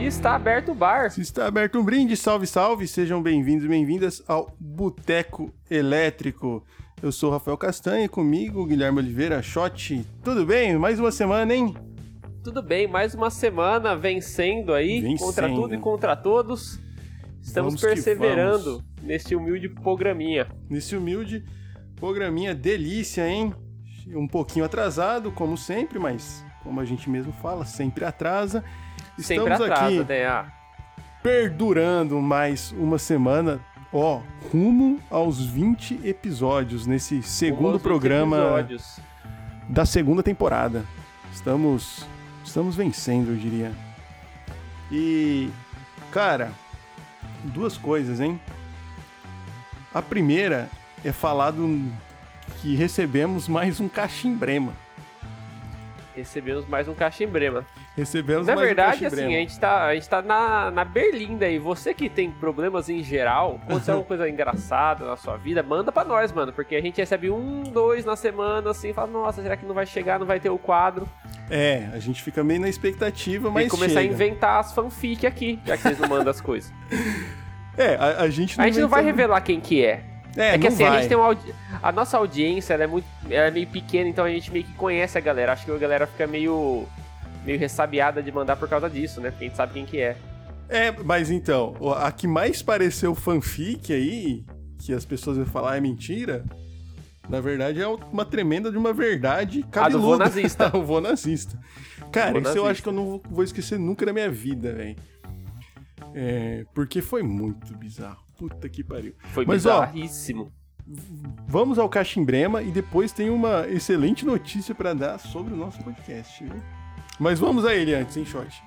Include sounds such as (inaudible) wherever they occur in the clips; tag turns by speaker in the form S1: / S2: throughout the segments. S1: está aberto o bar.
S2: Se está aberto um brinde, salve, salve, sejam bem-vindos e bem-vindas ao Boteco Elétrico. Eu sou o Rafael Castanha e comigo Guilherme Oliveira Shot. Tudo bem? Mais uma semana, hein?
S1: Tudo bem, mais uma semana vencendo aí,
S2: Vencendo.
S1: contra tudo e contra todos. Estamos
S2: Vamos que
S1: perseverando neste humilde programinha.
S2: Nesse humilde programinha delícia, hein? Um pouquinho atrasado, como sempre, mas como a gente mesmo fala, sempre atrasa.
S1: Sempre atrasa, né? Ah,
S2: perdurando mais uma semana, ó, rumo aos 20 episódios nesse
S1: rumo
S2: segundo
S1: aos
S2: programa
S1: 20 Ah, episódios.
S2: da segunda temporada. Estamos estamos vencendo, eu diria. E cara, duas coisas, hein? A primeira é falar do que recebemos mais um cachimbrema.
S1: Recebemos mais um cachimbrema.
S2: Recebemos
S1: Na
S2: mais
S1: verdade,
S2: um
S1: assim, a
S2: cachimbrema.
S1: gente tá, a gente tá na, na Berlinda aí. Você que tem problemas em geral, aconteceu
S2: (laughs)
S1: alguma coisa engraçada na sua vida, manda pra nós, mano. Porque a gente recebe um, dois na semana, assim, fala, nossa, será que não vai chegar, não vai ter o quadro?
S2: É, a gente fica meio na expectativa, mas
S1: e começar
S2: chega.
S1: a inventar as fanfic aqui, já que vocês não mandam as
S2: (laughs)
S1: coisas.
S2: É, a, a gente não
S1: A gente não vai
S2: inventa-
S1: revelar quem que é.
S2: É,
S1: É, que
S2: não
S1: assim, a
S2: vai.
S1: gente tem uma audi- A nossa audiência, ela é muito. Ela é meio pequena, então a gente meio que conhece a galera. Acho que a galera fica meio. meio ressabiada de mandar por causa disso, né? Porque a gente sabe quem que é.
S2: É, mas então, a que mais pareceu fanfic aí, que as pessoas vão falar é mentira, na verdade é uma tremenda de uma verdade
S1: A do vô
S2: cabeluda.
S1: nazista.
S2: (laughs) o vô nazista. Cara,
S1: Vô
S2: isso eu
S1: nazista.
S2: acho que eu não vou- vou esquecer nunca da minha vida, velho. É, porque foi muito bizarro. Puta que pariu.
S1: Foi
S2: (laughs) Mas, ó,
S1: bizarríssimo.
S2: Vamos ao Caximbrema e depois tem uma excelente notícia pra dar sobre o nosso podcast, viu? Mas vamos a ele antes, hein, shot.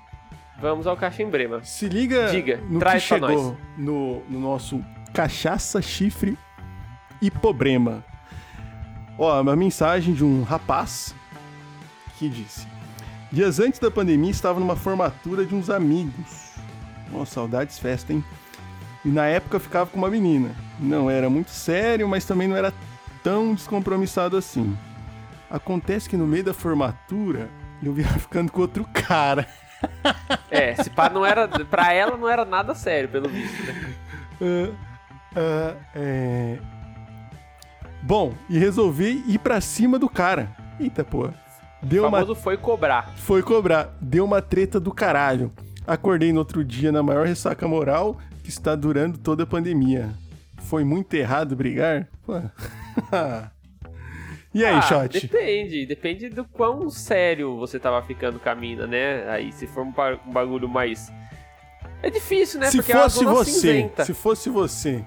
S1: Vamos ao Cachimbrema.
S2: Se liga
S1: Diga,
S2: no
S1: traz
S2: que
S1: pra
S2: chegou no, no nosso cachaça, chifre e problema. Ó, uma mensagem de um rapaz que disse: Dias antes da pandemia estava numa formatura de uns amigos. Nossa, saudades festa, hein? E na época eu ficava com uma menina. Não era muito sério, mas também não era tão descompromissado assim. Acontece que no meio da formatura eu (laughs) via ficando com outro cara.
S1: É, se pá, não era. Pra ela não era nada sério, pelo visto, né?
S2: Ah, ah, é. Bom, e resolvi ir pra cima do cara. Eita, pô. Deu
S1: O
S2: uma
S1: famoso foi cobrar.
S2: foi cobrar. Deu uma treta do caralho. Acordei no outro dia na maior ressaca moral que está durando toda a pandemia. Foi muito errado brigar? Pô. (laughs) e aí,
S1: ah,
S2: shot?
S1: Depende, depende do quão sério você tava ficando com a mina, né? Aí se for um, ba- um bagulho mais. É difícil, né?
S2: se
S1: Porque é uma
S2: fosse
S1: zona
S2: você,
S1: cinzenta.
S2: se fosse você,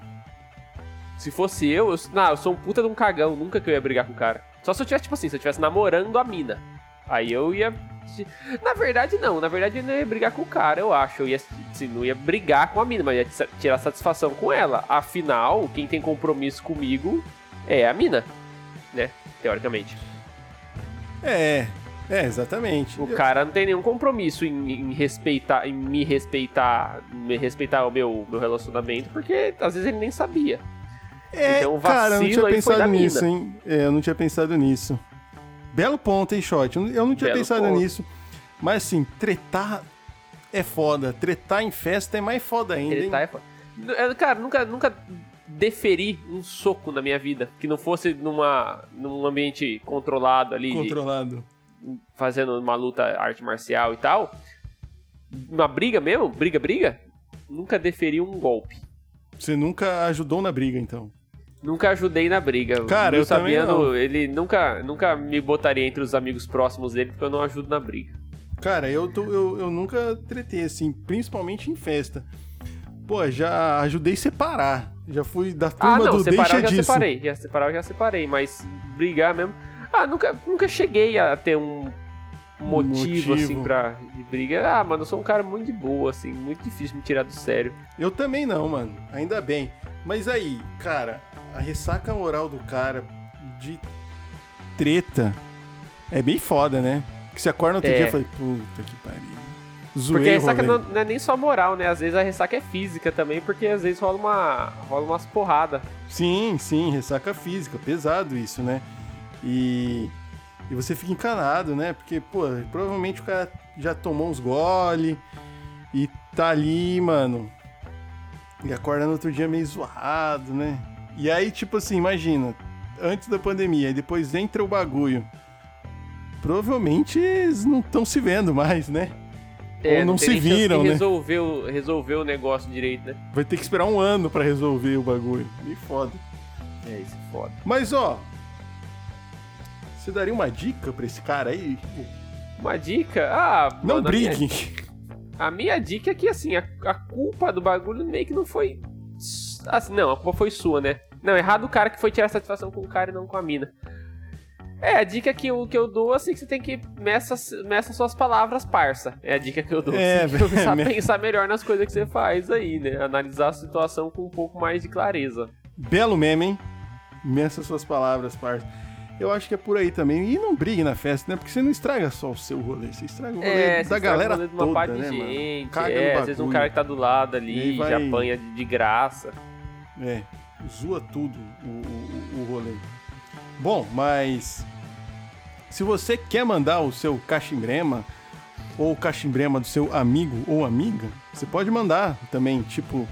S1: Se fosse eu, eu, não, eu sou um puta de um cagão, nunca que eu ia brigar com o cara. Só se eu tivesse, tipo assim, se eu tivesse namorando a mina. Aí eu ia. Na verdade, não. Na verdade, eu não ia brigar com o cara, eu acho. Eu ia, assim, não ia brigar com a mina, mas ia tsa- tirar satisfação com ela. Afinal, quem tem compromisso comigo é a mina, né? Teoricamente.
S2: é, é exatamente.
S1: O cara não tem nenhum compromisso em, em respeitar, em me respeitar, me respeitar o meu, meu relacionamento, porque às vezes ele nem sabia.
S2: É,
S1: Então, o
S2: cara, eu não
S1: vacilo
S2: tinha
S1: aí foi da
S2: pensado
S1: mina.
S2: nisso, hein? É, eu não tinha pensado nisso. Belo ponto, hein, Shot? Eu eu não tinha
S1: Belo
S2: pensado
S1: ponto.
S2: nisso. Mas, assim, tretar é foda. Tretar em festa é mais foda ainda,
S1: Ele
S2: hein?
S1: tá é foda. N- eu, Cara, nunca, nunca deferi um soco na minha vida que não fosse numa, num ambiente controlado ali, de-
S2: Controlado.
S1: fazendo uma luta arte marcial e tal. Uma briga mesmo, briga, briga. Nunca deferi um golpe.
S2: Você nunca ajudou na briga, então.
S1: Nunca ajudei na briga.
S2: Cara,
S1: o
S2: eu também
S1: Sabiano,
S2: não.
S1: ele nunca, nunca me botaria entre os amigos próximos dele porque eu não ajudo na briga.
S2: Cara, eu, tô- eu, eu nunca tretei, assim, principalmente em festa. Pô, já ajudei separar. Já fui da turma
S1: ah, não,
S2: do
S1: separar
S2: deixa
S1: eu já
S2: disso.
S1: separei. Já separar eu já separei, mas brigar mesmo. Ah, nunca, nunca cheguei a ter um motivo,
S2: Motivo.
S1: assim, pra de briga. Ah, mano, eu sou um cara muito de boa, assim, muito difícil me tirar do sério.
S2: Eu também não, mano. Ainda bem. Mas aí, cara, a ressaca moral do cara de treta é bem foda, né? Que você acorda no outro
S1: É.
S2: dia e fala, puta que pariu. Zoei
S1: Porque a
S2: o
S1: ressaca
S2: rolê.
S1: não, não é nem só moral, né? Às vezes a ressaca é física também, porque às vezes rola, uma, rola umas porradas.
S2: Sim, sim, ressaca física. Pesado isso, né? E... E você fica encanado, né? Porque, pô, provavelmente o cara já tomou uns gole, E tá ali, mano. E acorda no outro dia meio zoado, né? E aí, tipo assim, imagina, antes da pandemia, e depois entra o bagulho. Provavelmente eles não estão se vendo mais, né? Ou não se
S1: É, tem nem chance de
S2: viram, né?
S1: resolver o- resolver o negócio direito, né?
S2: Vai ter que esperar um ano pra resolver o bagulho. Me foda.
S1: É isso, é foda.
S2: Mas ó, você daria uma dica pra esse cara aí?
S1: Uma dica? Ah,
S2: Não
S1: mano, a minha-
S2: briguem.
S1: A minha dica é que, assim, a, a culpa do bagulho meio que não foi. s- Assim, não, a culpa foi sua, né? Não, errado o cara que foi tirar satisfação com o cara e não com a mina. É, a dica que eu, que eu dou, assim, que você tem que meça, meça suas palavras, parça. É a dica que eu dou.
S2: É,
S1: assim, pensar,
S2: (laughs) é mesmo.
S1: pensar melhor nas coisas que você faz aí, né? Analisar a situação com um pouco mais de clareza.
S2: Belo meme, hein? Imensa suas palavras, parça. Eu acho que é por aí também. E não brigue na festa, né? Porque você não estraga só o seu rolê, você estraga o rolê
S1: É, você
S2: da
S1: estraga
S2: galera
S1: o rolê de uma
S2: toda,
S1: parte
S2: né,
S1: de
S2: mano?
S1: gente.
S2: Caga no
S1: é, às vezes um
S2: bagulho.
S1: cara que tá do lado
S2: E aí
S1: ali
S2: vai-
S1: já apanha de, de graça.
S2: É, zoa tudo o, o, o rolê. Bom, mas se você quer mandar o seu cachimbrema ou o cachimbrema do seu amigo ou amiga, você pode mandar também, tipo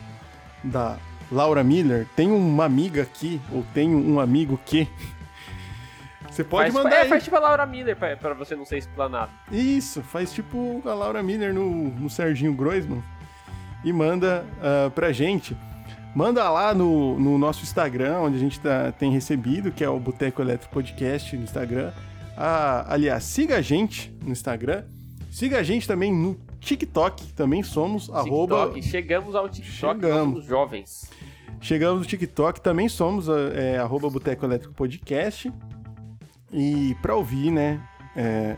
S2: da Laura Miller, tem uma amiga aqui ou tem um amigo que (laughs) você pode
S1: faz,
S2: mandar
S1: é,
S2: aí.
S1: faz tipo a Laura Miller pra, pra você não ser explanado.
S2: Isso, faz tipo a Laura Miller no, no Serginho Groisman e manda ah, pra gente. Manda lá no, no nosso Instagram, onde a gente tá- tem recebido, que é o Boteco Elétrico Podcast no Instagram. Ah, aliás, siga a gente no Instagram. Siga a gente também no TikTok, também somos arroba.
S1: TikTok. Chegamos ao TikTok, nós
S2: Chegamos.
S1: somos jovens.
S2: Chegamos no TikTok, também somos ah, é, arroba Boteco Elétrico Podcast. E para ouvir, né, é,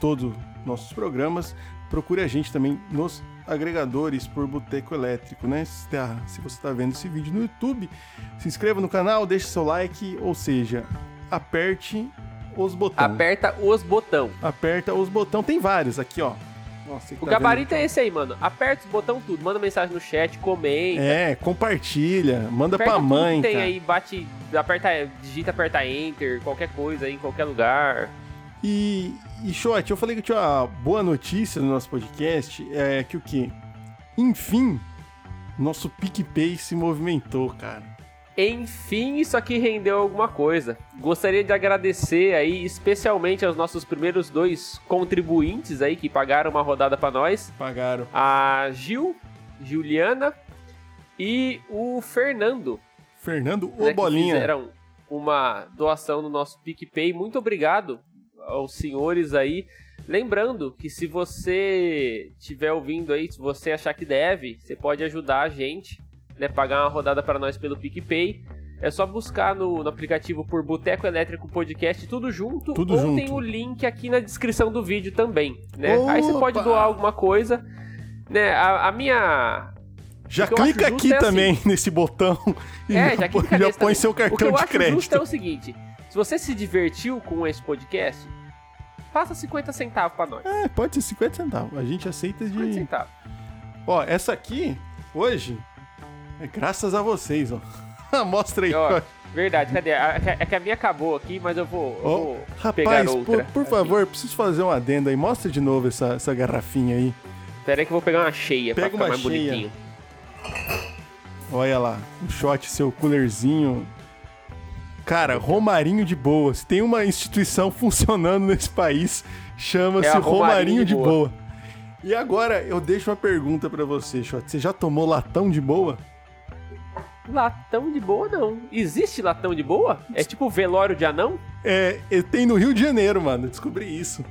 S2: todos nossos programas, procure a gente também nos agregadores por Boteco Elétrico, né? Se, tá- se você está vendo esse vídeo no YouTube, se inscreva no canal, deixe seu like, ou seja, aperte os botões.
S1: Aperta os botão.
S2: Aperta os botões, tem vários aqui, ó. Nossa, você que
S1: O
S2: tá
S1: gabarito é esse aí, mano. Aperta os botão tudo. Manda mensagem no chat, comenta.
S2: vendo- É, compartilha, manda
S1: Aperta
S2: pra
S1: tudo
S2: mãe,
S1: que tem
S2: cara.
S1: aí, bate, aperta, digita, aperta enter, qualquer coisa aí, em qualquer lugar.
S2: E, e Shot, eu falei que tinha uma boa notícia no nosso podcast, é que o quê? Enfim, nosso PicPay se movimentou, cara.
S1: Enfim, isso aqui rendeu alguma coisa. Gostaria de agradecer aí, especialmente aos nossos primeiros dois contribuintes aí que pagaram uma rodada pra nós.
S2: Pagaram.
S1: a Gil, Juliana e o Fernando.
S2: Fernando
S1: né,
S2: ou
S1: que
S2: Bolinha.
S1: fizeram uma doação no nosso PicPay. Muito obrigado aos senhores aí. Lembrando que se você estiver ouvindo aí, se você achar que deve, você pode ajudar a gente, né? Pagar uma rodada para nós pelo PicPay. É só buscar no, no aplicativo por Boteco Elétrico Podcast, tudo junto.
S2: Tudo
S1: ou
S2: junto.
S1: tem o link aqui na descrição do vídeo também, né? Aí você pode
S2: Opa!
S1: doar alguma coisa, né? A- a minha
S2: Já
S1: o que eu
S2: clica
S1: acho justo
S2: aqui
S1: é assim.
S2: também (laughs) nesse botão e
S1: É,
S2: já,
S1: já
S2: põe,
S1: clica
S2: já
S1: nesse também.
S2: põe seu
S1: O que eu
S2: cartão de
S1: acho justo é
S2: crédito.
S1: o seguinte: se você se divertiu com esse podcast, passa 50 centavos pra nós.
S2: É, pode ser 50 centavos. A gente aceita
S1: 50
S2: de.
S1: centavos.
S2: Ó, essa aqui, hoje, é graças a vocês, ó. (laughs) Mostra aí,
S1: E, ó,
S2: ó.
S1: verdade, cadê? A- É que a minha acabou aqui, mas eu vou, eu
S2: Ó,
S1: vou pegar
S2: Rapaz, por,
S1: outra.
S2: por favor, preciso fazer um adendo aí. Mostra de novo essa, essa garrafinha aí.
S1: Pera aí que eu vou pegar uma cheia
S2: Pega
S1: pra ficar
S2: uma
S1: mais
S2: cheia.
S1: bonitinho.
S2: Olha lá, um shot, seu coolerzinho. Cara, Romarinho de Boa. Se tem uma instituição (laughs) funcionando nesse país, chama-se
S1: É a
S2: Romarinho,
S1: Romarinho de
S2: de boa. E agora eu deixo uma pergunta pra você, Shot. Você já tomou latão de boa?
S1: Latão de boa, não. Existe latão de boa? É tipo velório de anão?
S2: É, e tem no Rio de Janeiro, mano. Eu descobri isso.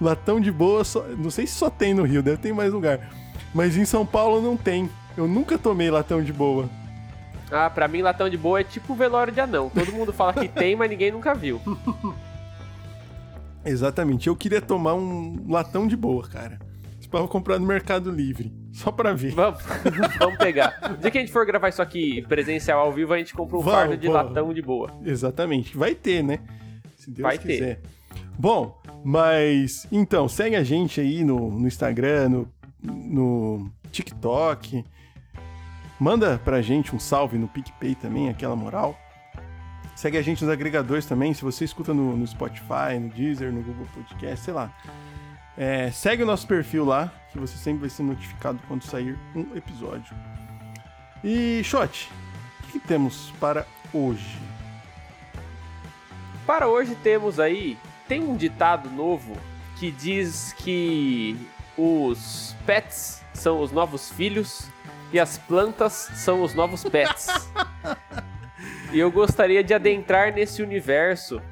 S2: Latão de boa, só- não sei se só tem no Rio, deve ter em mais lugar. Mas em São Paulo não tem. Eu nunca tomei latão de boa.
S1: Ah, pra mim, latão de boa é tipo velório de anão. Todo mundo fala que tem, mas ninguém nunca
S2: (laughs)
S1: viu.
S2: Exatamente. Eu queria tomar um latão de boa, cara. Tipo, eu vou comprar no Mercado Livre. Só pra ver.
S1: Vamos, vamos pegar. O dia que a gente for gravar isso aqui presencial ao vivo, a gente compra um
S2: Vamos,
S1: fardo de
S2: vamos.
S1: latão de boa.
S2: Exatamente. Vai ter, né? Se Deus
S1: Vai ter.
S2: quiser. Bom, mas então, segue a gente aí no, no Instagram, no, no TikTok. Manda pra gente um salve no PicPay também, aquela moral. Segue a gente nos agregadores também, se você escuta no, no Spotify, no Deezer, no Google Podcast, sei lá. É, segue o nosso perfil lá, que você sempre vai ser notificado quando sair um episódio. E, Shot, o que, que temos para hoje?
S1: Para hoje temos aí, tem um ditado novo que diz que os pets são os novos filhos e as plantas são os novos pets. e eu gostaria de adentrar nesse universo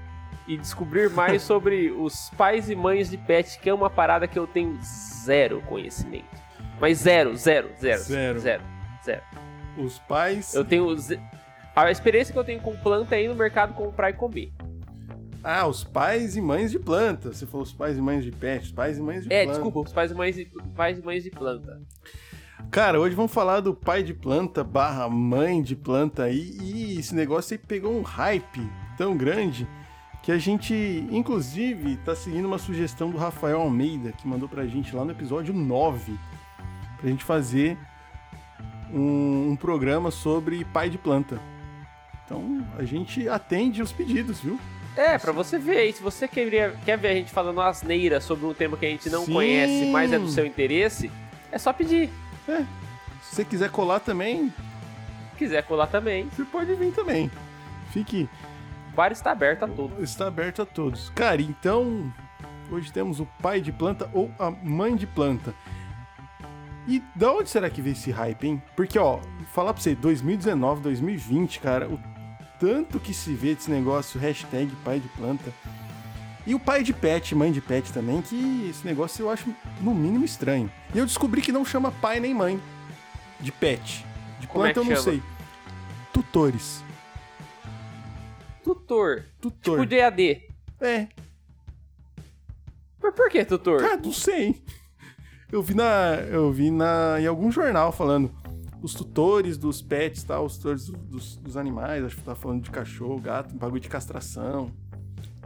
S1: e descobrir mais sobre os pais e mães de pet, que é uma parada que eu tenho zero conhecimento. Mas zero, zero, zero.
S2: Zero.
S1: Zero. Zero. zero.
S2: Os pais.
S1: Eu tenho. ze- A experiência que eu tenho com planta é ir no mercado comprar e comer.
S2: Ah, os pais e mães de planta. Você falou os pais e mães de pet, os pais e mães de
S1: É,
S2: planta.
S1: desculpa, os pais e mães de, pais e mães de planta.
S2: Cara, hoje vamos falar do pai de planta barra mãe de planta aí. E esse negócio aí pegou um hype tão grande que a gente, inclusive, tá seguindo uma sugestão do Rafael Almeida, que mandou pra gente lá no episódio 9, pra gente fazer um, um programa sobre pai de planta. Então, a gente atende os pedidos, viu?
S1: É, pra você ver aí, se você queria, quer ver a gente falando asneira sobre um tema que a gente não
S2: Sim.
S1: conhece, mas é do seu interesse, é só pedir.
S2: Se você quiser colar também,
S1: Se quiser colar também,
S2: você pode vir também. Fique
S1: o bar está aberto a todos.
S2: Está aberto a todos. Cara, então hoje temos o pai de planta ou a mãe de planta. E da onde será que veio esse hype, hein? Porque, ó, falar pra você, 2019, 2020, cara, o tanto que se vê desse negócio, hashtag pai de planta. E o pai de pet, mãe de pet também, que esse negócio eu acho no mínimo estranho. E eu descobri que não chama pai nem mãe de pet. De
S1: Como é
S2: planta eu
S1: que
S2: não
S1: chama?
S2: sei. Tutores.
S1: Tutor.
S2: Tutor.
S1: Tipo DAD.
S2: É,
S1: Mas por que tutor?
S2: Cara, não sei. Eu vi na. Eu vi na. em algum jornal falando. Os tutores dos pets, tá? os tutores do- dos, dos animais, acho que tá falando de cachorro, gato, um bagulho de castração.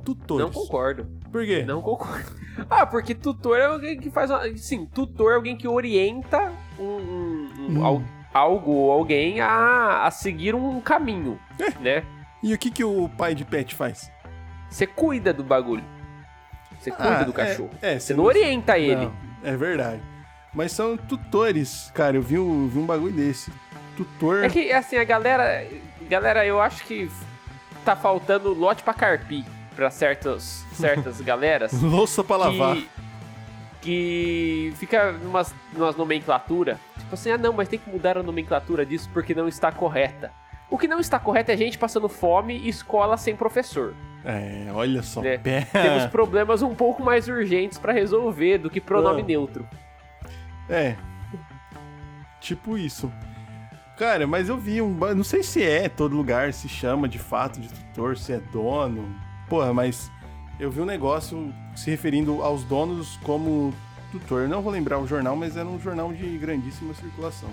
S2: Tutores.
S1: Não concordo.
S2: Por quê?
S1: Não concordo. (laughs) Ah, porque tutor é alguém que faz. Uma... Sim, tutor é alguém que orienta um, um- um-
S2: Hum.
S1: al- algo ou alguém a, a seguir um caminho,
S2: É.
S1: né?
S2: E o que, que o pai de pet faz?
S1: Você cuida do bagulho. Você cuida
S2: Ah,
S1: do
S2: é-
S1: cachorro.
S2: É,
S1: Você não orienta ele.
S2: Não, é verdade. Mas são tutores, cara. Eu vi, um- vi um bagulho desse. Tutor.
S1: É que, assim, a galera. Galera, eu acho que tá faltando lote pra carpi pra certas, certas galeras.
S2: Louça pra lavar.
S1: que, que fica numas, numas nomenclatura. Tipo assim, ah não, mas tem que mudar a nomenclatura disso porque não está correta. O que não está correto é gente passando fome e escola sem professor.
S2: É, olha só.
S1: É,
S2: pé.
S1: Temos problemas um pouco mais urgentes pra resolver do que pronome
S2: Ah.
S1: neutro.
S2: É. Tipo isso. Cara, mas eu vi um. ba- Não sei se é todo lugar, se chama de fato de tutor, se é dono. Porra, mas eu vi um negócio se referindo aos donos como tutor. Eu Não vou lembrar o jornal, mas era um jornal de grandíssima circulação.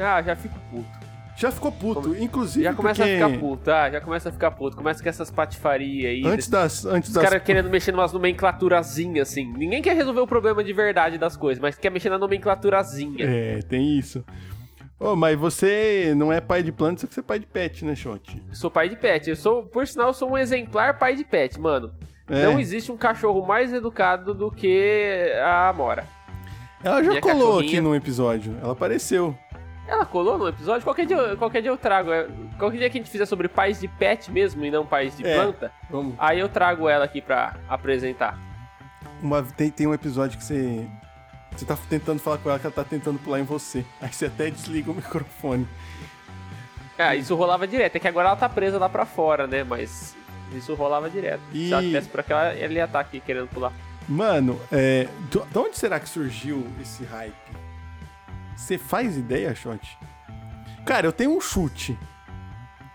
S1: Ah, já fico puto.
S2: Já ficou puto, inclusive.
S1: Já começa
S2: porque
S1: a ficar puto, ah, já começa a ficar puto. Começa com essas patifarias aí.
S2: Antes das. Antes
S1: Os
S2: das
S1: caras querendo mexer numas nomenclaturazinhas, assim. Ninguém quer resolver o problema de verdade das coisas, mas quer mexer na nomenclaturazinha.
S2: (laughs) É, tem isso. Ô, mas você não é pai de planta, só que você é pai de pet, né, Shot?
S1: Eu Sou pai de pet. Eu sou, por sinal, eu sou um exemplar pai de pet, mano.
S2: É.
S1: Não existe um cachorro mais educado do que a Amora.
S2: Ela já
S1: minha é
S2: colou aqui
S1: cachorrinha.
S2: num episódio. Ela apareceu.
S1: Ela colou no episódio? Qualquer dia, eu- qualquer dia eu trago. é, Qualquer dia que a gente fizer sobre pais de pet mesmo e não pais de
S2: É.
S1: planta,
S2: Vamos.
S1: aí eu trago ela aqui pra apresentar.
S2: Uma- tem, tem um episódio que você. Você tá tentando falar com ela, que ela tá tentando pular em você. Aí você até desliga o microfone.
S1: Ah, isso rolava direto. É que agora ela tá presa lá pra fora, né? Mas isso rolava direto.
S2: E-
S1: Se ela tivesse pra cá, ela ia estar aqui querendo pular.
S2: Mano, é. do- De onde será que surgiu esse hype? Você faz ideia, Shot? Cara, eu tenho um chute.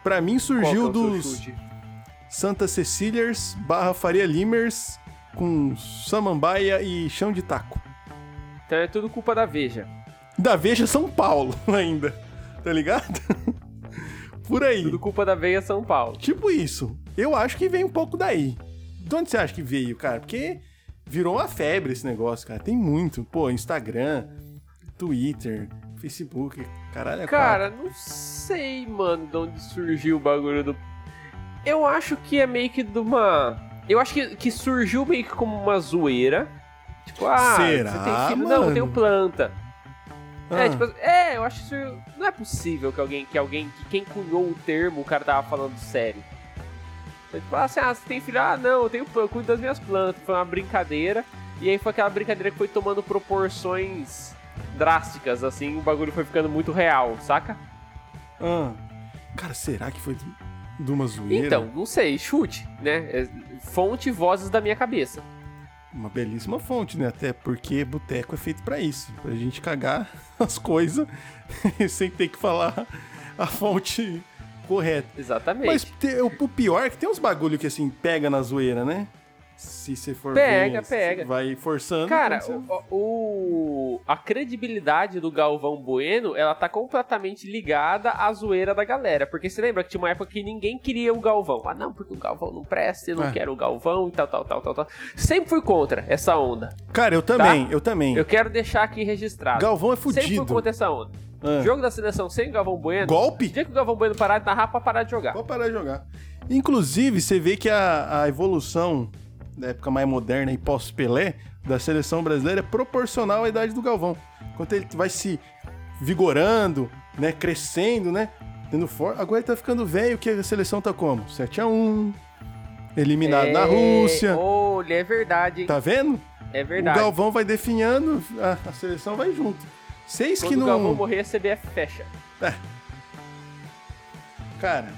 S2: Pra mim
S1: Qual que é
S2: surgiu
S1: o seu
S2: dos
S1: chute?
S2: Santa Cecílias barra Faria Limers com samambaia e chão de taco.
S1: Então é tudo culpa da Veja.
S2: Da Veja São Paulo (laughs) ainda. Tá ligado? Por aí.
S1: Tudo culpa da Veia São Paulo.
S2: Tipo isso. Eu acho que veio um pouco daí. De onde você acha que veio, cara? Porque virou uma febre esse negócio, cara. Tem muito. Pô, Instagram, Twitter, Facebook, caralho. é
S1: Cara, não sei, mano, de onde surgiu o bagulho do. Eu acho que é meio que de uma. Eu acho que, que surgiu meio que como uma zoeira. Tipo, ah,
S2: Será,
S1: você tem filho? Não,
S2: mano?
S1: eu tenho planta. É,
S2: Ah,
S1: tipo, é, eu acho isso. Não é possível que alguém, que alguém, que quem cunhou o termo, o cara tava falando sério. Então, tipo, assim, ah, você tem filho? Ah, não, eu tenho planta, eu cuido das minhas plantas. Foi uma brincadeira. E aí foi aquela brincadeira que foi tomando proporções drásticas, assim, o bagulho foi ficando muito real, saca? assim-
S2: ah. Cara, será que foi de de uma zoeira?
S1: Então, não sei, chute, né? É Fonte vozes da minha cabeça.
S2: Uma belíssima fonte, né? Até porque boteco é feito pra isso. Pra gente cagar (laughs) as coisas sem ter que falar a fonte correta.
S1: Exatamente.
S2: Mas te- o o pior é que tem uns bagulho que assim pega na zoeira, né? Se você for.
S1: Pega,
S2: ver,
S1: pega.
S2: Vai forçando.
S1: Cara,
S2: então você-
S1: o, o- a credibilidade do Galvão Bueno, ela tá completamente ligada à zoeira da galera. Porque você lembra que tinha uma época que ninguém queria o Galvão. Ah, não, porque o Galvão não presta, eu não
S2: É.
S1: quero o Galvão e tal, tal, tal, tal, tal. Sempre fui contra essa onda.
S2: Cara, eu também, eu também.
S1: Tá? Eu quero deixar aqui registrado.
S2: Galvão é
S1: Sempre fui
S2: fudido.
S1: contra essa onda.
S2: Ah.
S1: Jogo da seleção sem o Galvão Bueno. O
S2: Golpe?
S1: dia que o Galvão Bueno parar de narrar pra parar de jogar.
S2: Vou parar de jogar. Inclusive, você vê que a, a evolução da época mais moderna e pós-Pelé da seleção brasileira é proporcional à idade do Galvão. Enquanto ele vai se vigorando, né, crescendo, né, tendo forte. Agora ele tá ficando velho, que a seleção tá como? 7x1, eliminado na
S1: É,
S2: Rússia.
S1: Olha, é verdade, hein?
S2: Tá vendo?
S1: É verdade.
S2: O Galvão vai definhando, a, a seleção vai junto. Seis
S1: Quando
S2: que não.
S1: o Galvão morrer, a CBF fecha.
S2: Cara,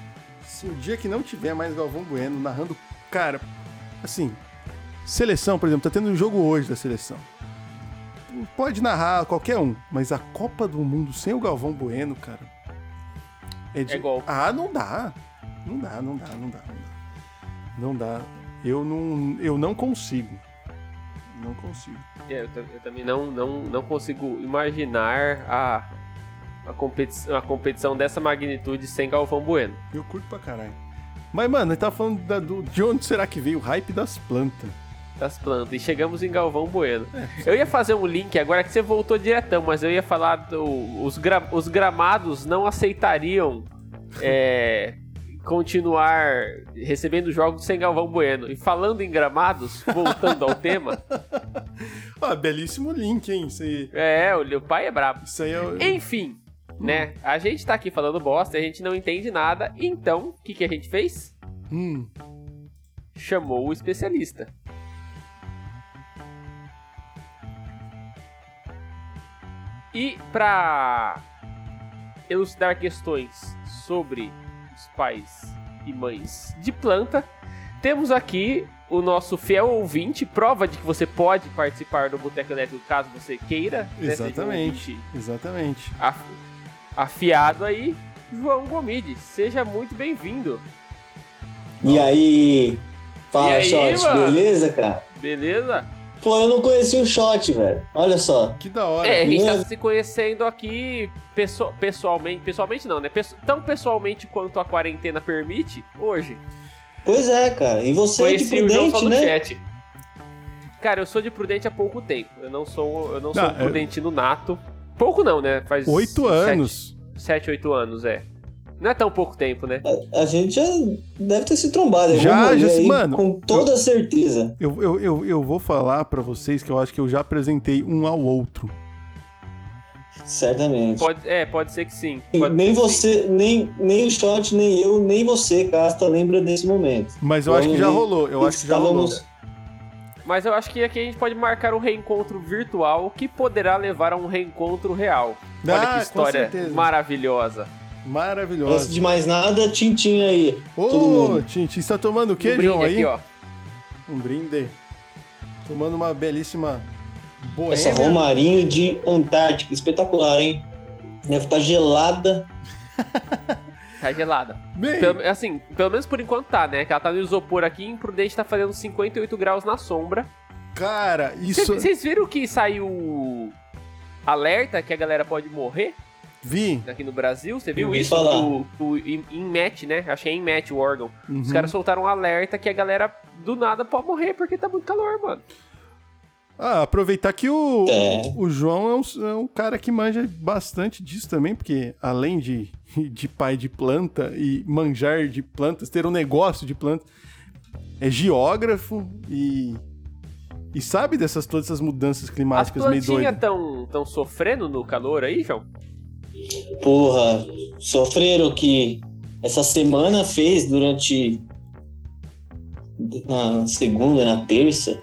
S2: se o dia que não tiver mais Galvão Bueno narrando, cara, assim, seleção, por exemplo, tá tendo um jogo hoje da seleção. Pode narrar qualquer um, mas a Copa do Mundo sem o Galvão Bueno, cara.
S1: É golpe.
S2: Ah, não dá. Não dá, não dá, não dá, não dá. Não dá. Eu não, eu não consigo. Não consigo.
S1: É, eu, ta- eu também não, não, não consigo imaginar a, a, competição, a competição dessa magnitude sem Galvão Bueno.
S2: Eu curto pra caralho. Mas, mano, ele tava falando da- do- de onde será que veio o hype das plantas.
S1: Das plantas. E chegamos em Galvão Bueno. Eu ia fazer um link agora que você voltou diretão, mas eu ia falar do, os, gra- os gramados não aceitariam é, continuar recebendo jogos sem Galvão Bueno. E falando em gramados, voltando ao (laughs) tema,
S2: Ah, belíssimo link, hein? Você
S1: é, o, o pai é brabo.
S2: Isso aí é. o-
S1: Enfim, né? A gente tá aqui falando bosta, a gente não entende nada. Então, o que, que a gente fez?
S2: Hum.
S1: Chamou o especialista. E pra elucidar questões sobre os pais e mães de planta, temos aqui o nosso fiel ouvinte, prova de que você pode participar do Boteco Elétrico caso você queira. né? Seja um
S2: Exatamente.
S1: ouvinte
S2: Exatamente.
S1: af- afiado aí, João Gomide. Seja muito bem-vindo.
S3: E aí?
S1: E
S3: Fala,
S1: aí,
S3: Shot,
S1: mano?
S3: beleza, cara?
S1: Beleza?
S3: Pô, eu não conheci o Shot, velho. Olha só.
S2: Que da hora.
S1: É, a gente tá
S3: beleza.
S1: se conhecendo aqui pesso- pessoalmente. Pessoalmente não, né? Pesso- tão pessoalmente quanto a quarentena permite, hoje.
S3: Pois é, cara. E você é de
S1: Conheci o João só
S3: prudente,
S1: no
S3: né?
S1: chat. Cara, eu sou de Prudente há pouco tempo. Eu não sou, eu não sou
S2: Não,
S3: Ah,
S1: um
S3: é.
S1: prudentino nato. Pouco não, né? Faz
S2: Oito
S1: sete-
S2: anos.
S1: Sete, oito anos, é. Não é tão pouco tempo, né?
S3: A gente já deve ter se trombado. em
S2: Já,
S3: algum rolê
S2: já-
S3: aí,
S2: mano,
S3: Com toda certeza.
S2: Eu, eu, eu, eu vou falar pra vocês que eu acho que eu já apresentei um ao outro.
S3: Certamente.
S1: Pode, é, pode ser que sim. Pode
S3: nem
S1: ser que sim.
S3: você, nem, nem o Shot, nem eu, nem você, Casta, lembra desse momento.
S2: Mas eu acho que
S1: Uhum.
S2: já rolou. Eu acho que já rolou.
S3: Estávamos-
S1: Mas eu acho que aqui a gente pode marcar um reencontro virtual que poderá levar a um reencontro real. Olha
S2: Ah,
S1: que história
S2: com certeza.
S1: maravilhosa.
S3: Antes
S2: Maravilhosa.
S3: de mais nada, Tintin aí. todo
S2: Ô,
S3: mundo.
S2: Tintin, você tá tomando o
S1: um
S2: quê,
S1: brinde
S2: João? Aí?
S1: aqui, ó.
S2: Um brinde. Tomando uma belíssima
S1: é
S3: Essa
S2: boêmia.
S3: Romarinho de Antártica, espetacular, hein? Deve estar gelada.
S1: Tá gelada.
S2: Bem,
S1: Pelo- assim, pelo menos por enquanto tá, né? Que ela tá no isopor aqui e em Prudente tá fazendo 58 graus na sombra.
S2: cara, isso...
S1: Vocês vocês viram que saiu alerta que a galera pode morrer
S2: Vi.
S1: aqui no Brasil? Você viu
S3: Ouvi
S1: isso?
S3: falar.
S1: O, o in- Inmet, né? Acho que é Inmet o órgão. Os
S2: Uhum.
S1: caras soltaram um alerta que a galera do nada pode morrer porque tá muito calor, mano.
S2: Ah, aproveitar que o,
S3: É.
S2: o João é um, é um cara que manja bastante disso também, porque além de, de pai de planta e manjar de plantas, ter um negócio de plantas, é geógrafo e E sabe dessas todas essas mudanças
S1: As
S2: climáticas meio
S1: plantinhas
S2: doidas?
S1: tão, tão sofrendo no calor aí, João?
S3: Porra, sofreram que essa semana fez durante. Na segunda, na terça,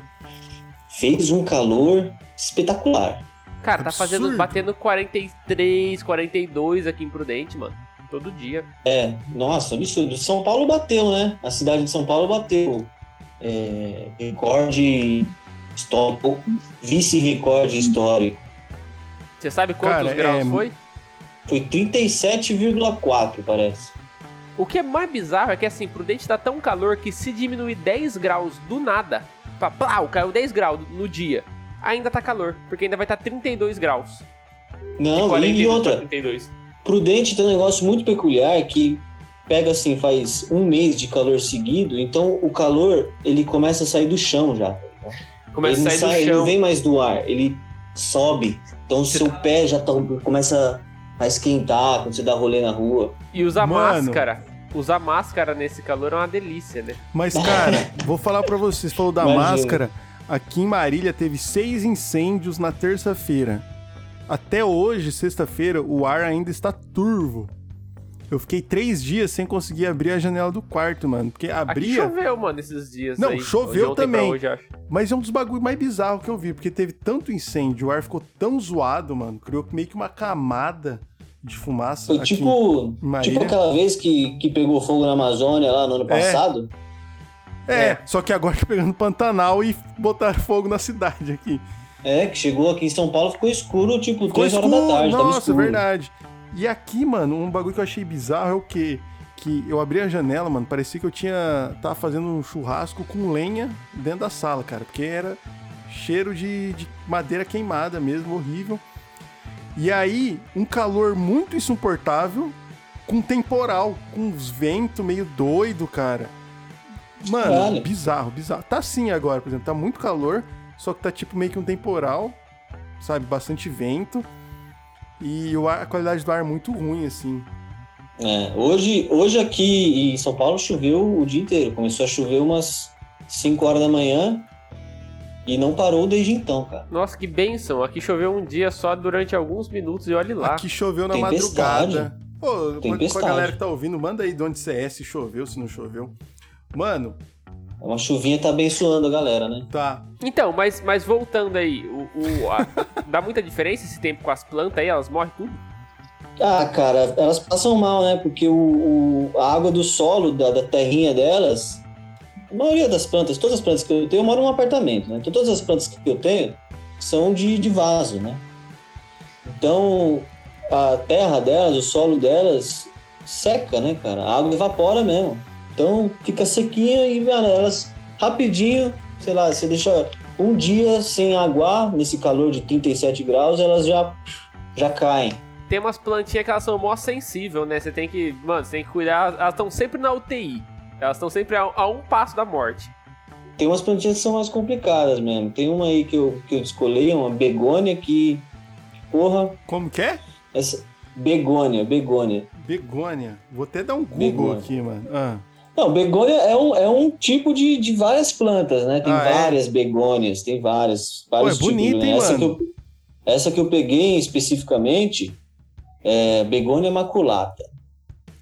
S3: fez um calor espetacular.
S1: Cara, tá fazendo,
S2: Absurdo.
S1: batendo 43, 42 aqui em Prudente, mano. Todo dia.
S3: É, nossa, absurdo. São Paulo bateu, né? A cidade de São Paulo bateu. É, recorde histórico, vice-recorde histórico.
S1: Você sabe quantos
S2: Cara, é-
S1: graus foi?
S3: Foi 37,4, parece.
S1: O que é mais bizarro é que assim, Prudente tá tão calor que se diminuir 10 graus do nada, pá, plau, caiu 10 graus no dia, ainda tá calor, porque ainda vai estar tá 32 graus.
S3: Não, e,
S1: 42,
S3: outra.
S1: 32.
S3: Prudente tem um negócio muito peculiar que pega assim, faz um mês de calor seguido, então o calor ele começa a sair do chão já.
S1: Começa
S3: ele
S1: a
S3: não
S1: sair
S3: sai-
S1: do
S3: ele não
S1: chão.
S3: vem mais do ar, ele sobe. Então o seu pé já tá- começa a esquentar quando você dá rolê na rua.
S1: E usar
S2: Mano.
S1: máscara. Usar máscara nesse calor é uma delícia, né?
S2: Mas, cara,
S3: (laughs)
S2: vou falar pra vocês, falou da
S3: Imagina.
S2: máscara. Aqui em Marília teve seis incêndios na terça-feira. Até hoje, sexta-feira, o ar ainda está turvo. Eu fiquei três dias sem conseguir abrir a janela do quarto, mano. Porque
S1: Aqui
S2: abria,
S1: choveu, mano, esses dias
S2: Não,
S1: aí.
S2: choveu
S1: De ontem pra
S2: também.
S1: hoje, acho.
S2: mas é um dos bagulhos mais bizarros que eu vi. Porque teve tanto incêndio, o ar ficou tão zoado, mano. Criou meio que uma camada de fumaça.
S3: Foi
S2: aqui.
S3: tipo,
S2: em Marília.
S3: tipo aquela vez que, que pegou fogo na Amazônia lá no ano passado.
S2: É, só que agora (laughs) tá pegando Pantanal e botaram fogo na cidade aqui.
S3: É, que chegou aqui em São Paulo, ficou escuro, tipo,
S2: Ficou
S3: três horas da tarde. tava
S2: nossa, é
S3: escuro.
S2: verdade. E aqui, mano, um bagulho que eu achei bizarro é o quê? Que eu abri a janela, mano, parecia que eu tinha. tava fazendo um churrasco com lenha dentro da sala, cara. Porque era cheiro de, de madeira queimada mesmo, horrível. E aí, um calor muito insuportável, com temporal, com uns vento meio doido, cara. Mano,
S3: Caralho.
S2: bizarro, bizarro. Tá assim agora, por exemplo, tá muito calor, só que tá tipo meio que um temporal, sabe? Bastante vento. E o ar- a qualidade do ar é muito ruim, assim.
S3: É, hoje, hoje aqui em São Paulo choveu o dia inteiro. Começou a chover umas 5 horas da manhã e não parou desde então, cara.
S1: Nossa, que bênção. Aqui choveu um dia só durante alguns minutos e olhe lá.
S2: Aqui choveu na
S3: Tempestade.
S2: madrugada. Pô, pra
S3: Tempestade.
S2: galera que tá ouvindo, manda aí de onde você é, se choveu, se não choveu. Mano,
S3: Uma chuvinha tá abençoando a galera, né?
S2: tá.
S1: Então, mas, mas voltando aí, o, o- a- (laughs) dá muita diferença esse tempo com as plantas aí? Elas morrem tudo?
S3: Ah, cara, elas passam mal, né? Porque o, o- a água do solo, da, da terrinha delas, a maioria das plantas, todas as plantas que eu tenho, eu moro num apartamento, né? Então todas as plantas que eu tenho são de, de vaso, né? Então a terra delas, o solo delas seca, né, cara? A água evapora mesmo. Então fica sequinha e, mano, elas rapidinho, sei lá, você deixa um dia sem aguar, nesse calor de 37 graus, elas já, já caem.
S1: Tem umas plantinhas que elas são mó sensível, né? Você tem que, mano, você tem que cuidar. Elas estão sempre na UTI. Elas estão sempre a, a um passo da morte.
S3: Tem umas plantinhas que são mais complicadas mesmo. Tem uma aí que eu, que eu escolhi, uma begônia que. Porra,
S2: Como que é?
S3: essa. Begônia, begônia.
S2: Begônia. Vou até dar um Google
S3: Begônia.
S2: aqui, mano. Ah,
S3: Não, begônia é um, é um tipo de, de várias plantas, né? Tem
S2: Ah, é?
S3: várias begônias, tem várias. vários tipos,
S2: bonita,
S3: né?
S2: hein,
S3: essa,
S2: mano?
S3: Que eu, essa que eu peguei especificamente é begônia maculata.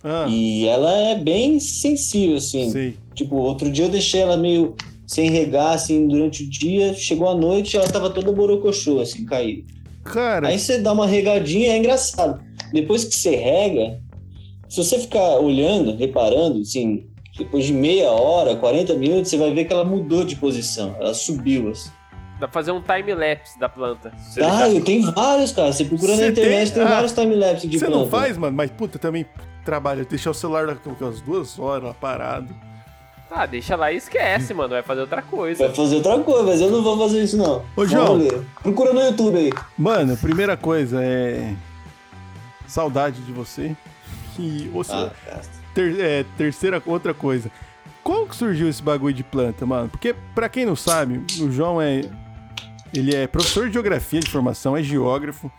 S2: ah,
S3: E ela é bem sensível, assim.
S2: sei.
S3: Tipo, outro dia eu deixei ela meio sem regar, assim, durante o dia. Chegou a noite ela tava toda borocochô, assim, caída.
S2: Cara,
S3: Aí você dá uma regadinha, é engraçado. Depois que você rega, se você ficar olhando, reparando, assim, depois de meia hora, 40 minutos, você vai ver que ela mudou de posição, ela subiu. Assim.
S1: Dá pra fazer um time-lapse da planta. Se você
S3: Ah,
S1: deixar-
S3: eu tenho vários, cara. Você procura
S2: Você
S3: na internet,
S2: tem?
S3: tem,
S2: Ah,
S3: vários timelapse de
S2: você não
S3: planta.
S2: faz, mano? Mas, puta, também trabalho. Deixar o celular lá com umas duas horas lá parado.
S1: Ah, deixa lá e esquece, mano. Vai fazer outra coisa.
S3: Vai fazer outra coisa, mas eu não vou fazer isso, não.
S2: Ô,
S3: Vamos
S2: João.
S3: ler. Procura no YouTube aí.
S2: Mano, primeira coisa é. Saudade de você. E ouça-
S3: Ah, cara.
S2: ter- é, terceira outra coisa. Como que surgiu esse bagulho de planta, mano? Porque, pra quem não sabe, o João é. Ele é professor de geografia de formação, é geógrafo,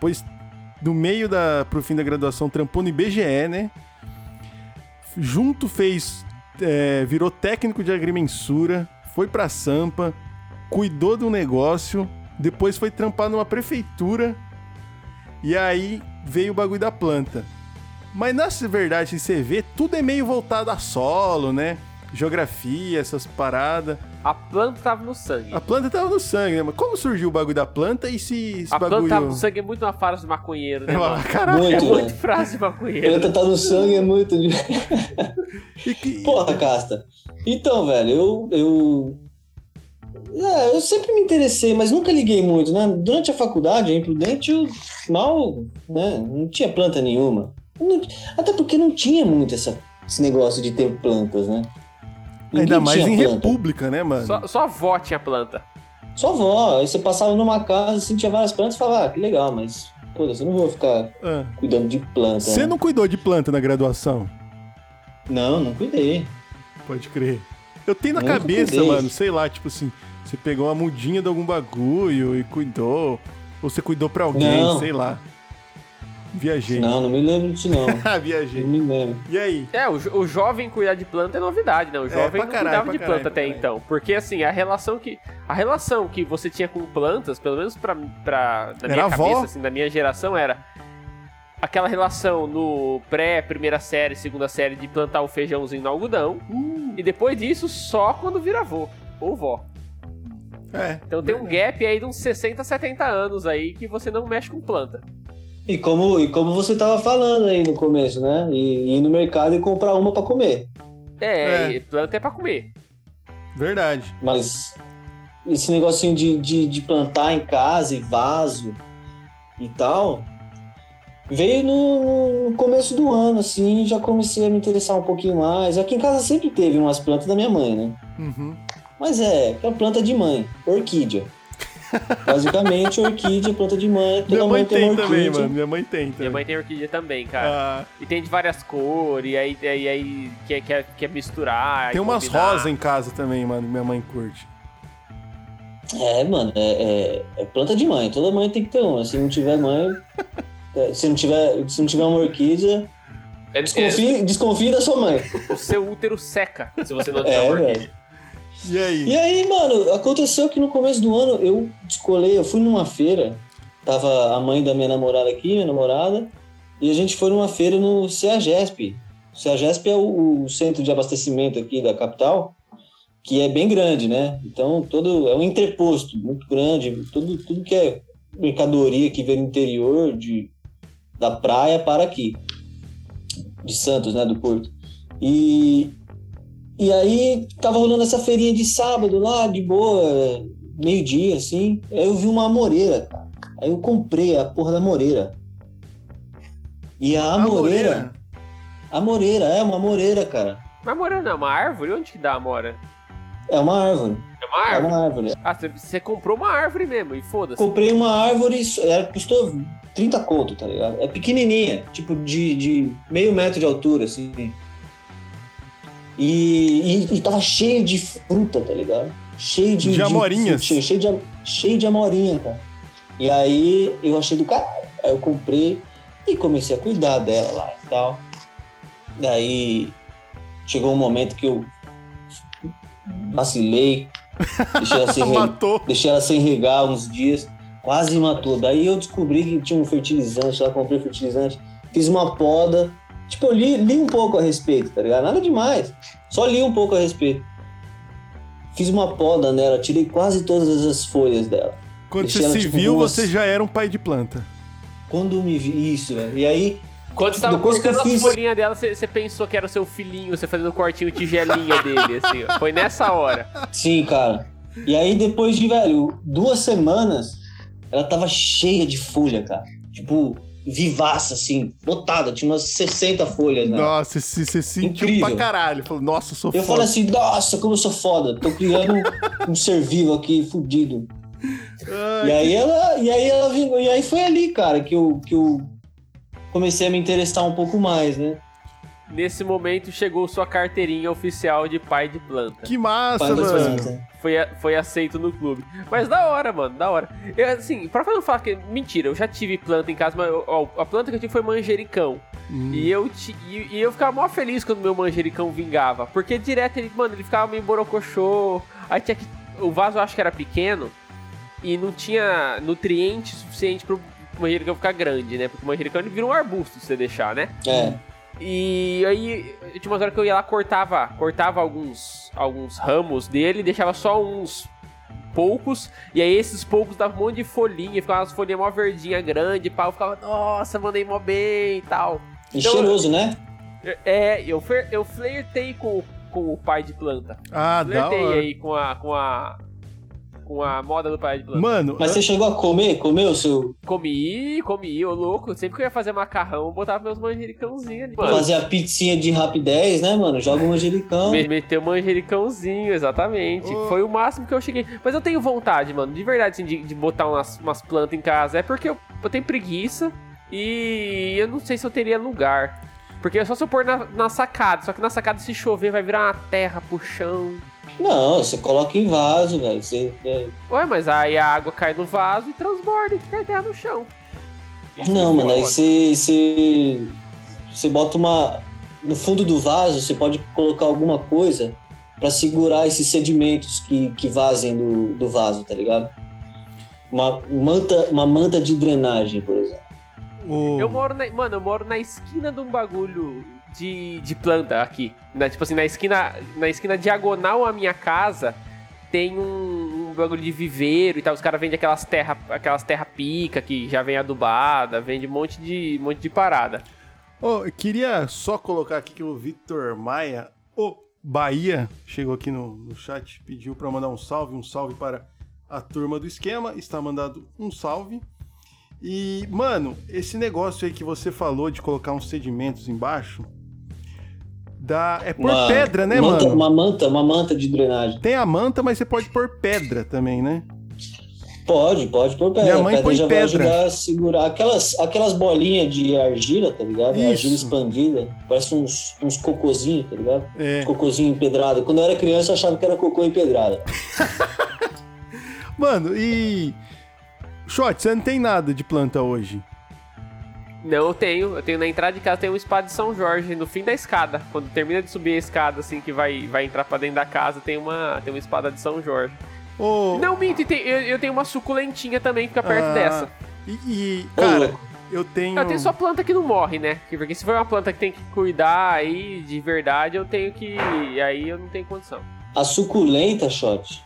S2: pois do meio da, pro fim da graduação trampou no IBGE, né? Junto fez. é, virou técnico de agrimensura, foi pra Sampa, cuidou de um negócio, depois foi trampar numa prefeitura, e aí veio o bagulho da planta. Mas na verdade, se você vê, tudo é meio voltado a solo, né? Geografia, essas paradas.
S1: A planta tava no sangue.
S2: A planta tava no sangue, né? Mas como surgiu o bagulho da planta e se esse
S1: A
S2: bagulho... um-
S1: planta tava no
S2: (laughs)
S1: sangue é muito uma frase de maconheiro, né?
S2: É uma-
S1: mano?
S2: Caraca,
S1: É
S3: Muito,
S1: muito
S3: né?
S1: frase de maconheiro.
S3: Planta tá no sangue, é muito. de-
S2: e que-
S3: Porra, Casta. Então, velho, eu. eu... É, eu sempre me interessei, mas nunca liguei muito, né? Durante a faculdade, em Prudente, eu mal, né? Não tinha planta nenhuma. Não- até porque não tinha muito essa- esse negócio de ter plantas, né?
S2: Ainda
S3: Ninguém
S2: mais
S3: tinha
S2: em
S3: planta.
S2: república, né, mano?
S1: Só, só vó tinha planta.
S3: Só vó. Aí você passava numa casa, assim, tinha várias plantas e falava, ah, que legal, mas, pô, eu não vou ficar
S2: Ah.
S3: cuidando de planta.
S2: Você
S3: né?
S2: não cuidou de planta na graduação?
S3: Não, não cuidei.
S2: Pode crer. Eu tenho na
S3: Nunca
S2: cabeça,
S3: cuidei.
S2: mano, sei lá, tipo assim, você pegou uma mudinha de algum bagulho e cuidou. Ou você cuidou pra alguém,
S3: Não.
S2: sei lá. Viajei.
S3: Não, não me lembro disso, não.
S2: (laughs) Ah,
S3: não
S2: viajei.
S3: me lembro.
S2: E aí?
S1: É, o, jo- o jovem cuidar de planta é novidade, né? O jovem
S2: pra
S1: não
S2: caralho,
S1: cuidava
S2: pra
S1: de
S2: caralho,
S1: planta
S2: pra
S1: até
S2: caralho.
S1: então. Porque, assim, a relação que... A relação que você tinha com plantas, pelo menos pra... pra na
S2: Era
S1: minha
S2: a
S1: cabeça,
S2: avó.
S1: assim, na minha geração, era... Aquela relação no pré-primeira série, segunda série, de plantar o feijãozinho no algodão.
S2: Uh,
S1: E depois disso, só quando vira avô ou vó.
S2: É.
S1: Então tem um gap aí de uns 60, 70 anos aí que você não mexe com planta.
S3: E como, e como você estava falando aí no começo, né? E ir no mercado e comprar uma para comer.
S1: É,
S2: É.
S1: e planta é pra comer.
S2: Verdade.
S3: Mas esse negocinho de, de, de plantar em casa e vaso e tal, veio no, no começo do ano, assim, já comecei a me interessar um pouquinho mais. Aqui em casa sempre teve umas plantas da minha mãe, né?
S2: Uhum.
S3: Mas é, é planta de mãe,
S2: (laughs)
S3: orquídea. Basicamente, orquídea, planta de mãe. Toda
S2: Minha mãe tem
S3: uma
S2: também,
S3: orquídea.
S2: mano. Minha mãe tem
S1: Minha
S2: também.
S1: mãe tem orquídea também, cara.
S2: Ah,
S1: E tem de várias cores, e aí, e aí, e aí quer, quer, quer misturar.
S2: tem umas
S1: combinar.
S2: rosas em casa também, mano. Minha mãe curte.
S3: É, mano, é, é- é planta de mãe. Toda mãe tem que ter uma. Se não tiver
S1: (laughs)
S3: mãe, é, se não tiver, se não tiver uma orquídea,
S1: É, é,
S3: desconfie, desconfie da sua mãe.
S1: o seu útero seca se você não tiver
S3: É,
S1: orquídea.
S3: velho.
S2: E aí?
S3: E aí, mano, aconteceu que no começo do ano eu descolei, eu fui numa feira. Tava a mãe da minha namorada aqui, minha namorada, e a gente foi numa feira no CEAGESP. O CEAGESP é o, o centro de abastecimento aqui da capital, que é bem grande, né? Então, todo é um interposto muito grande, tudo, tudo que é mercadoria que vem do interior, de, da praia para aqui, de Santos, né, do Porto. E, e aí tava rolando essa feirinha de sábado lá, de boa, meio-dia, assim. Aí eu vi uma amoreira, cara. Aí eu comprei a porra da amoreira. E a amoreira,
S2: tá
S3: a amoreira, é uma amoreira, cara.
S1: Mas mora não é uma árvore? Onde que dá a mora?
S3: É uma árvore,
S1: É uma
S3: é
S1: árvore?
S3: uma árvore.
S1: Ah, você- você comprou uma árvore mesmo, e foda-se.
S3: Comprei uma árvore, isso- ela custou 30 conto, tá ligado? É pequenininha, tipo de, de meio metro de altura, assim. E, e, e tava cheio de fruta, tá ligado? Cheio de.
S2: De amorinhas.
S3: frutinha, cheio, de, am- cheio de amorinha, cara. E aí eu achei do caralho. Aí eu comprei e comecei a cuidar dela lá e tal. Daí chegou um momento que eu vacilei, deixei ela sem,
S2: (laughs)
S3: re-
S2: Matou.
S3: Deixei ela sem regar uns dias, quase matou. Daí eu descobri que tinha um fertilizante lá, comprei fertilizante, fiz uma poda. Tipo, eu li, li um pouco a respeito, tá ligado? Nada demais. Só li um pouco a respeito. Fiz uma poda nela, tirei quase todas as folhas dela.
S2: Quando
S3: Deixei
S2: você
S3: ela,
S2: se
S3: tipo,
S2: viu,
S3: duas.
S2: você já era um pai de planta.
S3: Quando eu me vi. Isso, velho. E aí,
S1: Quando você tava
S3: Depois que eu
S1: cortando as
S3: fiz-
S1: folhinhas dela, você, você pensou que era o seu filhinho, você fazendo o cortinho tigelinha dele, assim, ó. Foi nessa hora.
S3: Sim, cara. E aí, depois de, velho, duas semanas, ela tava cheia de folha, cara. Tipo, vivaça, assim, botada. Tinha umas 60 folhas, né?
S2: Nossa, você se sentiu
S3: Incrível.
S2: pra caralho. Falou, nossa, sou
S3: Eu
S2: foda.
S3: falo assim, nossa, como eu sou foda. Tô criando um- um ser vivo aqui, fudido.
S2: Ai,
S3: E aí ela, e aí ela vingou. E aí foi ali, cara, que eu, que eu comecei a me interessar um pouco mais, né?
S1: Nesse momento chegou sua carteirinha oficial de pai de planta.
S2: Que massa,
S3: Pai das
S2: mano.
S3: plantas.
S1: Foi, a- foi aceito no clube. Mas da hora, mano, da hora. Eu, assim, pra não falar que. Mentira, eu já tive planta em casa, mas eu- ó, a planta que eu tive foi manjericão.
S2: Hum.
S1: E eu, ti- e, e eu ficava mó feliz quando meu manjericão vingava. Porque direto ele, mano, ele ficava meio borocochô. Aí tinha que o vaso eu acho que era pequeno e não tinha nutriente suficiente pro manjericão ficar grande, né? Porque o manjericão ele vira um arbusto se você deixar, né?
S3: É.
S1: E aí tinha umas horas que eu ia lá, cortava, cortava alguns, alguns ramos dele, deixava só uns poucos, e aí esses poucos davam um monte de folhinha, ficava umas folhinhas mó verdinha grande, pá, eu ficava, nossa, mandei mó bem e tal.
S3: E
S1: Então-
S3: cheiroso, né?
S1: É, eu, fer- eu flertei com, com o pai de planta.
S2: Ah, da
S1: Flertei
S2: hora.
S1: aí com a. com a. com a moda do pai de planta.
S2: Mano,
S3: Mas você chegou a comer? Comeu o seu.
S1: Comi, comi, ô louco. Sempre que eu ia fazer macarrão, eu botava meus manjericãozinhos ali. Mano,
S3: Fazer a pizzinha de rapidez, né, mano? Joga um manjericão.
S1: Me- Meteu manjericãozinho, exatamente.
S2: Ô.
S1: Foi o máximo que eu cheguei. Mas eu tenho vontade, mano, de verdade, assim, de, de botar umas, umas plantas em casa. É porque eu, eu tenho preguiça e eu não sei se eu teria lugar. Porque é só se eu pôr na, na sacada. Só que na sacada, se chover, vai virar uma terra pro chão.
S3: Não, você coloca em vaso, velho. Você- é.
S1: Ué, mas aí a água cai no vaso e transborda e cai terra no chão.
S3: Não, mano, aí você, você. Você bota uma. No fundo do vaso, você pode colocar alguma coisa pra segurar esses sedimentos que, que vazem do, do vaso, tá ligado? Uma manta, uma manta de drenagem, por exemplo.
S2: o...
S1: Eu moro na. Mano, eu moro na esquina de um bagulho de, de planta aqui. Na- tipo assim, na esquina, na esquina diagonal à minha casa tem um, um bagulho de viveiro e tal. Os caras vendem aquelas terra, aquelas terra pica que já vem adubada, vende um monte de, um monte de parada.
S2: Ô, eu queria só colocar aqui que o Vitor Maia, o Bahia, chegou aqui no, no chat, pediu para mandar um salve, um salve para a turma do esquema, está mandado um salve. E, mano, esse negócio aí que você falou de colocar uns sedimentos embaixo, dá, é por
S3: Uma
S2: pedra, né,
S3: manta-
S2: mano?
S3: Uma manta, uma manta de drenagem.
S2: Tem a manta, mas você pode pôr pedra também, né?
S3: Pode, pode É, pôr pedra.
S2: Minha mãe
S3: pedra
S2: põe
S3: já
S2: pedra.
S3: vai ajudar a segurar. Aquelas, aquelas bolinhas de argila, tá ligado?
S2: Isso.
S3: Argila expandida. Parece uns, uns cocôzinhos, tá ligado?
S2: É.
S3: Cocôzinho empedrado. Quando eu era criança, eu achava que era cocô empedrado.
S2: Mano, e. Shot, você não tem nada de planta hoje.
S1: Não, eu tenho. Eu tenho na entrada de casa tem um spa de São Jorge, no fim da escada. Quando termina de subir a escada, assim, que vai, vai entrar pra dentro da casa, tem uma, tem uma espada de São Jorge.
S2: Ô,
S1: Não, minto, e tem- eu, eu tenho uma suculentinha também, que fica perto
S2: ah,
S1: dessa.
S2: E, e,
S3: Ô,
S2: cara,
S3: louco.
S2: eu tenho.
S1: Eu tenho só planta que não morre, né? Porque se for uma planta que tem que cuidar aí de verdade, eu tenho que. Aí eu não tenho condição.
S3: A suculenta, shot.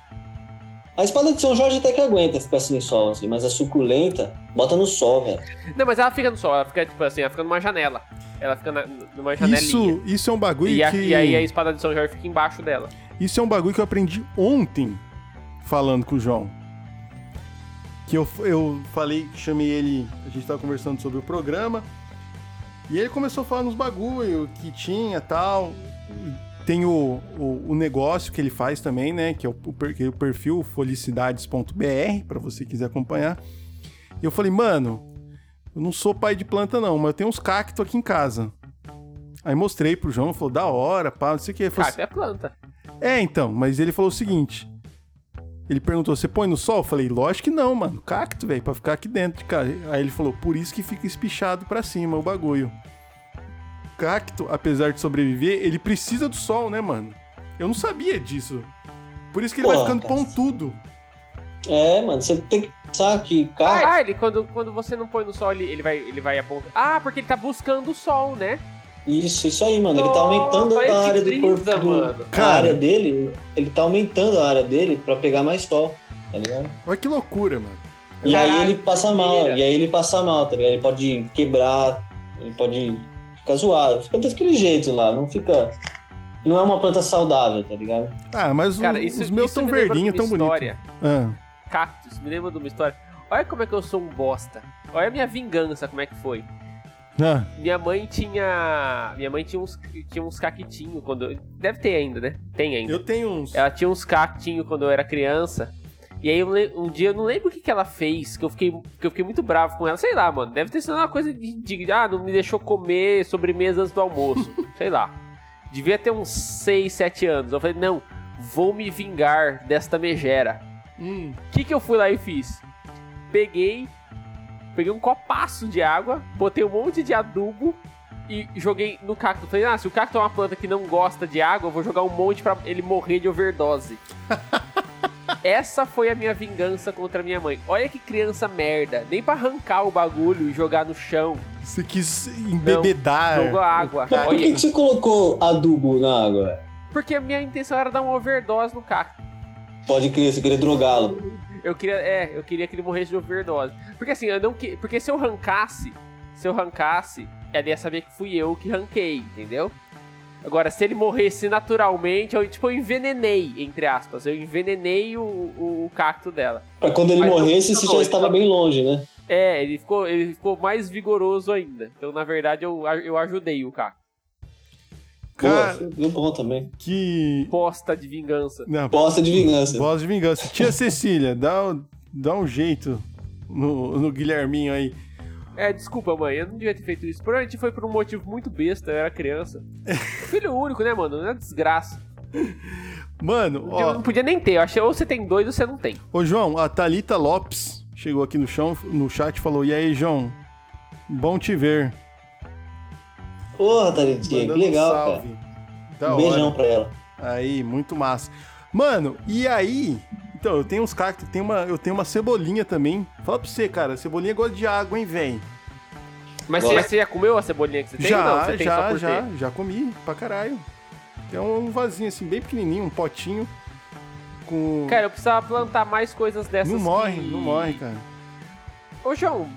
S3: A espada de São Jorge até que aguenta ficar sem sol, assim, mas a suculenta, bota no sol, velho.
S1: Não, mas ela fica no sol, ela fica tipo assim, ela fica numa janela. Ela fica na- numa janelinha.
S2: Isso, isso é um bagulho
S1: E, a-
S2: que.
S1: e aí a espada de São Jorge fica embaixo dela. Ah,
S2: Isso é um bagulho que eu aprendi ontem falando com o João. Que eu, eu falei, chamei ele, a gente tava conversando sobre o programa. E ele começou a falar nos bagulho que tinha tal. Tem o, o, o negócio que ele faz também, né? Que é o, o per- que é o perfil folicidades.br, pra você quiser acompanhar. E eu falei, mano, eu não sou pai de planta, não, mas eu tenho uns cactos aqui em casa. Aí mostrei pro João, falou, da hora, pá, não sei o que.
S1: Cara, é planta.
S2: É, então, mas ele falou o seguinte. Ele perguntou: você põe no sol? Eu falei, lógico que não, mano. Cacto, velho, pra ficar aqui dentro de casa. Aí ele falou, por isso que fica espichado pra cima o bagulho. Cacto, apesar de sobreviver, ele precisa do sol, né, mano? Eu não sabia disso. Por isso que ele vai
S3: Porra,
S2: ficando
S3: cara.
S2: pontudo.
S3: É, mano, você tem que pensar que, cara,
S1: Ah, ele quando, quando você não põe no sol, ele, ele vai ele vai apontar. Ah, porque ele tá buscando o sol, né?
S3: isso, isso aí, mano. Ele tá aumentando
S1: Nossa, olha
S3: a
S1: que
S3: área do
S1: brisa,
S3: corpo do,
S1: mano.
S3: a
S2: Cara.
S3: área dele, ele tá aumentando a área dele pra pegar mais sol, tá ligado?
S2: Olha que loucura, mano.
S3: E
S1: Caralho,
S3: aí ele passa mal,
S1: doideira.
S3: e aí ele passa mal, tá ligado? Ele pode quebrar, ele pode ficar zoado, fica daquele jeito lá, não fica. Não é uma planta saudável, tá ligado?
S2: Ah, mas o-
S1: Cara, isso,
S2: os meus
S1: isso
S2: tão
S1: me lembra de
S2: verdinhos,
S1: uma
S2: tão bonitos.
S1: história.
S2: Ah,
S1: cactos, me lembra de uma história. Olha como é que eu sou um bosta. Olha a minha vingança, como é que foi.
S2: ah,
S1: Minha mãe tinha. Minha mãe tinha uns, tinha uns caquitinhos quando. Deve ter ainda, né? Tem ainda.
S2: eu tenho uns.
S1: Ela tinha uns cactinhos quando eu era criança. E aí eu le- um dia eu não lembro o que, que ela fez, que eu, fiquei, que eu fiquei muito bravo com ela. Sei lá, mano. Deve ter sido uma coisa de, de- Ah, não me deixou comer sobremesa antes do almoço. Sei lá. Devia ter uns 6, 7 anos. Eu falei, não, vou me vingar desta megera.
S2: Hum,
S1: O que, que eu fui lá e fiz? Peguei, peguei um copaço de água, botei um monte de adubo e joguei no cacto. Falei, ah, se o cacto é uma planta que não gosta de água, eu vou jogar um monte pra ele morrer de overdose. Essa foi a minha vingança contra minha mãe. Olha que criança merda. Nem pra arrancar o bagulho e jogar no chão.
S2: Você quis embebedar.
S1: Jogou água.
S3: Mas por
S1: Olha
S3: que, que
S1: isso.
S3: você colocou adubo na água?
S1: Porque a minha intenção era dar uma overdose no cacto.
S3: Pode crer, você queria drogá-lo.
S1: Eu queria, é, eu queria que ele morresse de overdose. Porque assim, eu não que, porque se eu rancasse, se eu rancasse, ela ia saber que fui eu que ranquei, entendeu? Agora, se ele morresse naturalmente, eu tipo eu envenenei, entre aspas, eu envenenei o, o, o cacto dela.
S3: Pra quando ele
S1: Mas não
S3: morresse, você
S1: funcionou,
S3: já estava
S1: então.
S3: bem longe, né?
S1: É, ele ficou, ele ficou mais vigoroso ainda. Então, na verdade, eu, a- eu ajudei o cacto.
S3: Pô,
S2: Cara-
S3: deu bom também.
S2: Que.
S1: Posta de vingança.
S2: Não,
S3: Bosta de vingança.
S2: voz de vingança.
S3: (laughs)
S2: Tia Cecília, dá, um- dá um jeito no, no Guilherminho aí.
S1: É, desculpa, mãe, eu não devia ter feito isso. Provavelmente foi por um motivo muito besta, eu era criança. Filho único, né, mano? Não é desgraça.
S2: Mano,
S1: Eu não
S2: ó,
S1: podia nem ter. Eu achei ou você tem dois ou você não tem.
S2: ô João, a Thalita Lopes chegou aqui no chão, no chat e falou: E aí, João? Bom te ver.
S3: Porra, Taritinha, que
S2: Mandando um
S3: legal,
S2: salve. Tá Da
S3: cara. Um
S2: hora.
S3: beijão pra ela.
S2: Aí, muito massa. Mano, e aí? Então, eu tenho uns cactos, tem uma, eu tenho uma cebolinha também. Fala pra você, cara, cebolinha gosta de água, hein, véi?
S1: Mas
S3: Gosto.
S1: você, você já comeu a cebolinha que você tem? não,
S2: já,
S1: você tem só
S2: já,
S1: por
S2: já,
S1: ter.
S2: já comi pra caralho. É um vasinho assim, bem pequenininho, um potinho. Com.
S1: Cara, eu precisava plantar mais coisas dessas.
S2: não morre,
S1: que-
S2: não morre, cara.
S1: Ô, João,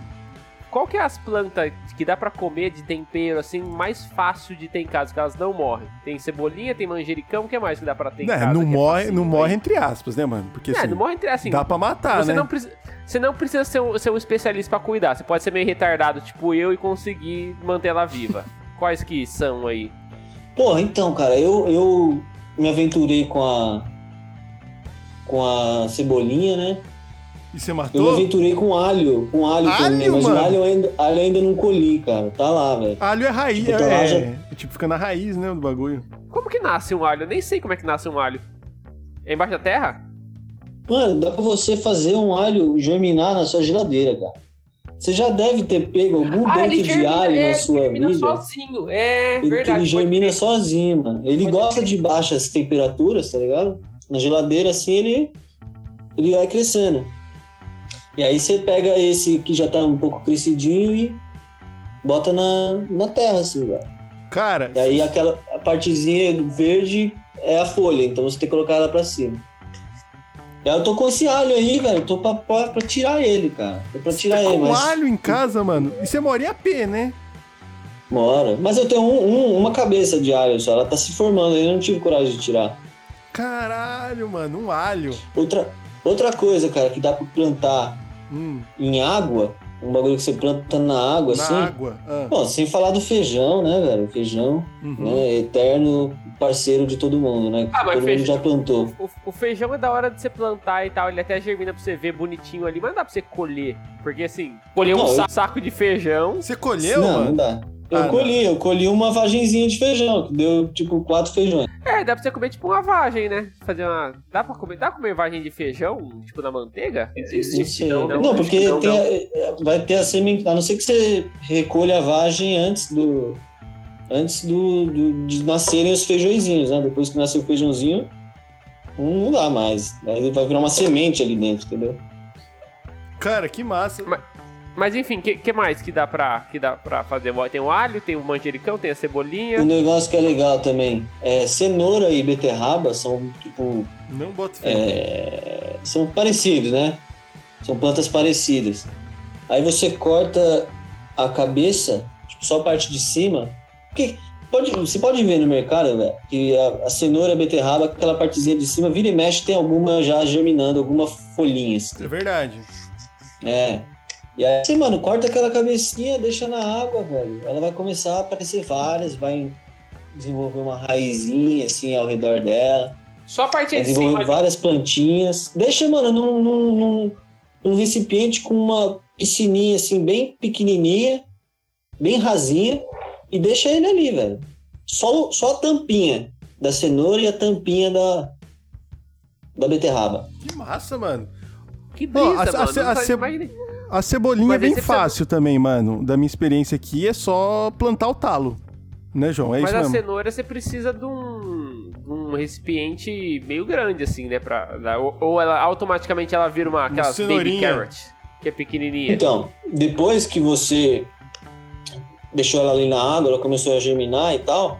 S1: qual que é as plantas que dá pra comer de tempero, assim, mais fácil de ter em casa, que elas não morrem? Tem cebolinha, tem manjericão, o que mais que dá pra ter em
S2: Né,
S1: casa?
S2: não
S1: que é
S2: morre,
S1: facinho
S2: não
S1: também?
S2: morre entre aspas, né, mano? Porque
S1: É,
S2: assim,
S1: não morre entre assim.
S2: dá pra matar,
S1: você,
S2: né?
S1: não precisa, você não precisa ser um, ser um especialista pra cuidar. Você pode ser meio retardado, tipo eu, e conseguir manter ela
S2: (laughs)
S1: viva. Quais que são aí?
S3: Porra, então, cara, eu, eu me aventurei com a. com a cebolinha, né?
S2: E você
S3: Eu me
S2: matou?
S3: aventurei com alho, com alho,
S2: Alho,
S3: também, mas o
S2: mano?
S3: alho eu ainda, alho eu ainda não colhi, cara. Tá lá, velho.
S2: Alho é raiz,
S3: Tipo, tá lá, já-
S2: é, é, tipo, fica na raiz, né, do bagulho.
S1: Como que nasce um alho? Eu nem sei como é que nasce um alho. É embaixo da terra?
S3: Mano, dá pra você fazer um alho germinar na sua geladeira, cara. Você já deve ter pego algum
S1: Ah,
S3: banco de alho
S1: é,
S3: na sua vida.
S1: sozinho. É,
S3: Ele,
S1: verdade.
S3: ele germina
S1: pode crer.
S3: sozinho, mano. Ele
S1: Pode
S3: gosta
S1: crer.
S3: de baixas temperaturas, tá ligado? Na geladeira, assim, ele, ele vai crescendo. E aí você pega esse que já tá um pouco crescidinho e bota na, na terra, assim, velho.
S2: Cara,
S3: E aí aquela partezinha verde é a folha, então você tem que colocar ela pra cima. E aí eu tô com esse alho aí, velho. Eu Tô pra, pra, pra tirar ele, cara. Tô pra tirar ele,
S2: tá com
S3: mas.
S2: alho em casa, mano. E você mora em AP, né?
S3: Mora. Mas eu tenho um- um- uma cabeça de alho só. Ela tá se formando, eu não tive coragem de tirar.
S2: Caralho, mano, um alho.
S3: Outra, outra coisa, cara, que dá pra plantar
S2: Hum,
S3: em água, um bagulho que você planta na água,
S2: na
S3: assim.
S2: água. Ah,
S3: Bom, sem falar do feijão, né, velho? O Feijão,
S2: uhum.
S3: né? Eterno parceiro de todo mundo, né?
S1: Ah, mas
S3: todo mundo
S1: feijão-
S3: já plantou.
S1: O, o feijão é da hora de você plantar e tal. Ele até germina pra você ver bonitinho ali, mas não dá pra você colher. Porque assim, colher um
S3: Não, eu-
S1: sa- saco de feijão.
S2: Você colheu,
S3: não, não
S2: mano?
S3: dá. Eu
S2: Ah, não.
S3: colhi, eu colhi uma vagenzinha de feijão, que deu tipo quatro feijões.
S1: É, dá pra você comer tipo uma vagem, né? Fazer uma. Dá pra comer, dá pra comer vagem de feijão? Tipo na manteiga?
S3: Não, sei. não,
S1: não,
S3: porque
S4: não,
S3: tem
S1: um-
S4: não.
S3: a- é, vai ter a semente. A não ser que você recolha a vagem antes do. Antes do, do- de nascerem os feijõezinhos, né? Depois que nascer o feijãozinho, não dá mais. Aí vai virar uma semente ali dentro, entendeu?
S2: Cara, que massa.
S1: Mas enfim, que, que mais que dá pra, que dá pra fazer? Tem o alho, tem o manjericão, tem a
S3: O
S1: cebolinha.
S3: negócio que é legal também é cenoura e beterraba são tipo.
S2: Não bota fé.
S3: é, são parecidos, né? São plantas parecidas. Aí você corta a cabeça, tipo, só a parte de cima. Porque pode, você pode ver no mercado, velho, que a, a cenoura, a beterraba, aquela partezinha de cima, vira e mexe, tem alguma já germinando, alguma folhinha.
S2: É,
S3: assim.
S2: verdade.
S3: É. E aí você, mano, corta aquela cabecinha, deixa na água, velho. Ela vai começar a aparecer várias, vai desenvolver uma raizinha, assim, ao redor dela.
S1: Só a parte né?
S3: Aí Desenvolveu É várias plantinhas. Deixa, mano, num, num, num- num recipiente com uma piscininha, assim, bem pequenininha, bem rasinha, e deixa ele ali, velho. Só, o- só a tampinha da cenoura e a tampinha da, da beterraba.
S2: Que massa, mano.
S1: Que brisa,
S2: Ó, a- a-
S1: mano.
S2: a-
S1: não
S2: a-
S1: faz-
S2: ce-
S1: imagina-
S2: A cebolinha é
S1: Mas aí
S2: bem
S1: você
S2: fácil também, mano. Da minha experiência aqui, é só plantar o talo. Né, João? É
S1: Mas
S2: isso
S1: a
S2: mesmo.
S1: cenoura você precisa de um. de um um recipiente meio grande, assim, né? Pra, da- ou, ou ela automaticamente ela vira uma aquelas baby
S2: cenourinha.
S1: carrot, que é pequenininha.
S3: Então, depois que você deixou ela ali na água, ela começou a germinar e tal,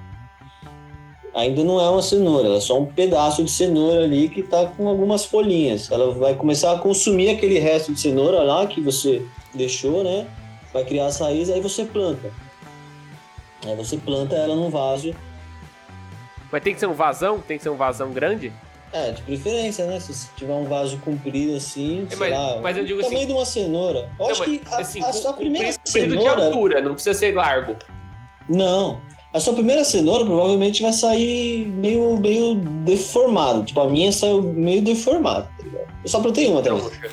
S3: ainda não é uma cenoura, ela é só um pedaço de cenoura ali que tá com algumas folhinhas. Ela vai começar a consumir aquele resto de cenoura lá que você deixou, né? Vai criar as raízes, aí você planta. Aí você planta ela num vaso,
S1: Mas tem que ser um vazão? Tem que ser um vazão grande?
S3: é, de preferência, né? Se você tiver um vaso comprido assim,
S1: É,
S3: sei
S1: mas-
S3: lá,
S1: mas eu digo
S3: do tamanho
S1: assim-
S3: de uma cenoura. Eu
S1: Não,
S3: acho
S1: mas,
S3: que a,
S1: assim,
S3: a
S1: com-
S3: sua
S1: com
S3: primeira
S1: comprido de
S3: cenoura...
S1: altura, não precisa ser largo.
S3: Não. A sua primeira cenoura provavelmente vai sair meio, meio deformada. Tipo, a minha saiu meio deformada, tá ligado? Eu só plantei uma também.
S1: Troncha.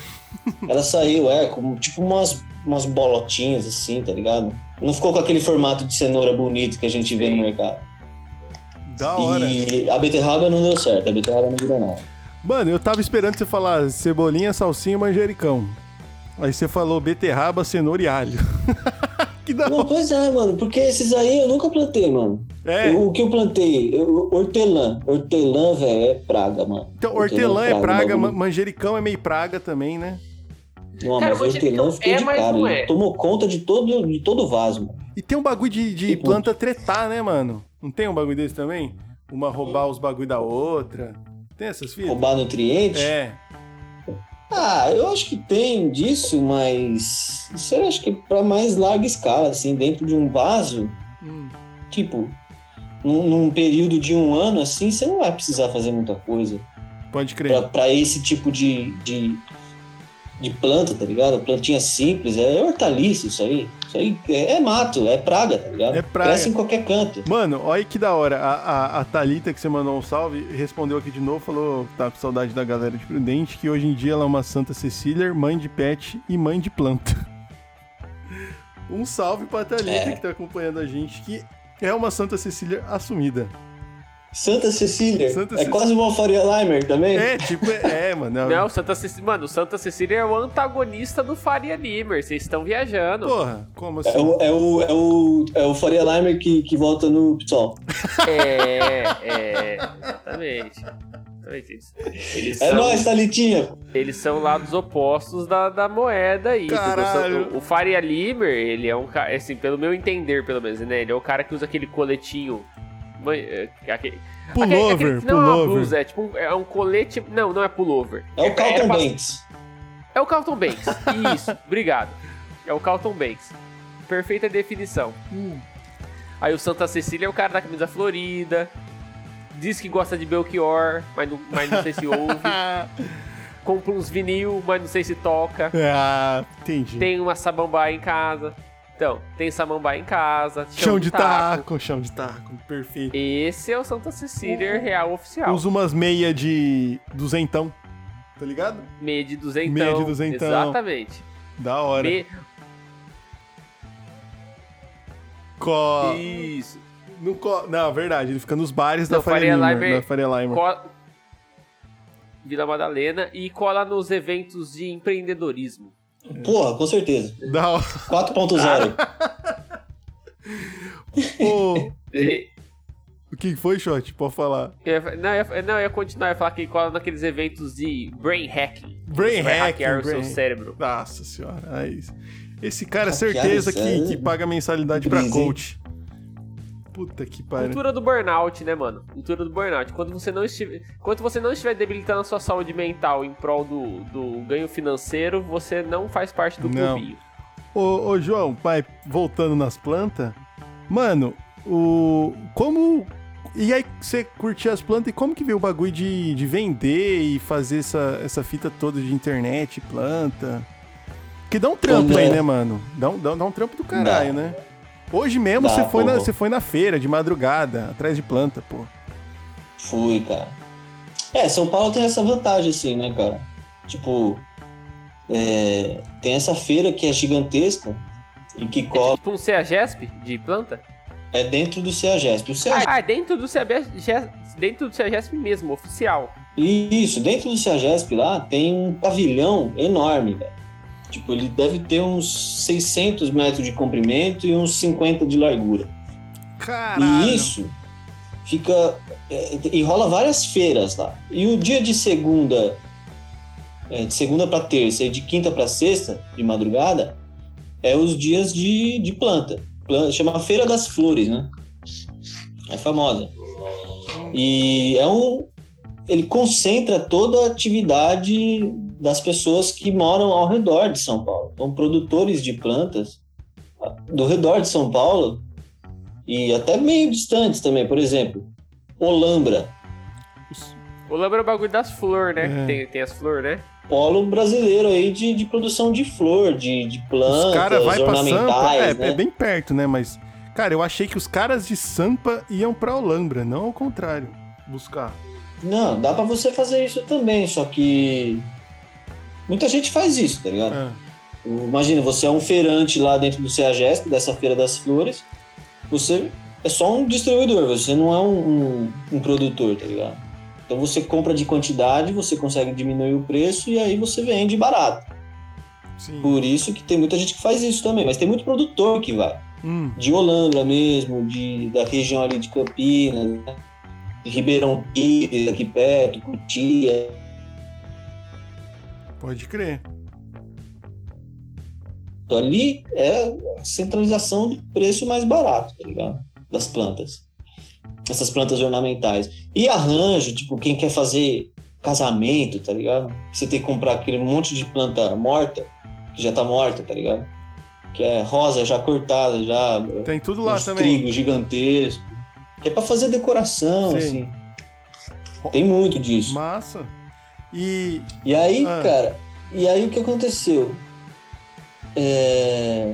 S3: Ela saiu, é, como, tipo umas, umas bolotinhas assim, tá ligado? Não ficou com aquele formato de cenoura bonito que a gente vê no mercado.
S2: Da hora.
S3: E a beterraba não deu certo, a beterraba não
S2: (laughs)
S3: virou nada.
S2: Mano, eu tava esperando você falar cebolinha, salsinha e manjericão. Aí você falou beterraba, cenoura e alho. (laughs) que da
S3: Não,
S2: hora.
S3: pois é, mano, porque esses aí eu nunca plantei, mano.
S2: É,
S3: Eu- o que eu plantei? Eu- hortelã. Hortelã, velho, é praga, mano.
S2: então hortelã é praga,
S3: um bagulho.
S2: ma- manjericão é meio praga também, né?
S3: Não,
S1: Cara, eu
S3: mas o
S1: vou te-
S3: hortelã eu fiquei
S1: é,
S3: de
S1: mas
S3: cara.
S1: não
S3: ele
S1: é.
S3: tomou conta de todo, de todo o vaso, mano.
S2: E tem um bagulho de, de
S3: Tipo-
S2: planta tretar, né, mano? Não tem um bagulho desse também? Uma roubar os bagulho da outra. Tem essas filhas?
S3: Roubar nutrientes.
S2: É.
S3: Ah, eu acho que tem disso, mas. Isso eu acho que é pra mais larga escala, assim, dentro de um vaso,
S2: Hum.
S3: tipo, num, num período de um ano, assim, você não vai precisar fazer muita coisa
S2: Pode
S3: pra,
S2: crer.
S3: pra esse tipo de, de, de planta, tá ligado? Plantinha simples, é hortaliça isso aí. Isso aí é, é mato, é praga, tá ligado?
S2: É praga.
S3: Cresce em qualquer canto.
S2: Mano, olha que da hora. A, a, a Thalita, que você mandou um salve, respondeu aqui de novo, falou que tá com saudade da galera de Prudente, que hoje em dia ela é uma Santa Cecília, mãe de pet e mãe de planta. (laughs) Um salve pra Thalita,
S3: É.
S2: que tá acompanhando a gente, que é uma Santa Cecília assumida.
S3: Santa Cecília.
S2: Santa
S3: é
S2: Cecília.
S3: quase uma Faria Limer também.
S2: É, tipo, é, é, mano. é-
S1: Não, Santa Cecília. Mano, o Santa Cecília é o antagonista do Faria Limer. Vocês estão
S3: (laughs)
S1: viajando.
S2: Porra, como assim?
S3: É o, é o, é o, é o Faria Limer que, que volta no PSOL.
S1: É, é. Exatamente. Exatamente isso. Eles
S3: É
S1: são-
S3: nóis, Thalitinha.
S1: Eles são lados opostos da, da moeda aí. entendeu?
S2: Caralho.
S1: São- O, o Faria Limer, ele é um cara, assim, pelo meu entender, pelo menos, né? Ele é o cara que usa aquele coletinho. man- é, Aquele, aquele,
S2: Pullover,
S1: aquele, não é uma
S2: pullover.
S1: blusa, é tipo um- é um colete. Não, não é pullover.
S3: É o
S1: era
S3: Carlton
S1: pra-
S3: Banks.
S1: é o Carlton Banks. Isso, obrigado. É o Carlton Banks. Perfeita definição. Aí o Santa Cecília é o cara da camisa florida. Diz que gosta de Belchior, mas não, mas não sei se ouve. Compra uns vinil, mas não sei se toca.
S2: (laughs) ah, entendi.
S1: Tem uma samambaia em casa. Então, tem samambaia em casa. Chão,
S2: Chão de taco, chão de taco, perfeito.
S1: Esse é o Santa Cecília real oficial.
S2: Uhum. Usa umas meia de duzentão, tá ligado?
S1: Meia de duzentão.
S2: Meia de duzentão.
S1: Exatamente.
S2: Da hora.
S1: Me...
S2: Co...
S1: Isso.
S2: No co... Não, verdade, ele fica nos bares da
S1: Não,
S2: Faria
S1: Faria é
S2: Limer.
S1: Limer-
S2: da Faria Limer.
S1: Co- Vila Madalena e cola nos eventos de empreendedorismo.
S3: Porra, com certeza.
S2: Da hora. Ah.
S3: 4.0.
S2: Ô,
S1: E-
S2: o que foi, Shot? Pode falar.
S1: eu ia fa- não, eu ia, fa- não, eu ia continuar, eu ia falar que cola naqueles eventos de brain hacking.
S2: Brain
S1: Você vai
S2: hacking,
S1: hackear o
S2: brain
S1: seu
S2: hacking.
S1: cérebro.
S2: Nossa senhora, é isso. Esse cara é
S3: Hackear
S2: certeza
S3: o
S2: que,
S3: cérebro.
S2: que paga mensalidade pra
S3: né? Brisa, hein?
S2: coach. Puta que pariu.
S1: Cultura do burnout, né, mano? Cultura do burnout. Quando você não estiver, quando você não estiver debilitando a sua saúde mental em prol do, do ganho financeiro, você não faz parte do
S2: Não.
S1: clubinho.
S2: Ô, ô, João, pai, voltando nas plantas, mano, o. Como. E aí, você curtia as plantas e como que veio o bagulho de, de vender e fazer essa, essa fita toda de internet, planta? Que dá um trampo
S3: Quando
S2: aí,
S3: eu-
S2: né, mano? Dá um, dá, um- dá um trampo do caralho, né? Hoje mesmo
S3: Dá,
S2: você foi, na,
S3: pô.
S2: você foi na feira, de madrugada, atrás de planta, pô.
S3: Fui, cara. É, São Paulo tem essa vantagem, assim, né, cara? Tipo, é, tem essa feira que é gigantesca e que
S1: É
S3: cola
S1: tipo um CEAGESP de planta?
S3: é dentro do CEAGESP. O CEAGESP
S1: Ah, é dentro do CEAGESP, dentro do CEAGESP mesmo, oficial.
S3: Isso, dentro do CEAGESP lá tem um pavilhão enorme, velho. Tipo, ele deve ter uns 600 metros de comprimento e uns 50 de largura.
S2: Caralho!
S3: E isso fica. é, enrola várias feiras lá. E o dia de segunda, é, de segunda para terça e de quinta para sexta, de madrugada, é os dias de, de planta. planta. Chama Feira das Flores, né? É famosa. E é um. Ele concentra toda a atividade das pessoas que moram ao redor de São Paulo. Então, produtores de plantas ah, do redor de São Paulo e até meio distantes também, por exemplo, Olambra,
S1: O lembra o bagulho das flores, né?
S2: É.
S1: Que Tem, tem as flores, né?
S3: polo brasileiro aí de, de produção de flor, de, de plantas
S2: Os caras vai pra Sampa,
S3: ornamentais,
S2: é,
S3: né?
S2: é bem perto, né? Mas, cara, eu achei que os caras de Sampa iam pra Olambra, não ao contrário, buscar.
S3: Não, dá pra você fazer isso também, só que muita gente faz isso, tá ligado?
S2: Ah,
S3: Imagina, você é um feirante lá dentro do CEAGESP, dessa Feira das Flores, você é só um distribuidor, você não é um, um- um produtor, tá ligado? Então você compra de quantidade, você consegue diminuir o preço e aí você vende barato.
S2: sim.
S3: Por isso que tem muita gente que faz isso também, mas tem muito produtor que vai.
S2: Hum,
S3: De Holanda mesmo, de, da região ali de Campinas, né? de Ribeirão Pires, aqui perto, Cutia.
S2: pode crer.
S3: Então, ali é a centralização do preço mais barato, tá ligado? Das plantas. Essas plantas ornamentais. E arranjo, tipo, quem quer fazer casamento, tá ligado? Você tem que comprar aquele monte de planta morta, que já tá morta, tá ligado? Que é rosa já cortada, já.
S2: Tem tudo lá
S3: uns
S2: também.
S3: trigo gigantesco. Que é pra fazer decoração,
S2: Sim.
S3: assim. Tem muito disso.
S2: Massa. E.
S3: E aí,
S2: Ah.
S3: cara, e aí o que aconteceu? É,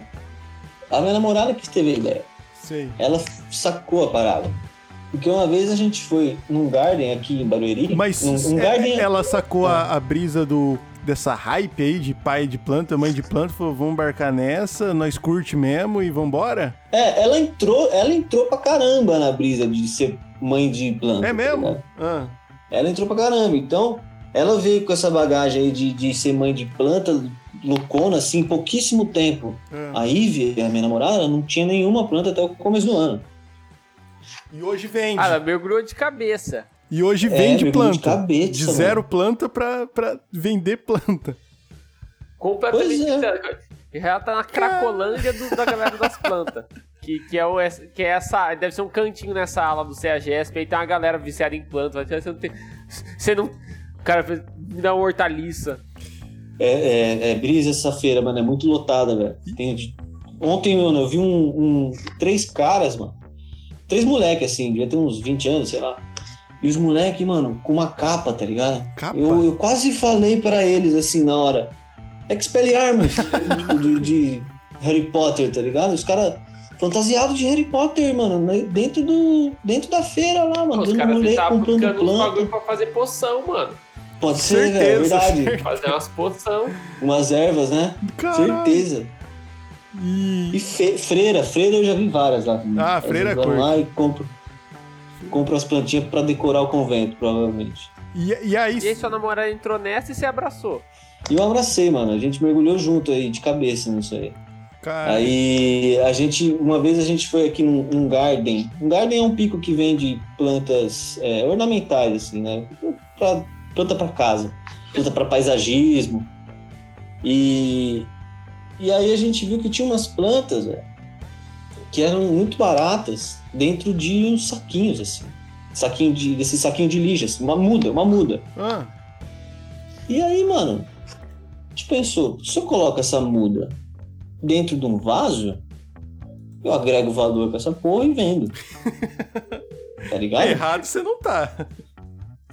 S3: A minha namorada que teve a ideia,
S2: Sei.
S3: ela sacou a parada. Porque uma vez a gente foi num garden aqui em Barueri.
S2: Mas
S3: num, um Ah.
S2: é-
S3: garden.
S2: ela sacou a, a brisa do dessa hype aí de pai de planta, mãe de planta, falou, vamos embarcar nessa, nós curte mesmo e vambora?
S3: É, ela entrou, ela entrou pra caramba na brisa de ser mãe de planta.
S2: É
S3: tá
S2: mesmo?
S3: ligado?
S2: Ah,
S3: ela entrou pra caramba. Então, ela veio com essa bagagem aí de, de ser mãe de planta, loucona, assim, em pouquíssimo tempo.
S2: ah.
S3: A Ivy, a minha namorada, ela não tinha nenhuma planta até o começo do ano.
S2: E hoje vende.
S1: Ah, ela mergulhou de cabeça.
S2: e hoje
S3: É,
S2: vende
S3: mergulho
S2: planta.
S3: De, cabeça,
S2: De
S3: mano.
S2: zero planta pra, pra vender planta.
S1: Completamente.
S3: Pois é.
S1: Ela tá na cracolândia do- da galera das plantas. Que, que, é o, que é essa. Deve ser um cantinho nessa ala do CEAGESP. Aí tem uma galera viciada em plantas. Você não tem. Você não. O cara fez- me dá uma hortaliça.
S3: É, é, é brisa essa feira, mano. É muito lotada, velho. Tem de- Ontem, mano, eu vi um, um- três caras, mano. Três moleques, assim, devia ter uns 20 anos, sei lá. E os moleques, mano, com uma capa, tá ligado?
S2: Capa.
S3: Eu, eu quase falei pra eles, assim, na hora. É Expelliarmus, de, (laughs) de Harry Potter, tá ligado? Os caras fantasiados de Harry Potter, mano, né? dentro, do, dentro da feira lá, mano.
S1: Os
S3: Dando
S1: caras
S3: rolê,
S1: estavam
S3: comprando
S1: buscando uns bagulho
S3: planta.
S1: pra fazer poção, mano.
S3: Pode ser, velho, é
S2: Certeza,
S3: verdade.
S1: Fazer umas
S2: (laughs)
S1: poção.
S3: Umas ervas, né?
S2: Caralho.
S3: Certeza. E
S2: E...
S3: fe- freira, freira eu já vi várias lá. também.
S2: Ah, freira
S3: Elas vão
S2: curte.
S3: lá e compram, compram as plantinhas pra decorar o convento, provavelmente.
S2: E, e aí,
S1: E aí sua namorada entrou nessa e se abraçou.
S3: E eu abracei, mano. A gente mergulhou junto aí, de cabeça nisso aí.
S2: cara,
S3: Aí a gente, uma vez a gente foi aqui num, num garden. Um garden é um pico que vende plantas é, ornamentais, assim, né? Pra- planta pra casa, planta pra paisagismo. E, e aí a gente viu que tinha umas plantas, velho, que eram muito baratas dentro de uns saquinhos, assim. Saquinho de, desse saquinho de lixo, assim, uma muda, uma muda.
S2: ah,
S3: E aí, mano, a gente pensou, se eu coloco essa muda dentro de um vaso, eu agrego valor com essa porra e vendo. tá ligado?
S2: errado você não tá.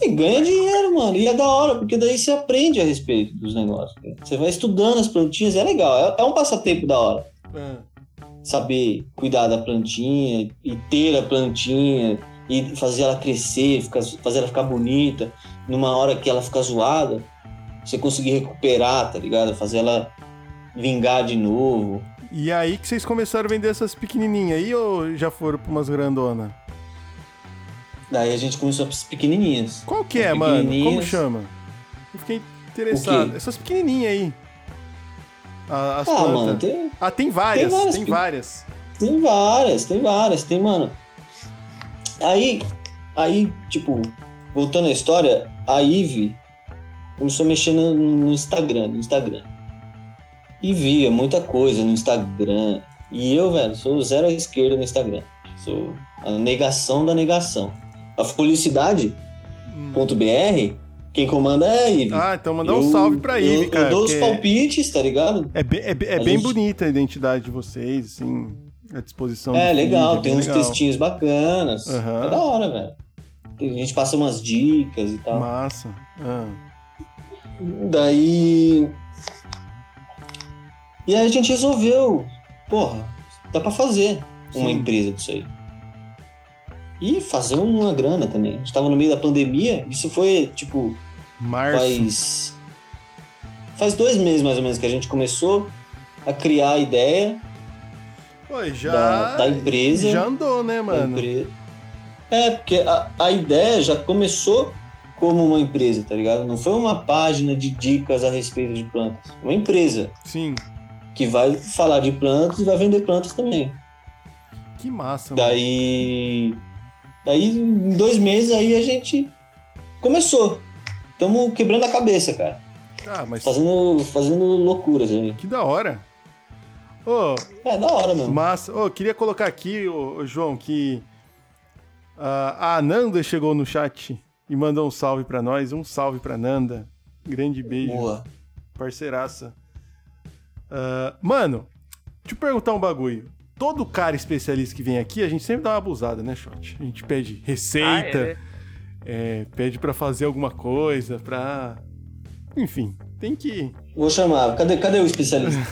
S3: E ganha dinheiro, mano. E é da hora, porque daí você aprende a respeito dos negócios. cara. Você vai estudando as plantinhas, é legal. É, é um passatempo da hora.
S2: Ah,
S3: Saber cuidar da plantinha e ter a plantinha e fazer ela crescer, ficar- fazer ela ficar bonita. Numa hora que ela fica zoada, você conseguir recuperar, tá ligado? Fazer ela vingar de novo.
S2: E aí que vocês começaram a vender essas pequenininhas aí ou já foram pra umas grandona?
S3: Daí a gente começou as pequenininhas.
S2: Qual que
S3: As
S2: é, mano? Como
S3: pequenininhas.
S2: chama? Eu fiquei interessado.
S3: quê?
S2: Essas pequenininhas aí. A- As
S3: ah,
S2: plantas.
S3: mano, tem,
S2: Ah, tem várias,
S3: Tem várias
S2: tem
S3: pe-
S2: várias.
S3: Tem várias, tem várias, tem, mano. Aí, Aí, tipo, voltando à história, a Ive começou a mexer no, no Instagram, no Instagram. E via muita coisa no Instagram. E eu, velho, sou zero à esquerda no Instagram. Sou a negação da negação. A felicidade.br,
S2: Hum.
S3: quem comanda é a Ive.
S2: Ah, então mandar um salve pra ele,
S3: eu,
S2: cara. é-
S3: Eu dou os
S2: porque
S3: palpites, tá ligado?
S2: É bem, é bem- é
S3: A
S2: bem
S3: gente-
S2: bonita a identidade de vocês, assim, a disposição.
S3: É,
S2: do vídeo,
S3: legal,
S2: bem
S3: tem uns
S2: legal.
S3: textinhos bacanas.
S2: Aham.
S3: É da hora, velho. A gente passa umas dicas e tal.
S2: Massa. Ah,
S3: Daí. E aí a gente resolveu, porra, dá pra fazer uma
S2: Sim.
S3: empresa disso aí. E fazer uma grana também. A gente tava no meio da pandemia, isso foi tipo,
S2: março.
S3: faz. Faz dois meses mais ou menos que a gente começou a criar a ideia
S2: Oi,
S3: da,
S2: já.
S3: da empresa.
S2: já andou, né,
S3: da
S2: mano?
S3: empre- É, porque a, a ideia já começou como uma empresa, tá ligado? Não foi uma página de dicas a respeito de plantas. Uma empresa.
S2: Sim.
S3: que vai falar de plantas e vai vender plantas também.
S2: Que massa, mano.
S3: Daí, daí em dois meses aí a gente começou. Estamos quebrando a cabeça, cara.
S2: Ah, mas
S3: Fazendo, fazendo loucuras aí.
S2: que da hora. Ô,
S3: É da hora mesmo.
S2: massa. Ô, queria colocar aqui, ô, ô, João, que ah, a Ananda chegou no chat e mandou um salve pra nós. Um salve pra Nanda. Grande beijo.
S3: Boa.
S2: parceiraça. Ah, mano, deixa eu perguntar um bagulho. Todo cara especialista que vem aqui, a gente sempre dá uma abusada, né, Shot? A gente pede receita,
S1: Ah, é, né?
S2: é, pede pra fazer alguma coisa, pra. Enfim, tem que.
S3: Vou chamar. Cadê, cadê o especialista?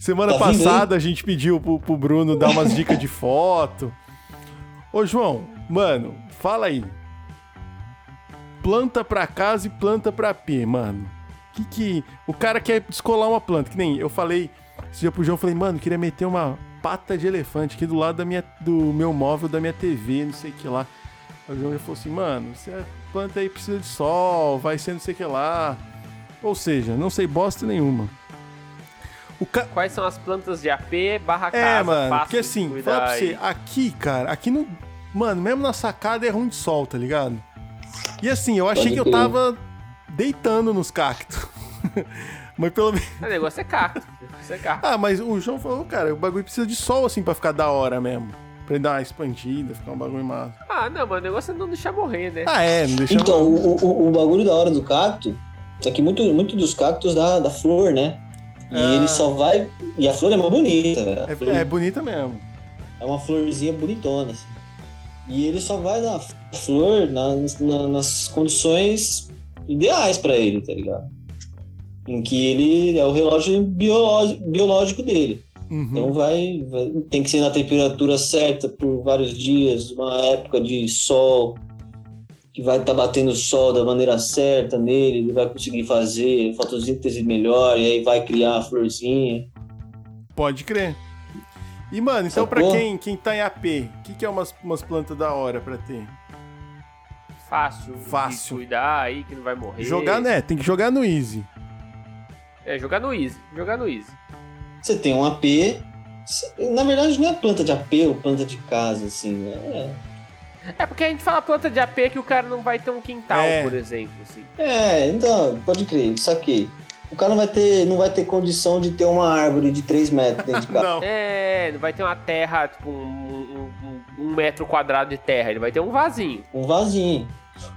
S2: Semana
S3: Tá vindo,
S2: passada a gente pediu pro, pro Bruno dar umas dicas de foto. Ô, João, mano, fala aí. Planta pra casa e planta pra pé, mano. Que que. O cara quer descolar uma planta, que nem eu falei. Esse dia pro João, eu falei, mano, eu queria meter uma pata de elefante aqui do lado da minha, do meu móvel, da minha TV, não sei o que lá. Aí o João já falou assim, mano, essa planta aí precisa de sol, vai ser não sei o que lá. Ou seja, não sei bosta nenhuma. O ca...
S1: Quais são as plantas de AP barra casa?
S2: É, mano,
S1: fácil
S2: porque
S1: de
S2: assim,
S1: cuidar
S2: falar pra você,
S1: aí.
S2: aqui, cara, aqui não. Mano, mesmo na sacada é ruim de sol, tá ligado? E assim, eu achei
S3: Pode
S2: que eu
S3: crer.
S2: tava deitando nos cactos. (laughs) mas pelo menos.
S1: O negócio é cacto. o negócio é cacto.
S2: Ah, mas o João falou, cara, o bagulho precisa de sol, assim, pra ficar da hora mesmo. Pra ele dar uma expandida, ficar um bagulho massa.
S1: Ah, não, mano, o negócio é não deixar morrer, né?
S2: Ah, é, não deixa.
S3: Então, o, o, o bagulho da hora do cacto é que muito, muito dos cactos da, da flor, né? E
S2: Ah.
S3: ele só vai. E a flor é mais bonita, velho. A flor
S2: É, é bonita mesmo.
S3: É uma florzinha bonitona, assim. E ele só vai dar flor nas, na- nas condições ideais pra ele, tá ligado? Em que ele é o relógio biológico, biológico dele.
S2: Uhum.
S3: Então vai, vai- tem que ser na temperatura certa por vários dias, uma época de sol que vai estar batendo o sol da maneira certa nele, ele vai conseguir fazer fotossíntese melhor e aí vai criar a florzinha.
S2: Pode crer. E, mano, então pra
S3: Sacou?
S2: quem, quem tá em AP, o que, que é umas, umas plantas da hora pra ter?
S1: Fácil, de
S2: Fácil.
S1: cuidar aí, que não vai morrer.
S2: Jogar, né? Tem que jogar no Easy.
S1: É, jogar no easy. Jogar no easy.
S3: Você tem um AP. cê- Na verdade, não é planta de AP ou planta de casa, assim, né?
S1: É porque a gente fala planta de AP que o cara não vai ter um quintal,
S2: É.
S1: por exemplo, assim.
S3: É, então, pode crer, saquei. O cara não vai ter, não vai ter condição de ter uma árvore de 3 metros dentro de casa.
S2: Não.
S1: É, não vai ter uma terra, tipo, um, um- um- um metro quadrado de terra. Ele vai ter um vasinho.
S3: um vasinho.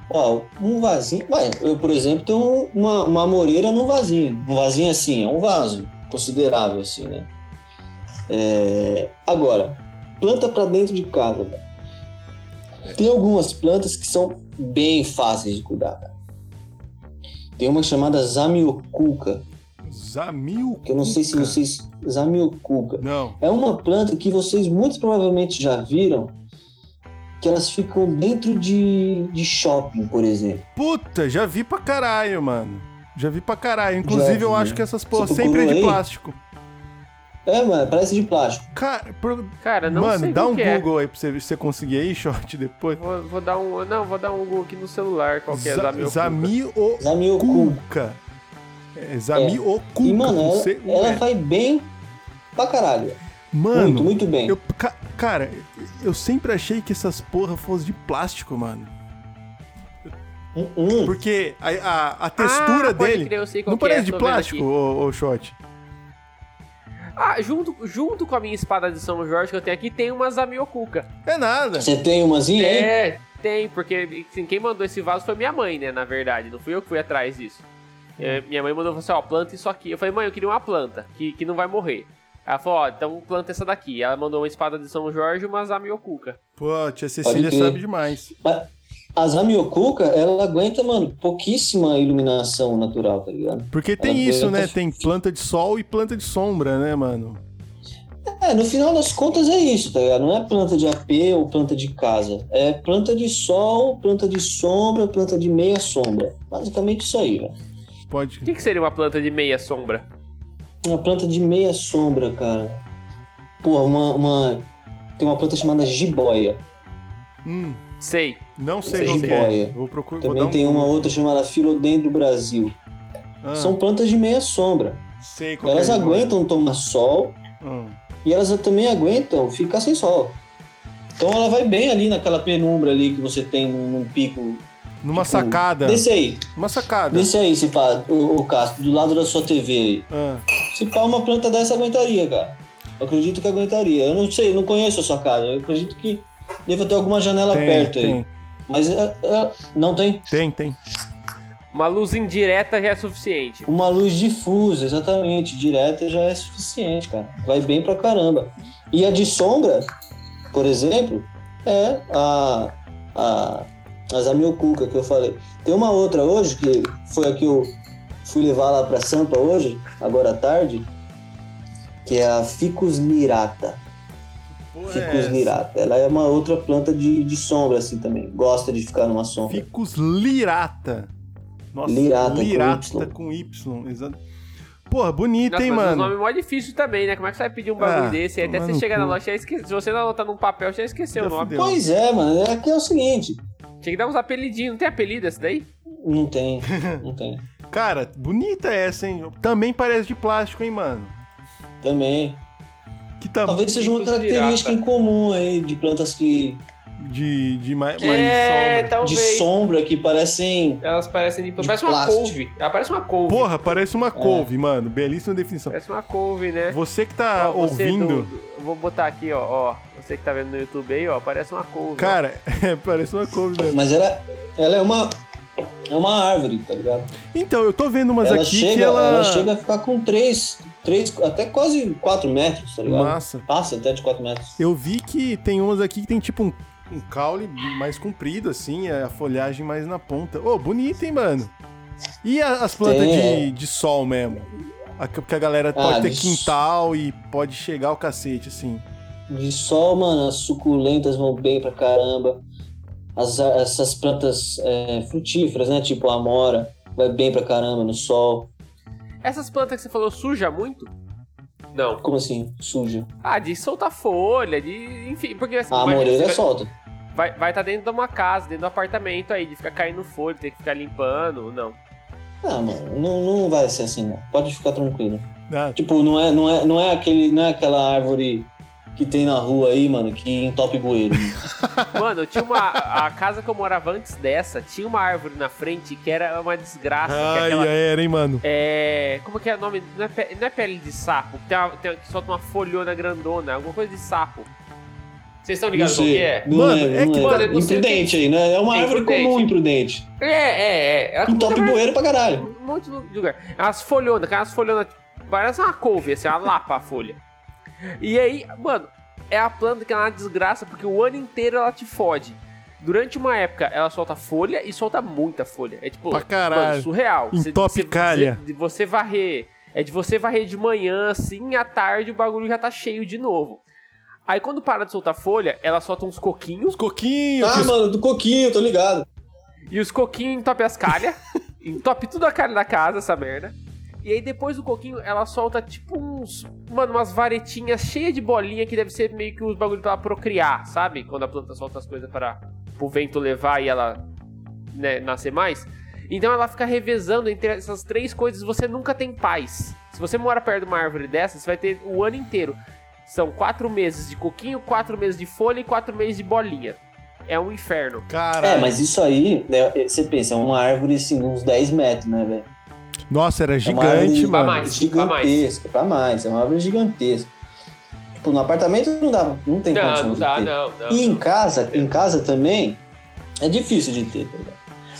S3: Ó, um vasinho. Ué, eu, por exemplo, tenho uma, uma moreira num vasinho. Um vasinho assim, é um vaso considerável, assim, né? É, Agora, planta pra dentro de casa. velho. Tem algumas plantas que são bem fáceis de cuidar. cara. Tem uma chamada Zamioculca,
S2: Zamil.
S3: que eu não sei se vocês. Zamioculca.
S2: Não.
S3: É uma planta que vocês muito provavelmente já viram, que elas ficam dentro de, de shopping, por exemplo.
S2: Puta, já vi pra caralho, mano. Já vi pra caralho. Inclusive,
S3: vi,
S2: eu
S3: né?
S2: acho que essas porra
S3: Você
S2: sempre é de
S3: procurou aí?
S2: plástico.
S3: É, mano, parece de plástico.
S2: Cara, pro-
S1: Cara, não sei
S2: mano, dá
S1: o
S2: um
S1: que é.
S2: Google aí pra você, ver se você conseguir aí, (laughs) short, depois.
S1: Vou, vou dar um. Não, vou dar um Google aqui no celular. Qual que é? Zamioculca.
S2: Zamioculca.
S3: Zamioculca.
S2: É, Zamioculca.
S3: E, mano,
S2: não
S3: ela,
S2: sei-
S3: ela
S2: é.
S3: vai bem pra caralho.
S2: Mano,
S3: muito, muito bem.
S2: eu, ca- cara, eu sempre achei que essas porra fossem de plástico, mano.
S3: Hum, hum.
S2: Porque a, a- a textura
S1: Ah, pode
S2: dele.
S1: crer, eu sei qual
S2: Não
S1: que é,
S2: parece de
S1: tô vendo
S2: plástico,
S1: aqui.
S2: ô, ô shot.
S1: Ah, junto, junto com a minha espada de São Jorge que eu tenho aqui, tem umas amiocuca.
S2: É nada.
S3: Você tem umazinha aí?
S1: É, tem, porque assim, quem mandou esse vaso foi minha mãe, né? Na verdade, não fui eu que fui atrás disso. É, minha mãe mandou falou assim: ó, planta isso aqui. Eu falei, mãe, eu queria uma planta que, que não vai morrer. Ela falou, ó, então planta essa daqui. Ela mandou uma espada de São Jorge e umas amiocuca.
S2: Pô, tia Cecília
S3: crer.
S2: sabe demais.
S3: Mas A Zamiocuca, ela aguenta, mano, pouquíssima iluminação natural, tá ligado?
S2: Porque tem
S3: Ela
S2: isso,
S3: aguenta-
S2: né? Tem planta de sol e planta de sombra, né, mano?
S3: É, no final das contas é isso, tá ligado? Não é planta de AP ou planta de casa. É planta de sol, planta de sombra, planta de meia sombra. Basicamente isso aí, velho.
S2: Pode.
S1: O que, que seria uma planta de meia sombra?
S3: Uma planta de meia sombra, cara. Porra, uma. uma- Tem uma planta chamada jiboia.
S2: Hum,
S1: Sei.
S2: não sei
S3: Seja
S2: qual que é.
S3: boia.
S2: Vou procurar. Vou dar
S3: Também
S2: um...
S3: tem uma outra chamada Filodendro Brasil.
S2: Ah,
S3: São plantas de meia sombra.
S2: sei qual que
S3: Elas
S2: é.
S3: aguentam tomar sol
S2: Ah,
S3: e elas também aguentam ficar sem sol. Então ela vai bem ali naquela penumbra ali que você tem num num pico.
S2: Numa
S3: Tipo,
S2: sacada.
S3: Desce aí,
S2: Uma sacada.
S3: desce aí, se pá, o, Castro, do lado da sua TV
S2: Ah,
S3: aí. Se pá, uma planta dessa aguentaria, cara. Eu acredito que aguentaria. Eu não sei, eu não conheço a sua casa. Eu acredito que deva ter alguma janela
S2: tem,
S3: tá perto
S2: tem,
S3: aí. Mas é, é, não tem.
S2: tem, tem.
S1: Uma luz indireta já é suficiente.
S3: Uma luz difusa, exatamente, direta já é suficiente, cara. Vai bem pra caramba. E a de sombra, por exemplo, é a, a, a Zamiocuca que eu falei. Tem uma outra hoje, que foi a que eu fui levar lá pra Sampa hoje, agora à tarde, que é a Ficus nirata.
S2: Porra,
S3: Ficus
S2: é
S3: nirata. Ela é uma outra planta de, de sombra, assim, também. Gosta de ficar numa
S2: essa?
S3: sombra.
S2: Ficus lirata. Nossa,
S3: Lirata com
S2: lirata
S3: Y.
S2: com Y. Exato. Porra, bonita,
S1: Nossa,
S2: hein,
S1: mas
S2: mano?
S1: o nome é mó difícil também, né? Como é que você vai pedir um bagulho
S2: Ah,
S1: desse? Aí até
S2: tomar
S1: você
S2: no
S1: chegar na
S2: cu.
S1: loja, já esque... se você não anotar num papel, já esqueceu o
S2: Já
S1: nome.
S2: fudeu.
S3: Pois é, mano. É que é o seguinte.
S1: Tinha que dar uns apelidinhos. Não tem apelido esse daí?
S3: Não tem, não tem.
S2: Cara, bonita é essa, hein? Também parece de plástico, hein, mano?
S3: Também.
S2: Que tá
S3: Talvez seja uma
S1: Ficus pirata.
S3: característica em comum aí de plantas que
S2: de, de mais,
S1: é,
S2: sombra.
S1: talvez.
S3: de sombra que parecem
S1: Elas parecem de...
S3: De
S1: Parece uma
S3: plástico.
S1: couve. Ela parece uma couve. É.
S2: Porra, parece uma couve, mano. Belíssima definição.
S1: Parece uma couve, né?
S2: Você que tá
S1: Ó, você
S2: ouvindo,
S1: do- do- eu vou botar aqui, ó, ó. Você que tá vendo no YouTube aí, ó. Parece uma couve.
S2: cara, (laughs) é, parece uma couve mesmo.
S3: mas ela, ela é uma é uma árvore, tá ligado?
S2: Então, eu tô vendo umas
S3: ela
S2: aqui
S3: chega,
S2: que ela.
S3: chega a ficar com 3, três até quase 4 metros, tá ligado?
S2: Massa.
S3: Passa até de 4 metros.
S2: Eu vi que tem umas aqui que tem tipo um, um caule mais comprido, assim, a folhagem mais na ponta. Ô, bonita, hein, mano? E a- as plantas
S3: Tem, é. Ah,
S2: de, de sol mesmo? A, que que a galera pode ter
S3: de-
S2: quintal e pode chegar ao cacete, assim.
S3: De sol, mano, as suculentas vão bem pra caramba. As, essas plantas é, frutíferas, né? Tipo a amora, vai bem pra caramba no sol.
S1: Essas plantas que você falou suja muito? Não.
S3: Como assim? Suja.
S1: Ah, de soltar folha, de. Enfim, porque assim.
S3: A
S1: imagina, você
S3: amoreira
S1: vai-
S3: solta.
S1: Vai estar dentro de uma casa, dentro de um apartamento aí, de ficar caindo folha, ter que ficar limpando, não.
S3: Ah, mano, não, não vai ser assim, não. Pode ficar tranquilo.
S2: Ah,
S3: Tipo, não é, não é, não é aquele, não é aquela árvore que tem na rua aí, mano, que
S1: (laughs)
S3: entope bueiro.
S1: Tá Mano, eu tinha uma. A casa que eu morava antes dessa, tinha uma árvore na frente que era uma desgraça. que é
S2: Ai,
S1: aquela-
S2: já era, hein, mano?
S1: é, Como que é o nome? Não é, pe- não é pele de sapo, tem uma- tem uma- que solta uma folhona grandona, alguma coisa de sapo. Vocês estão ligados
S3: Não
S1: qual que
S3: sei,
S1: é?
S3: Não
S2: Mano,
S3: é,
S2: é
S3: não
S2: que-
S3: é.
S1: mano, eu não sei
S3: imprudente aí, né? É uma
S1: É
S3: árvore
S1: imprudente.
S3: comum imprudente.
S1: É, é, é. Ela
S3: Entope
S1: comia
S3: bueiro pra caralho.
S1: um monte de lugar. As folhonas, aquelas folhonas. é Parece uma couve, assim, uma lapa a folha. E aí, mano, é a planta que é uma desgraça, porque o ano inteiro ela te fode. Durante uma época, ela solta folha e solta muita folha. É tipo,
S2: Pra caralho.
S1: mano, surreal.
S2: Em top calha.
S1: Você, de você varrer. É de você varrer de manhã, assim, à tarde, o bagulho já tá cheio de novo. Aí quando para de soltar folha, ela solta uns coquinhos.
S2: Os coquinhos, que
S3: Ah,
S2: os-
S3: mano, do coquinho, tô ligado.
S1: E os coquinhos entopem as calhas. entope tudo a calha da casa, essa merda. E aí depois do coquinho, ela solta tipo uns. Mano, umas varetinhas cheias de bolinha que deve ser meio que os bagulho pra ela procriar, sabe? Quando a planta solta as coisas para o vento levar e ela né, nascer mais. Então ela fica revezando entre essas três coisas, você nunca tem paz. Se você mora perto de uma árvore dessa, você vai ter o ano inteiro. São quatro meses de coquinho, quatro meses de folha e quatro meses de bolinha. É um inferno.
S2: Cara,
S3: É, mas isso aí, né, você pensa, é uma árvore assim, de uns 10 metros, né, velho?
S2: nossa, era
S3: É uma árvore
S2: gigante, mano.
S1: mais. pra
S3: Gigantesca, pra mais. É uma árvore gigantesca. Tipo, no apartamento não dá, não tem
S1: Não,
S3: condição
S1: não
S3: de
S1: dá,
S3: ter.
S1: não, não.
S3: E em casa, em casa também, é difícil de ter, tá ligado?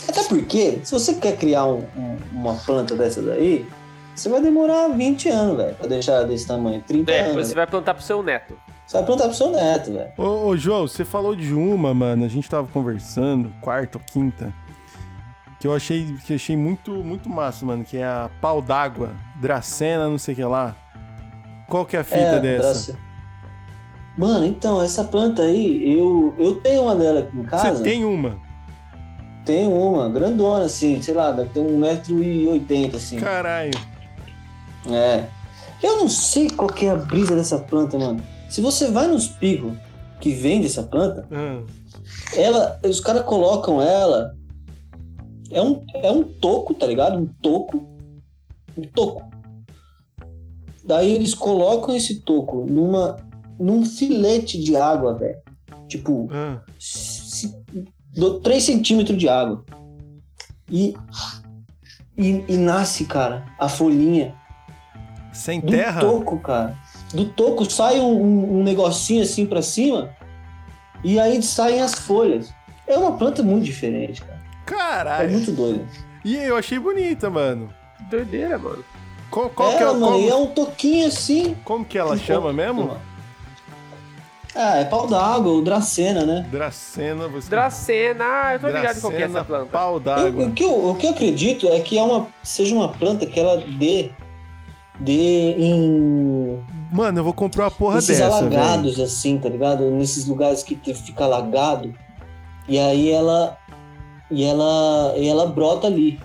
S3: Até porque, se você quer criar um- um- uma planta dessa daí, você vai demorar 20 anos, velho, pra deixar ela desse tamanho. 30
S1: É,
S3: anos.
S1: você vai plantar pro seu neto.
S3: Você vai plantar pro seu neto, velho.
S2: Ô, ô, João, você falou de uma, mano. A gente tava conversando, quarta ou quinta, que eu achei, que eu achei muito, muito massa, mano, que é a pau d'água, Dracena, não sei o que lá. Qual que é a fita dessa?
S3: pra- Mano, então, essa planta aí, eu, eu tenho uma dela aqui em casa.
S2: Você tem uma.
S3: Tem uma, grandona, assim, sei lá, deve ter 1,80m, assim.
S2: Caralho.
S3: É. Eu não sei qual que é a brisa dessa planta, mano. Se você vai nos picos que vende essa planta,
S2: Ah,
S3: ela, os caras colocam ela. É um, é um toco, tá ligado? Um toco. Um toco. Daí eles colocam esse toco numa, num filete de água, velho. Tipo,
S2: ah.
S3: 3 centímetros de água. E, e, e nasce, cara, a folhinha.
S2: Sem
S3: Do
S2: terra?
S3: toco, cara. Do toco sai um, um- um negocinho assim pra cima e aí saem as folhas. É uma planta muito diferente, cara. É
S2: Caralho.
S3: muito doida.
S2: E eu achei bonita, mano.
S1: Que doideira, mano.
S2: Qual, qual
S3: é,
S2: que é,
S3: mano,
S2: como,
S3: e é um toquinho assim.
S2: como que ela
S3: Um
S2: chama
S3: toco,
S2: mesmo?
S3: mano. Ah, é pau d'água, ou dracena, né?
S2: Dracena, você.
S1: Dracena, ah, eu tô ligado em qual que é
S2: Dracena,
S1: essa planta.
S2: Pau
S3: Eu-
S2: d'água.
S3: o, que eu, o que eu acredito é que é uma, seja uma planta que ela dê, dê em
S2: Mano, eu vou comprar uma porra
S3: nesses
S2: dessa. velho.
S3: alagados, assim, tá ligado? Nesses lugares que te- fica alagado. E aí ela. E ela, e ela brota ali.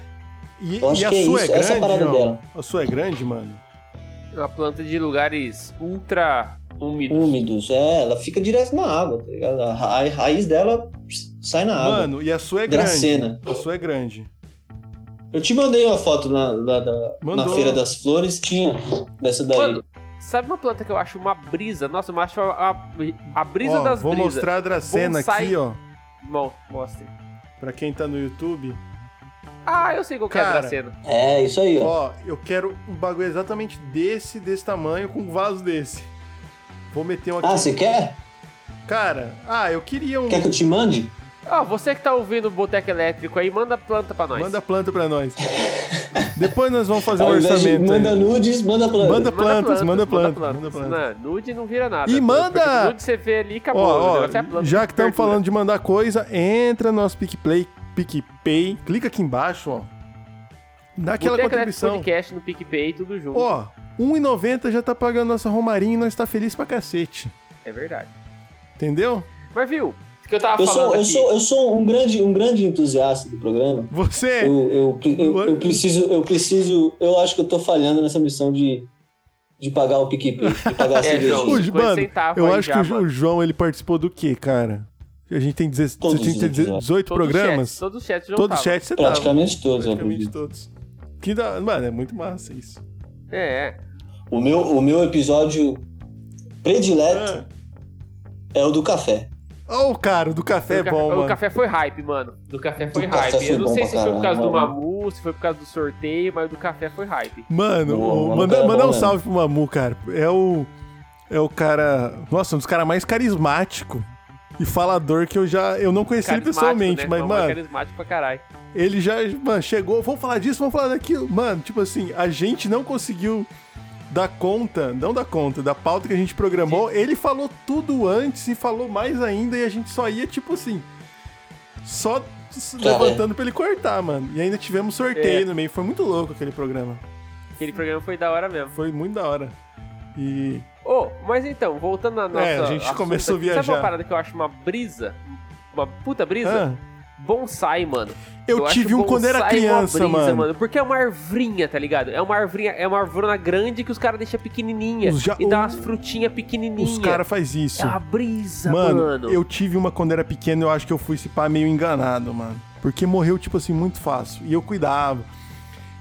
S2: E,
S3: Eu acho
S2: e a
S3: que é
S2: sua
S3: isso,
S2: é grande,
S3: essa é a parada
S2: João?
S3: dela.
S2: A sua é grande, mano?
S1: É Uma planta de lugares ultra úmidos.
S3: Úmidos, é, ela fica direto na água, tá ligado? A ra- a raiz dela pss, sai na água.
S2: Mano, e a sua é
S3: Ah, Dracena.
S2: grande. A sua é grande.
S3: Eu te mandei uma foto na, na, na- na
S2: Mandou.
S3: Feira das Flores, tinha dessa daí.
S1: Mano, sabe uma planta que eu acho uma brisa? Nossa, eu acho a, a- a brisa
S2: Ó,
S1: das
S2: vou
S1: brisas.
S2: mostrar a Dracena
S1: Bonsai.
S2: aqui, ó.
S1: Bom, mostre.
S2: Pra quem tá no YouTube.
S1: Ah, eu sei qual que é a
S2: Cara.
S1: Dracena.
S3: É, isso aí, ó.
S2: Ó, eu quero um bagulho exatamente desse, desse tamanho, com um vaso desse. Vou meter um aqui.
S3: Ah, você quer?
S2: Cara, ah, eu queria um.
S3: Quer que eu te mande?
S1: Ó, você que tá ouvindo o Boteco Elétrico aí, manda planta pra nós.
S2: Manda planta pra
S3: (laughs)
S2: nós. Depois nós vamos fazer um
S3: Ao invés de
S2: orçamento.
S3: manda
S2: aí.
S3: nudes, manda planta.
S2: Manda plantas, manda plantas,
S1: plantas.
S2: manda plantas.
S1: Não, nude não vira nada.
S2: E manda-
S1: Porque nude você vê ali, acabou. o
S2: Ó,
S1: negócio é a
S2: ó,
S1: planta.
S2: já que estamos
S1: Verdura.
S2: falando de mandar coisa, entra no nosso PicPlay, PicPay, clica aqui embaixo, ó. Dá aquela
S1: Boteco Elétrico
S2: contribuição.
S1: Podcast no PicPay, tudo junto.
S2: Ó, 1,90 já tá pagando nossa romarinha e nós tá feliz pra cacete.
S1: É verdade.
S2: Entendeu?
S1: Mas viu, o que eu tava
S3: Eu
S1: falando
S3: sou, eu
S1: aqui?
S3: sou, eu sou um, grande, um grande entusiasta do programa.
S2: Você.
S3: Eu, eu,
S2: (laughs)
S3: eu, eu preciso, eu preciso, eu acho que eu tô falhando nessa missão de, de pagar o PicPay, de pagar a
S1: É, João,
S3: cervejinha.
S2: Hoje, mano,
S1: 50 centavos
S2: Eu
S1: aí
S2: acho
S1: já,
S2: que o,
S1: mano.
S2: o João ele participou do quê, cara? A gente tem deze-
S3: Todos
S2: a gente tem
S3: os
S2: deze-
S3: episódios.
S2: 18
S1: Todo
S2: programas.
S1: Chat, todo chat já
S2: Todo
S1: tava.
S2: chat você tava.
S3: Praticamente todos, eu
S2: Praticamente
S3: acredito.
S2: todos. Que da... Mano, é muito massa isso.
S1: É, é.
S3: O meu, o meu episódio predileto
S2: Ah.
S3: é o do café.
S2: Ó, o cara, do café é
S1: o,
S2: bom,
S1: café, o
S2: mano.
S1: café foi hype, mano. Do café foi
S3: O
S1: hype.
S3: café foi
S1: eu não
S3: bom
S1: sei
S3: pra
S1: se foi por causa do
S3: caramba. né?
S1: Mamu, se foi por causa do sorteio, mas do café foi hype.
S2: Mano,
S3: Boa,
S2: o-
S3: mano,
S2: manda-
S3: o cara é
S2: mandar
S3: bom
S2: um
S3: mesmo.
S2: salve pro Mamu, cara. É o. É o cara. Nossa, um dos caras mais carismático e falador que eu já. Eu não conheci ele
S1: Carismático,
S2: pessoalmente,
S1: né?
S2: mas,
S1: Mamu é
S2: mano,
S1: carismático pra caralho.
S2: ele já mano, chegou. Vamos falar disso, vamos falar daquilo. Mano, tipo assim, a gente não conseguiu dar conta, não dar conta, da pauta que a gente programou. Ele falou tudo antes e falou mais ainda e a gente só ia, tipo assim. Só s-
S3: Cara.
S2: levantando pra ele cortar, mano. E ainda tivemos sorteio
S1: É.
S2: no meio. Foi muito louco aquele programa.
S1: Aquele programa foi da hora mesmo.
S2: Foi muito da hora. E.
S1: Ô, mas então, voltando à nossa.
S2: É, a gente
S1: assunto
S2: começou a
S1: aqui, Sabe
S2: viajar.
S1: uma parada que eu acho uma brisa? Uma puta brisa?
S2: Ah,
S1: Bonsai, mano.
S2: eu,
S1: acho
S2: tive um quando era
S1: bonsai uma
S2: criança,
S1: brisa,
S2: mano.
S1: Porque é uma arvrinha, tá ligado? É uma arvrinha, é uma arvorona grande que os caras deixam pequenininha.
S2: Os ja-
S1: E dá
S2: o-
S1: umas frutinhas pequenininhas.
S2: Os caras fazem isso.
S1: É uma brisa,
S2: mano,
S1: mano. É,
S2: eu tive uma quando era pequeno, eu acho que eu fui se pá meio enganado, mano. Porque morreu, tipo assim, muito fácil. E eu cuidava.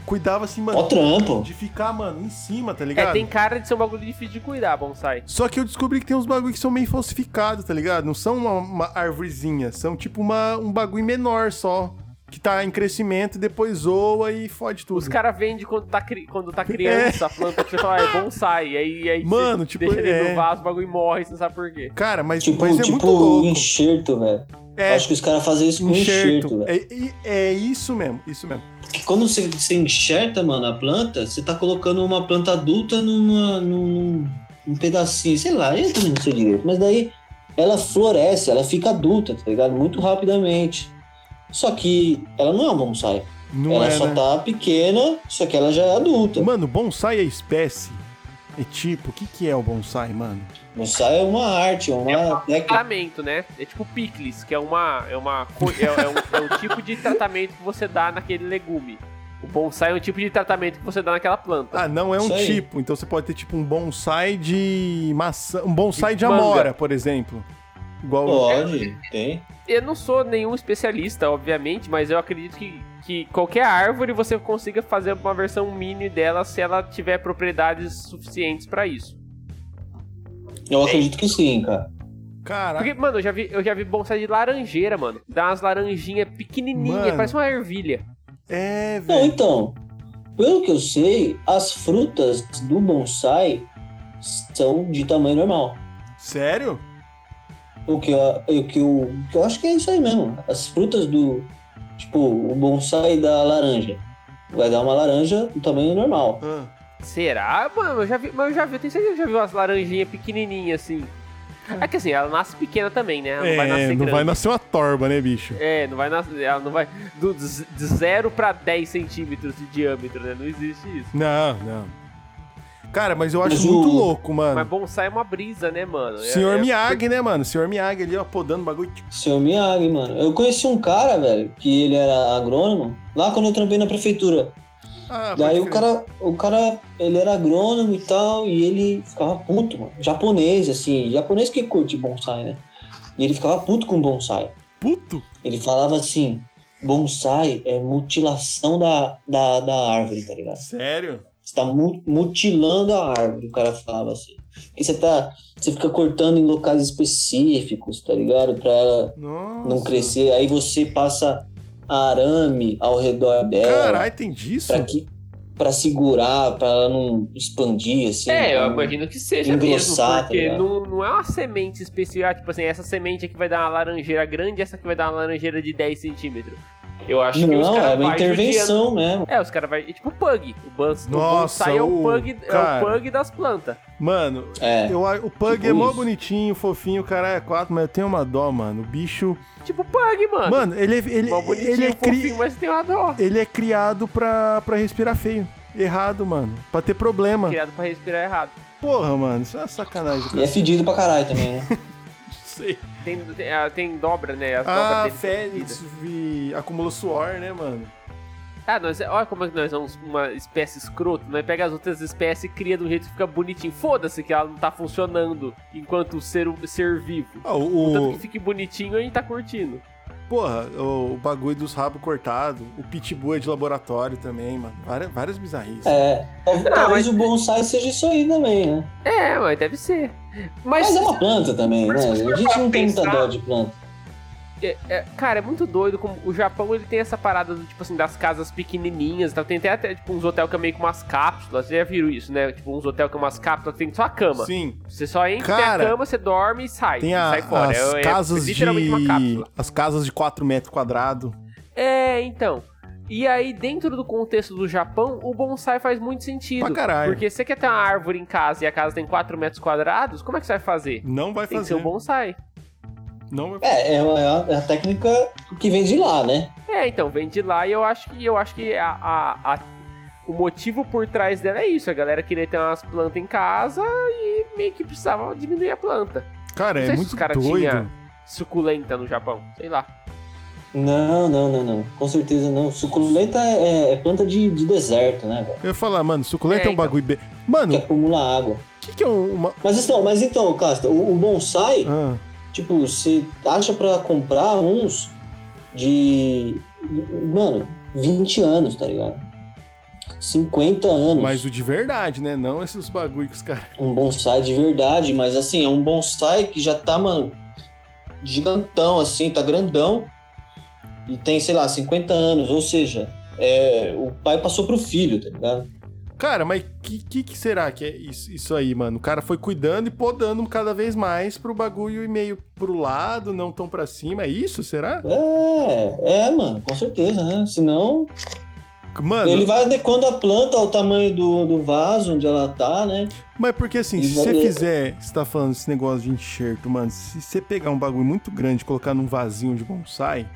S2: cuidava assim,
S3: Ó
S2: mano,
S3: trampo.
S2: de ficar, mano, em cima, tá ligado?
S1: É, tem cara de ser um bagulho difícil de cuidar, bonsai.
S2: Só que eu descobri que tem uns bagulho que são meio falsificados, tá ligado? Não são uma, uma arvorezinha, são tipo uma, um bagulho menor só, que tá em crescimento, depois zoa e fode tudo. É.
S1: Os caras vendem quando tá, cri-
S2: (laughs)
S1: quando tá criança a planta, você fala, ah, é bonsai. E aí, e aí
S2: Mano,
S1: você
S2: tipo,
S1: deixa ele
S2: é.
S1: no vaso, o bagulho morre, você não sabe por quê.
S2: Cara, mas,
S3: Tipo,
S2: mas é muito
S3: tipo
S2: louco.
S3: enxerto, velho.
S2: É,
S3: Acho que os caras fazem isso com enxerto,
S2: enxerto.
S3: velho.
S2: É, e- é isso mesmo, isso mesmo.
S3: Porque quando você, você enxerta, mano, a planta, você tá colocando uma planta adulta numa, num, num pedacinho, sei lá, eu também não sei direito. Mas daí ela floresce, ela fica adulta, tá ligado? Muito rapidamente. Só que ela não é um bonsai.
S2: Não
S3: ela
S2: é,
S3: só
S2: né?
S3: tá pequena, só que ela já é adulta.
S2: Mano, bonsai é espécie? É tipo, o que que é o bonsai, mano?
S3: Bonsai é uma arte, é
S1: É
S3: uma
S1: um
S3: técnica.
S1: tratamento, né? É tipo picles, que é uma. É, uma, co- é, é um, é um tipo de tratamento que você dá naquele legume. O bonsai é um tipo de tratamento que você dá naquela planta.
S2: Ah, não é um
S3: Isso aí.
S2: tipo. Então você pode ter tipo um bonsai de maçã, um bonsai de,
S1: De
S2: amora,
S1: manga.
S2: por exemplo. Igual
S3: Pode, tem.
S1: Eu não sou nenhum especialista, obviamente, mas eu acredito que, que qualquer árvore você consiga fazer uma versão mini dela se ela tiver propriedades suficientes pra isso.
S2: É.
S3: Eu acredito que sim, cara.
S2: Caraca,
S1: Porque, mano, eu já vi, eu já vi bonsai de laranjeira, mano. Dá umas laranjinhas pequenininhas,
S2: Mano.
S1: parece uma ervilha.
S2: é,
S3: Não,
S2: velho.
S3: então, pelo que eu sei, as frutas do bonsai são de tamanho normal.
S2: Sério?
S3: O que, eu- o que eu, o que eu acho que é isso aí mesmo. As frutas do. Tipo, o bonsai da laranja. Vai dar uma laranja do tamanho normal.
S2: Ah.
S1: Será? Mano, eu já vi, mas eu já vi, eu tenho certeza que eu já vi umas laranjinhas pequenininhas, assim. É que assim, ela nasce pequena também, né? Ela não vai nascer
S2: Hum. É, não
S1: grande.
S2: vai nascer uma torba, né, bicho?
S1: É, não vai nascer, ela não vai... Do, z- de 0 pra 10 centímetros de diâmetro, né? Não existe isso.
S2: Não, não. Cara, mas eu acho
S3: Mas o-
S2: muito louco,
S1: Mas
S2: mano.
S1: bonsai é uma brisa, né, mano? É-
S2: Senhor
S1: é-
S2: Miyagi, né, mano? Senhor Miyagi ali, ó, podando bagulho. tipo,
S3: Seu Miyagi, mano. Eu conheci um cara, velho, que ele era agrônomo, lá quando eu trampei na prefeitura.
S2: Ah, pode
S3: Daí o
S2: crer.
S3: cara, o cara, ele era agrônomo e tal, e ele ficava puto, mano. Japonês, assim, japonês que curte bonsai, né? E ele ficava puto com bonsai.
S2: Puto?
S3: Ele falava assim, bonsai é mutilação da, da, da árvore, tá ligado?
S2: Sério?
S3: Você tá mu- mutilando a árvore, o cara falava assim. E você tá, você fica cortando em locais específicos, tá ligado? Pra ela
S2: Nossa.
S3: não crescer. Aí você passa arame ao redor dela.
S2: Caralho, tem disso?
S3: É, Pra que para segurar, pra ela não expandir assim.
S1: É, eu
S3: pra não-
S1: imagino que seja mesmo,
S3: Engrossar, tá
S1: porque
S3: ligado?
S1: não, não é uma semente especial, tipo assim, essa semente aqui vai dar uma laranjeira grande, essa aqui vai dar uma laranjeira de 10 centímetros. Eu acho que os
S3: Não,
S1: caras
S3: é uma
S1: vai judiando-
S3: intervenção mesmo.
S1: É, os caras vai, é tipo pug. O bans- o
S2: Nossa,
S1: bonsai é
S2: o-
S1: o pug, é
S2: cara.
S1: o pug das plantas.
S2: Mano,
S3: É.
S2: Eu, a- o Pug
S3: Tipo
S2: é mó
S3: isso.
S2: bonitinho, fofinho, caralho, é quatro, mas eu tenho uma dó, mano. O bicho.
S1: Tipo pug, mano.
S2: Mano, ele, é- ele,
S1: Mó bonitinho,
S2: ele, é, cri-
S1: fofinho, mas tem uma dó.
S2: ele é criado pra, pra respirar feio. Errado, mano. Pra ter problema.
S1: Criado pra respirar errado.
S2: Porra, mano, isso é uma sacanagem.
S3: E é fedido pra caralho também,
S1: (laughs)
S3: né?
S2: Sei.
S1: Tem, tem, ah, tem dobra, né? As
S2: Ah,
S1: dobras dele são
S2: fezes vi- acumulou suor, né, mano?
S1: Ah, nós, olha como é que nós somos uma espécie escrota, nós pega as outras espécies e cria de um jeito que fica bonitinho. Foda-se que ela não tá funcionando enquanto ser, ser vivo.
S2: Ah,
S1: Tanto
S2: o,
S1: que
S2: o-
S1: fique bonitinho, a gente tá curtindo.
S2: porra, o, o bagulho dos rabos cortados, o pitbull é de laboratório também, mano. Várias, várias bizarrices.
S3: É. Tal-
S1: Ah,
S3: Talvez
S1: mas-
S3: o bonsai seja isso aí também, né?
S1: É, mas deve ser. Mas,
S3: Mas é uma planta também, né?
S1: mas
S3: A
S1: se você
S3: gente
S1: for
S3: não tem muita
S1: pensar-
S3: dó de planta.
S1: é- é- cara, é muito doido como o Japão ele tem essa parada do tipo assim, das casas pequenininhas. Tá? Tem até, até tipo, uns hotel que é meio com umas cápsulas. Você já viu isso, né? Tipo, uns hotel que é umas cápsulas que tem só a cama.
S2: Sim,
S1: Você só entra,
S2: Cara,
S1: tem a cama, você dorme e sai.
S2: tem
S1: e
S2: a-
S1: sai fora.
S2: as
S1: É- é
S2: casas
S1: literalmente uma cápsula.
S2: de. As casas de 4 metros quadrados.
S1: É, então. E aí, dentro do contexto do Japão, o bonsai faz muito sentido.
S2: Pra caralho.
S1: Porque você quer ter uma árvore em casa e a casa tem 4 metros quadrados, como é que você vai fazer?
S2: Não vai
S1: Tem que ser
S2: fazer.
S1: um bonsai.
S2: Não vai
S3: É, é uma, é uma- é uma técnica que vem de lá, né?
S1: É, então, vem de lá e eu acho que eu acho que a, a- a- o motivo por trás dela é isso. A galera queria ter umas plantas em casa e meio que precisava diminuir a planta.
S2: Cara,
S1: Não
S2: é
S1: sei se
S2: muito
S1: os cara
S2: doido.
S1: tinha- Suculenta no Japão, sei lá.
S3: Não, não, não, não. Com certeza não. Suculenta é, é planta de, de deserto, né, velho?
S2: Eu ia falar, mano, suculenta é,
S1: É,
S2: um
S1: então.
S2: bagulho. Be...
S3: Que
S2: Mano, o
S3: acumula água.
S2: que, que é um- uma.
S3: Mas então, mas então, Casta, o, o bonsai,
S2: Ah,
S3: Tipo, você acha pra comprar uns de. Mano, 20 anos, tá ligado? 50 anos.
S2: Mas o de verdade, né? Não esses bagulho que os caras.
S3: Um bonsai de verdade, mas assim, é um bonsai que já tá, mano, gigantão, assim, tá grandão. E tem, sei lá, 50 anos, ou seja, é, o pai passou pro filho, tá ligado?
S2: Cara, mas que, que que será que é isso, isso aí, mano? O cara foi cuidando e podando cada vez mais pro bagulho e meio pro lado, não tão pra cima. É isso, será?
S3: É, é, mano, com certeza, né? Senão,
S2: Mano,
S3: ele vai adequando a planta ao tamanho do, do vaso onde ela tá, né?
S2: mas porque assim,
S3: ele
S2: se
S3: vai-
S2: você fizer, você tá falando desse negócio de enxerto, mano, se você pegar um bagulho muito grande e colocar num vasinho de bonsai,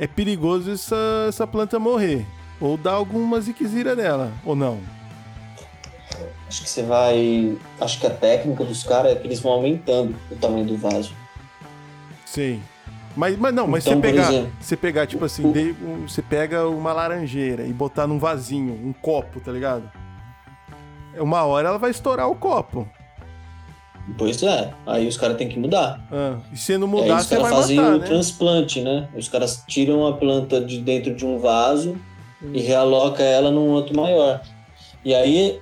S2: é perigoso essa, essa planta morrer. Ou dar alguma ziquezira nela, ou não.
S3: Acho que você vai. Acho que a técnica dos caras é que eles vão aumentando o tamanho do vaso.
S2: Sei. Mas, mas não, mas
S3: Então,
S2: você
S3: por
S2: pegar,
S3: exemplo,
S2: você pegar, tipo assim,
S3: o-
S2: dei- um- você pega uma laranjeira e botar num vasinho, um copo, tá ligado? É, Uma hora ela vai estourar o copo.
S3: Pois é, aí os caras têm que mudar.
S2: Ah, e se não
S3: aí
S2: mudar,
S3: os
S2: você
S3: caras
S2: vai
S3: fazem
S2: matar,
S3: tá o
S2: né?
S3: transplante, né? Os caras tiram a planta de dentro de um vaso e
S2: Hum.
S3: realoca ela num outro maior. E aí,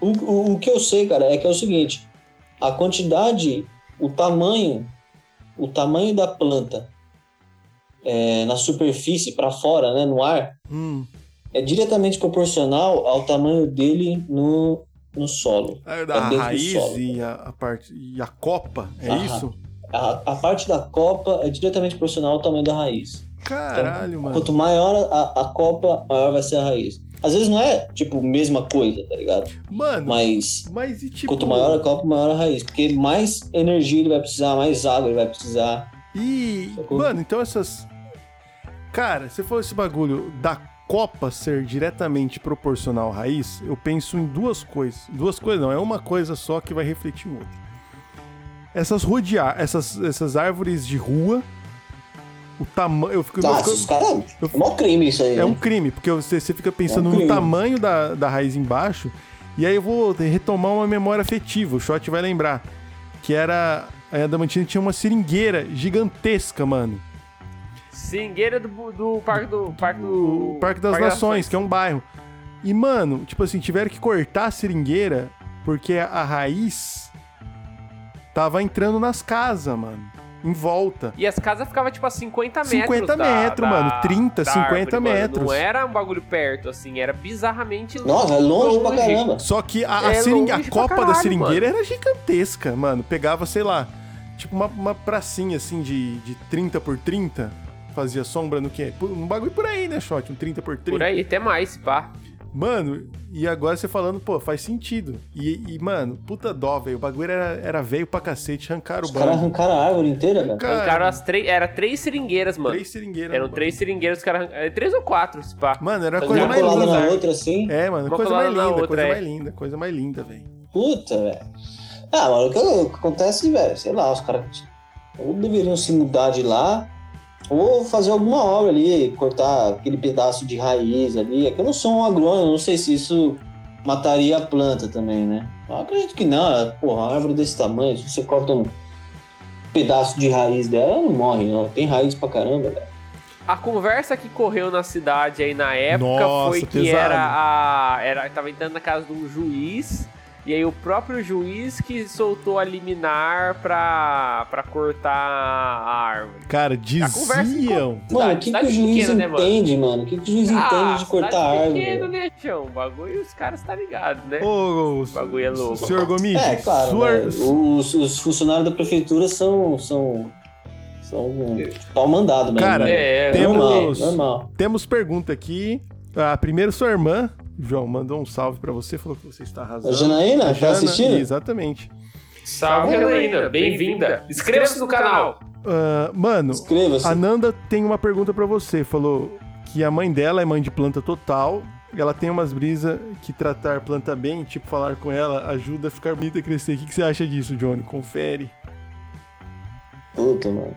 S3: o, o, o que eu sei, cara, é que é o seguinte: a quantidade, o tamanho, o tamanho da planta é, na superfície, para fora, né, no ar,
S2: Hum.
S3: é diretamente proporcional ao tamanho dele no, no solo.
S2: A,
S3: Tá
S2: a
S3: dentro do
S2: raiz
S3: solo.
S2: e a, a parte e a copa, é
S3: Aham.
S2: isso?
S3: A, a parte da copa é diretamente proporcional ao tamanho da raiz.
S2: Caralho, mano.
S3: Então, Quanto maior a, a copa, maior vai ser a raiz. Às vezes não é, tipo, mesma coisa, tá ligado?
S2: Mano, mas,
S3: Mas
S2: e tipo.
S3: Quanto maior a copa, maior a raiz. Porque mais energia ele vai precisar, mais água ele vai precisar.
S2: E,
S3: Sacou?
S2: mano, então essas. Cara, se for esse bagulho da copa ser diretamente proporcional à raiz, eu penso em duas coisas. Duas coisas não, é uma coisa só que vai refletir em outra. Essas rodear, essas, essas árvores de rua, o tamanho. Eu fico. eu
S3: Nossa,
S2: fico-
S3: os caras.
S2: eu-
S3: Ah, É mó crime isso aí.
S2: É um
S3: né?
S2: crime, porque você, você fica pensando
S3: É um
S2: no
S3: crime.
S2: tamanho da, da raiz embaixo, e aí eu vou retomar uma memória afetiva, o Shot vai lembrar. Que era. A Adamantina tinha uma seringueira gigantesca, mano.
S1: Singueira do, bu- do Parque do. Parque, do,
S2: O Parque das Nações, que é um bairro. E, mano, tipo assim, tiveram que cortar a seringueira porque a, a raiz tava entrando nas casas, mano. Em volta.
S1: E as casas ficavam tipo a 50 metros.
S2: 50
S1: da-
S2: metros,
S1: da-
S2: mano, 30,
S1: da
S2: 50
S1: mano.
S2: metros.
S1: Não era um bagulho perto, assim, era bizarramente longe.
S3: Nossa, é longe pra
S1: Longe.
S3: caramba.
S2: Só que a, a
S1: É
S2: seringue- a
S1: longe pra
S2: copa da
S1: caralho,
S2: seringueira era gigantesca, mano. Pegava, sei lá, tipo uma, uma pracinha assim de, de 30 por 30. Fazia sombra no que? Um bagulho por aí, né, Shot? Um 30 por 30.
S1: Por aí, até mais, pá.
S2: Mano, e agora você falando, pô, faz sentido. E, e, mano, puta dó, velho. O bagulho era, era velho pra cacete, arrancaram
S3: Os
S2: o
S3: caras
S2: banco.
S3: arrancaram a árvore inteira, velho.
S2: Cara,
S1: Arrancaram as três. Era três seringueiras, mano.
S2: Três seringueiras.
S1: Eram
S2: no
S1: três seringueiras, os caras. arran- é, Três ou quatro, se pá.
S2: banco. Mano, era a
S1: Uma
S2: coisa
S3: Uma
S2: mais
S3: colada
S2: linda.
S3: na
S1: né?
S3: outra assim.
S2: É, mano,
S1: Uma
S2: coisa mais
S1: colada na
S2: linda,
S1: outra,
S2: coisa
S1: é.
S2: mais linda, coisa mais linda, velho.
S3: Puta, velho. Ah, mano, o que, o que acontece, velho? Sei lá, os caras ou deveriam se mudar de lá, ou fazer alguma obra ali, cortar aquele pedaço de raiz ali. É que eu não sou um agrônomo, não sei se isso mataria a planta também, né? Eu acredito que não, é, porra, uma árvore desse tamanho, se você corta um pedaço de raiz dela, ela não morre, não. Tem raiz pra caramba, velho.
S1: A conversa que correu na cidade aí na época
S2: Nossa,
S1: foi que
S2: pesado.
S1: era a. Era, tava entrando na casa de um juiz. E aí o próprio juiz que soltou a liminar pra, pra cortar a árvore.
S2: Cara,
S1: conversa
S2: diziam.
S3: Mano, o que, que
S1: cidade
S3: o juiz
S1: pequena, né, mano? Ah,
S3: entende, mano? O que, que o juiz entende de cortar a
S1: cidade
S3: árvore?
S1: pequena,
S3: velho?
S1: né, chão? O bagulho os caras tá ligado, né?
S2: Ô, ô,
S1: bagulho é louco.
S2: Senhor Gomide,
S3: É, claro.
S2: sua-
S3: né? Os, os funcionários da prefeitura são. são. são. pau mandado mesmo.
S2: Cara,
S3: né?
S1: É, é,
S2: temos-
S1: normal.
S3: normal, normal.
S2: temos pergunta aqui. Ah, primeiro, sua irmã, João, mandou um salve pra você, falou que você está
S3: A
S2: arrasando.
S3: Janaína, tá
S2: Jana-
S3: assistindo?
S2: Exatamente.
S1: Salve, Helena. Bem-vinda. Inscreva-se no canal.
S2: Ah, mano,
S3: Inscreva-se.
S2: A Nanda tem uma pergunta pra você. Falou que a mãe dela é mãe de planta total. Ela tem umas brisas que tratar planta bem, tipo falar com ela, ajuda a ficar bonita e crescer. O que, que você acha disso, Johnny? Confere. (laughs)
S3: Puta, mano.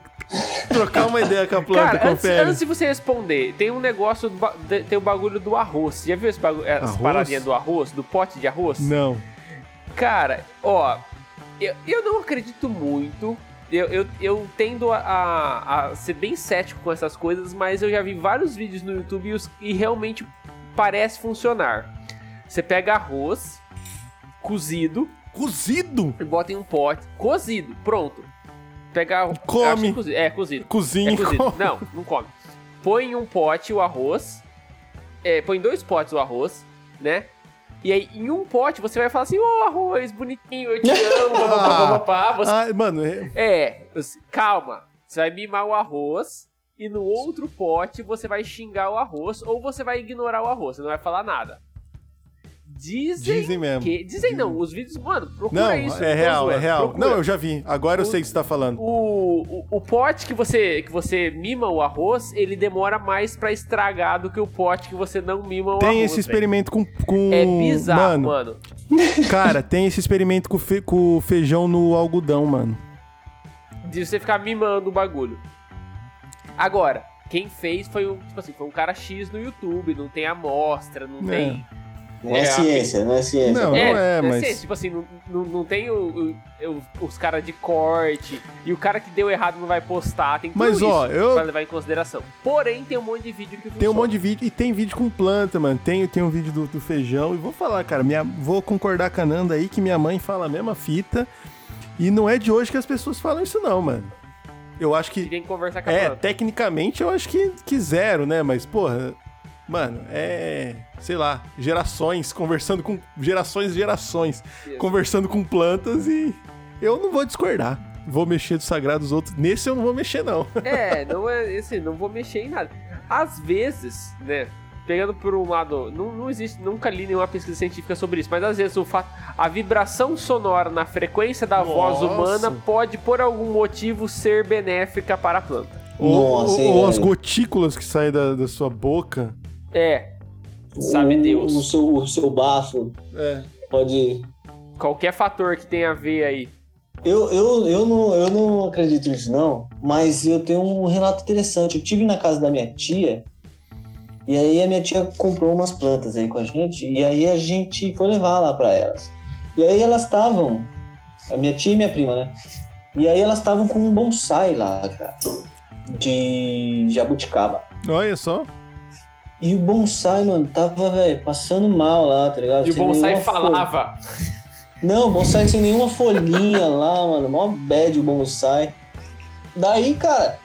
S2: Trocar uma ideia com a planta,
S1: Cara, antes,
S2: confere.
S1: antes de você responder, tem um negócio, do ba- de- tem o bagulho do arroz. Você Já viu esse bagulho,
S2: Arroz?
S1: essa paradinha do arroz, do pote de arroz?
S2: Não.
S1: Cara, ó, eu, eu não acredito muito. Eu, eu, eu tendo a, a- a ser bem cético com essas coisas, mas eu já vi vários vídeos no YouTube e, os- e realmente parece funcionar. Você pega arroz cozido
S2: Cozido?
S1: e bota em um pote cozido, pronto. Pega arroz
S2: Come.
S1: cozido. É, cozido.
S2: Cozinha.
S1: É cozido.
S2: com- (laughs)
S1: Não, não come. Põe em um pote o arroz. É, põe em dois potes o arroz, né? E aí, em um pote, você vai falar assim, ô arroz, bonitinho,
S2: (laughs)
S1: eu te amo, papapá, papapá. Você
S2: Ah, mano, é-
S1: é, você- calma. Você vai mimar o arroz e no outro pote você vai xingar o arroz ou você vai ignorar o arroz, você não vai falar nada. Dizem,
S2: dizem mesmo.
S1: que. Dizem não, os vídeos. Mano, procura
S2: Não,
S1: isso.
S2: é
S1: tô
S2: real, é
S1: zoando,
S2: real.
S1: procura.
S2: Não, eu já vi. Agora eu
S1: O-
S2: sei o que você tá falando.
S1: O, o, o pote que você, que você mima o arroz, ele demora mais pra estragar do que o pote que você não mima o arroz.
S2: Tem esse
S1: velho.
S2: experimento com. com...
S1: É bizarro, mano.
S2: Cara, tem esse experimento com, fe- com feijão no algodão, mano.
S1: de você ficar mimando o bagulho. Agora, quem fez foi um, tipo assim, foi um cara X no YouTube, não tem amostra, não
S2: É.
S1: tem.
S3: Não é, ciência, não é ciência.
S2: Não, não é,
S1: deve
S2: mas-
S1: ser, tipo assim, não, não, não tem o- o- o- os caras de corte, e o cara que deu errado não vai postar, tem tudo
S2: Mas, ó,
S1: isso
S2: eu-
S1: pra levar em consideração. Porém, tem um monte de vídeo que
S2: Tem um
S1: funciona.
S2: monte de vídeo. E tem vídeo com planta, mano. Tem, tem um vídeo do, do feijão. E vou falar, cara. Minha, vou concordar com a Nanda aí que minha mãe fala a mesma fita. E não é de hoje que as pessoas falam isso, não, mano. Eu acho
S1: que
S2: que.
S1: tem que conversar com a
S2: É,
S1: planta.
S2: tecnicamente eu acho que, que zero, né? Mas, porra. Mano, é. Sei lá. Gerações conversando com. Gerações e gerações.
S1: Isso.
S2: Conversando com plantas e. Eu não vou discordar. Vou mexer do sagrado dos outros. Nesse eu não vou mexer, não.
S1: É,
S2: (laughs)
S1: não é assim, não vou mexer em nada. Às vezes, né? Pegando por um lado, não, não existe, nunca li nenhuma pesquisa científica sobre isso, mas às vezes o fato, a vibração sonora na frequência da voz
S2: Nossa.
S1: humana pode, por algum motivo, ser benéfica para a planta.
S2: Ou,
S3: Nossa,
S2: ou-
S3: hein,
S2: ou
S3: velho?
S2: as gotículas que saem da, da sua boca.
S1: É, sabe
S3: O-
S1: Deus.
S3: O seu, o seu bafo
S2: É.
S3: pode.
S1: qualquer fator que tenha a ver aí.
S3: Eu, eu, eu, não, eu não acredito nisso, não, mas eu tenho um relato interessante. Eu tive na casa da minha tia, e aí a minha tia comprou umas plantas aí com a gente, e aí a gente foi levar lá para elas. E aí elas estavam, a minha tia e minha prima, né? E aí elas estavam com um bonsai lá, cara, de jabuticaba.
S2: Olha só.
S3: E o bonsai, mano, tava, velho, passando mal lá, tá ligado?
S1: E o
S3: Sem
S1: bonsai
S3: nenhuma folha.
S1: falava.
S3: Não, bonsai sem nenhuma folhinha lá, mano. Mó bad o bonsai. Daí, cara,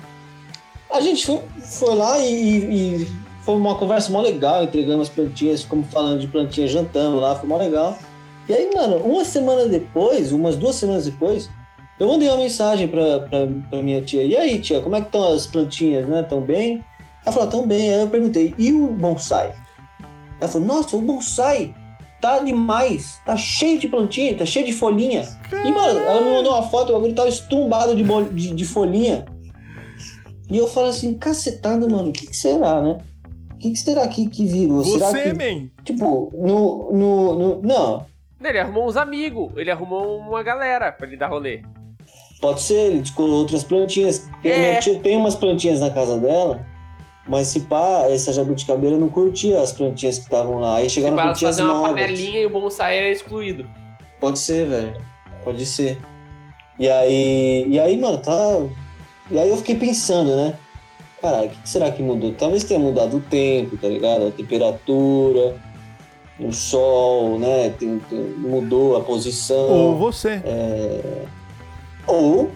S3: a gente foi, foi lá e, e- e foi uma conversa mó legal, entregando as plantinhas, como falando de plantinha, jantando lá, foi mó legal. E aí, mano, uma semana depois, umas duas semanas depois, eu mandei uma mensagem pra, pra, pra minha tia. E aí, tia, como é que estão as plantinhas, né? Tão bem? Ela falou, tão bem. Aí eu perguntei, e o bonsai? Ela falou, nossa, o bonsai tá demais. Tá cheio de plantinha, tá cheio de folhinha. E, mano, ela me mandou uma foto, o bagulho tava estumbado de, bol- de, de folhinha. E eu falo assim, cacetada, mano, o que, que será, né? O que, que será que, que virou? será
S2: Você,
S3: que,
S2: man.
S3: tipo, no, no, no... Não,
S1: né, Ele arrumou uns amigos, ele arrumou uma galera pra ele dar rolê.
S3: Pode ser, ele descolou outras plantinhas. Porque
S1: É.
S3: Minha tia tem umas plantinhas na casa dela, mas se pá, essa jabuticabeira não curtia as plantinhas que estavam lá. Aí chegaram
S1: Para
S3: plantinhas
S1: fazer Tipo, uma
S3: novas.
S1: panelinha e o bonsai era excluído.
S3: Pode ser, velho. Pode ser. E aí, e aí, mano, tá. E aí eu fiquei pensando, né? Caralho, o que que será que mudou? Talvez tenha mudado o tempo, tá ligado? A temperatura, o sol, né? Tem- tem- mudou a posição.
S2: Ou você.
S3: Ou,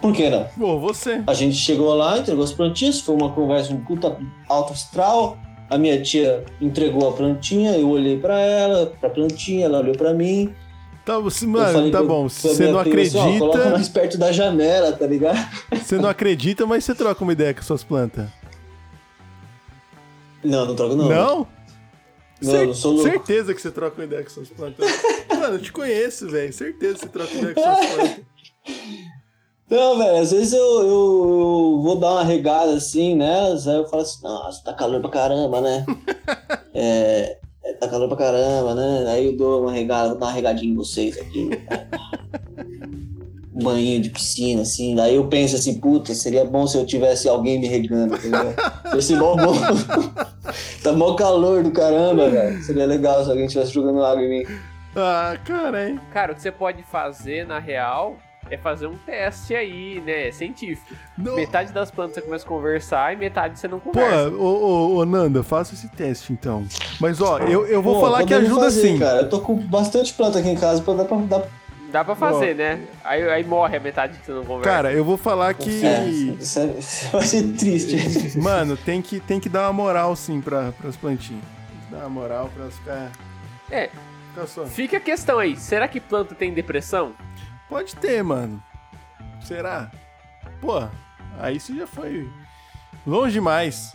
S3: por que não?
S2: Ou você.
S3: A gente chegou lá, entregou as plantinhas, foi uma conversa, um culto alto astral. A minha tia entregou a plantinha, eu olhei pra ela, pra plantinha, ela olhou pra mim.
S2: Tá, você-
S3: Eu
S2: mano,
S3: falei
S2: tá
S3: pro-
S2: bom.
S3: pra
S2: Você
S3: minha
S2: não
S3: prima assim, ó, Coloca
S2: acredita.
S3: mais perto da janela, tá ligado? (laughs)
S2: Você não acredita, mas você troca uma ideia com suas plantas.
S3: Não, não troco não.
S2: Não?
S3: Não,
S2: Cer-
S3: não sou louco.
S2: Certeza que você troca uma ideia com suas plantas. Mano, eu te conheço, velho. Certeza que você troca uma ideia com suas plantas.
S3: Não, velho, às vezes eu, eu- eu vou dar uma regada assim nelas, aí eu falo assim, nossa, tá calor pra
S2: (laughs)
S3: caramba, né? É, é, tá calor pra caramba, né? Aí eu dou uma regada, vou dar uma regadinha em vocês aqui. né? Um Banho de piscina, assim. Daí eu penso assim, puta, seria bom se eu tivesse alguém me regando, entendeu? Esse mó bom. (laughs) tá mó calor do caramba, velho. Seria legal se alguém estivesse jogando água em mim.
S2: Ah, cara, hein?
S1: Cara, o que você pode fazer, na real, é fazer um teste aí, né? Científico.
S2: Não,
S1: Metade das plantas você começa a conversar e metade você não
S2: pô,
S1: conversa.
S2: ô, ô, ô, Nanda, faça esse teste então. Mas ó, eu, eu vou
S3: Pô,
S2: falar que
S3: podemos
S2: ajuda
S3: fazer,
S2: sim.
S3: Cara. Eu tô com bastante planta aqui em casa, pra dar pra. Dar...
S1: Dá pra fazer, né? Aí, aí morre a metade que você não conversa.
S2: Cara, eu vou falar que.
S3: É, isso é- isso vai ser
S2: (laughs)
S3: triste.
S2: Mano, tem que, tem que dar uma moral sim pra, pras plantinhas. Tem que dar uma moral pra elas ficar.
S1: É.
S2: Ficar só.
S1: Fica a questão aí, será que planta tem depressão?
S2: Pode ter, mano. Será? Pô, aí isso já foi longe demais.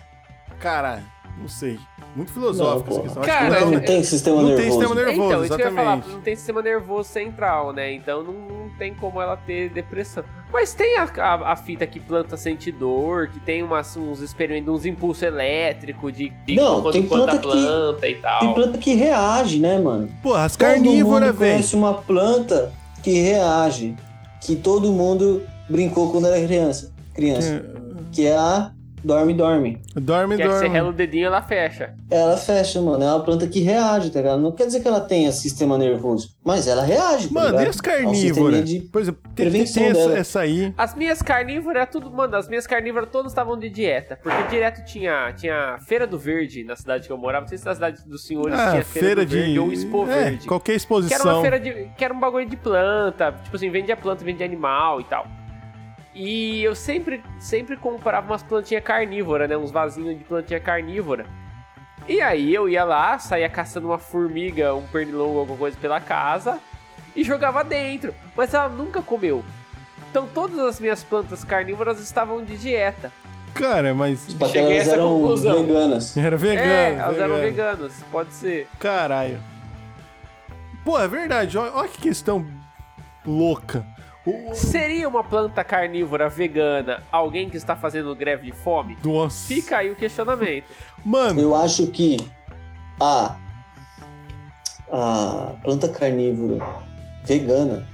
S2: Cara, não sei. Muito filosófico essa
S3: Não, pô.
S2: questão.
S1: Cara,
S2: Acho que
S3: não
S2: não,
S3: tem sistema
S2: não tem
S3: nervoso.
S2: sistema nervoso,
S1: então, isso que eu ia falar,
S2: exatamente.
S1: não tem sistema nervoso central, né? Então não, não tem como ela ter depressão. Mas tem a, a- a fita que planta sente dor, que tem umas- uns experimentos, uns impulsos elétricos de, de
S3: Não,
S1: quando
S3: tem
S1: planta a
S3: planta que-
S1: planta e tal.
S3: Tem planta que reage, né, mano?
S2: Porra, as
S3: todo
S2: carnívoras,
S3: mundo
S2: velho.
S3: conhece uma planta que reage, que todo mundo brincou quando era criança, criança que é a dorme dorme.
S2: Dorme,
S1: Quer que você
S2: dorme.
S1: rela o dedinho, ela fecha.
S3: Ela fecha, mano, é uma planta que reage, tá ligado? Não quer dizer que ela tenha sistema nervoso, mas ela reage, tá
S2: Mano, e
S3: ligado?
S2: as
S3: sisteminha
S2: carnívoras?
S3: de
S2: Por exemplo, tem, tem
S3: prevenção
S2: essa,
S3: dela.
S2: essa aí.
S1: As minhas carnívoras, tudo, mano, as minhas carnívoras todas estavam de dieta. Porque direto tinha, tinha Feira do Verde na cidade que eu morava. Não sei se na cidade dos senhores
S2: Ah,
S1: tinha
S2: feira
S1: do Verde
S2: de.
S1: ou Expo
S2: é,
S1: Verde.
S2: qualquer
S1: Que era uma
S2: exposição.
S1: feira de. Que era um bagulho de planta. Tipo assim, vendia planta, vendia animal e tal. E eu sempre, sempre comprava umas plantinhas carnívoras, né? Uns vasinhos de plantinha carnívora. E aí eu ia lá, saía caçando uma formiga, um pernilongo, alguma coisa pela casa e jogava dentro. Mas ela nunca comeu. Então todas as minhas plantas carnívoras estavam de dieta.
S2: Cara, mas.
S3: As
S1: Cheguei a
S3: patelas
S1: essa
S3: eram
S1: conclusão.
S3: veganas.
S2: Era vegano.
S1: é, elas
S2: vegano.
S1: eram veganas, pode ser.
S2: Caralho. Pô, é verdade. Olha que questão louca. O- o-
S1: Seria uma planta carnívora vegana alguém que está fazendo greve de fome?
S2: Nossa.
S1: Fica aí o questionamento.
S2: Mano,
S3: Eu acho que a a planta carnívora vegana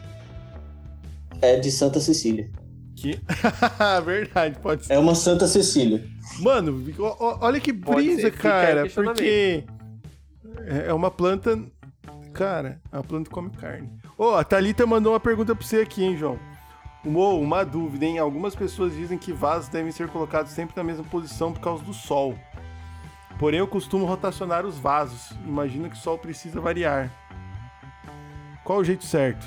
S3: é de Santa Cecília.
S2: que... (laughs) verdade, pode ser.
S3: É uma Santa Cecília.
S2: Mano, o- o- olha que
S1: Pode
S2: brisa,
S1: ser, fica aí o
S2: cara.
S1: questionamento.
S2: Porque é é uma planta... Cara, a planta come carne. Ô, a Thalita mandou uma pergunta pra você aqui, hein, João. Uma, uma dúvida, hein? Algumas pessoas dizem que vasos devem ser colocados sempre na mesma posição por causa do sol. Porém, eu costumo rotacionar os vasos. Imagina que o sol precisa variar. Qual o jeito certo?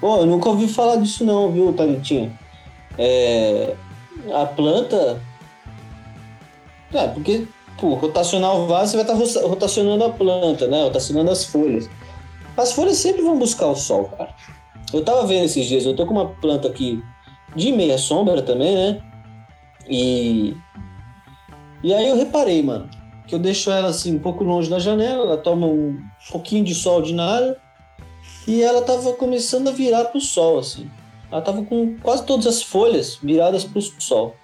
S3: Pô, eu nunca ouvi falar disso não, viu, Talentinho? É, a planta... É, porque, pô, rotacionar o vaso, você vai estar rotacionando a planta, né? Rotacionando as folhas. As folhas sempre vão buscar o sol, cara. Eu tava vendo esses dias, eu tô com uma planta aqui de meia sombra também, né? E... E aí eu reparei, mano, que eu deixo ela assim um pouco longe da janela, ela toma um pouquinho de sol de nada, e ela tava começando a virar pro sol, assim. Ela tava com quase todas as folhas viradas pro sol.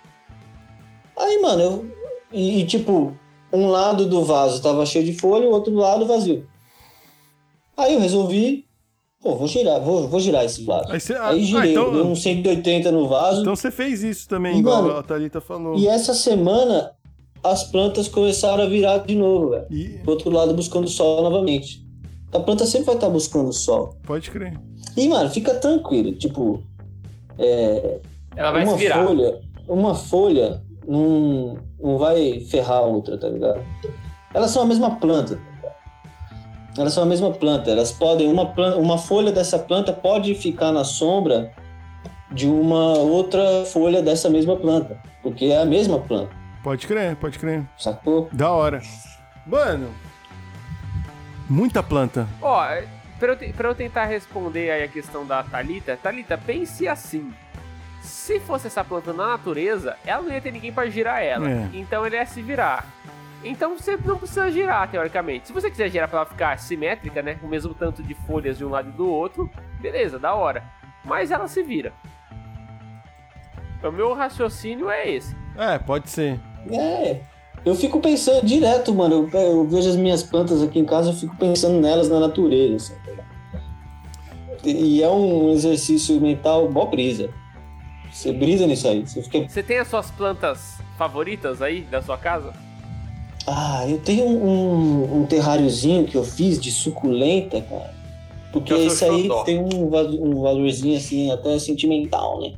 S3: Aí, mano, eu. E, e, tipo, um lado do vaso tava cheio de folha, o outro lado vazio. Aí eu resolvi, pô, vou girar, vou, vou girar esse vaso.
S2: Aí você, ah,
S3: Aí girei,
S2: então,
S3: dei um 180 no vaso.
S2: então você fez isso também,
S3: E,
S2: igual
S3: mano,
S2: a Thalita falou.
S3: E é essa semana as plantas começaram a virar de novo, velho.
S2: E-
S3: Pro outro lado buscando sol novamente. A planta sempre vai estar buscando sol.
S2: Pode crer.
S3: E, mano, fica tranquilo. Tipo,
S1: Ela vai
S3: uma
S1: se virar.
S3: folha, uma folha não, não vai ferrar a outra, tá ligado? Elas são a mesma planta. tá ligado? Elas são a mesma planta. Elas podem uma planta, uma folha dessa planta pode ficar na sombra de uma outra folha dessa mesma planta, porque é a mesma planta,
S2: Pode crer, pode crer.
S3: sacou?
S2: Da hora. Mano, muita planta.
S1: Ó, pra eu, te- pra eu tentar responder aí a questão da Thalita, Thalita, pense assim. Se fosse essa planta na natureza, ela não ia ter ninguém pra girar ela.
S2: É.
S1: Então ele ia se virar. Então você não precisa girar, teoricamente. Se você quiser girar pra ela ficar simétrica, né? Com o mesmo tanto de folhas de um lado e do outro, beleza, da hora. Mas ela se vira. O meu raciocínio é esse.
S2: É, pode ser.
S3: É. Eu fico pensando direto, mano. Eu, eu vejo as minhas plantas aqui em casa, eu fico pensando nelas na natureza. assim, tá ligado? e, e é um exercício mental mó brisa. Você brisa nisso aí. Você fica.
S1: Você tem as suas plantas favoritas aí da sua casa?
S3: um Ah, eu tenho um, um terráriozinho que eu fiz de suculenta, cara. Porque
S4: Eu sou
S3: isso aí
S4: xodó.
S3: tem um, valo- um valorzinho assim, até sentimental, né?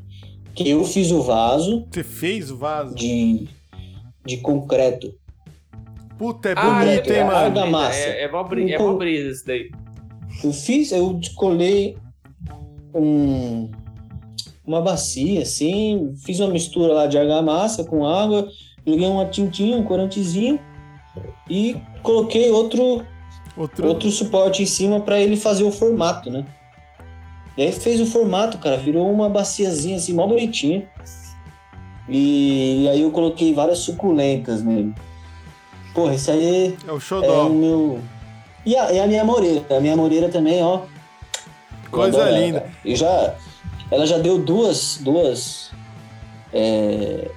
S3: Que eu fiz o vaso
S2: Você fez o vaso?
S3: de, de concreto.
S2: Puta, é
S1: Ah,
S2: bonito,
S3: é,
S2: hein, mano?
S3: Da massa.
S1: É, é mó brisa, é mó brisa isso daí.
S3: Eu fiz, eu descolei um, uma bacia, assim, fiz uma mistura lá de argamassa com água, joguei uma tintinha, um corantezinho e coloquei outro,
S2: Outro...
S3: outro suporte em cima para ele fazer o formato, né? E aí fez o formato, cara, virou uma baciazinha assim, mó bonitinha. E, aí eu coloquei várias suculentas nele. Porra, isso aí
S2: É o
S3: é
S2: xodó.
S3: o meu. E a, e a minha Moreira. A minha Moreira também, ó. é
S2: Coisa
S3: Eu adoro ela,
S2: linda.
S3: cara. E já. Ela já deu duas. Duas. é,
S1: É,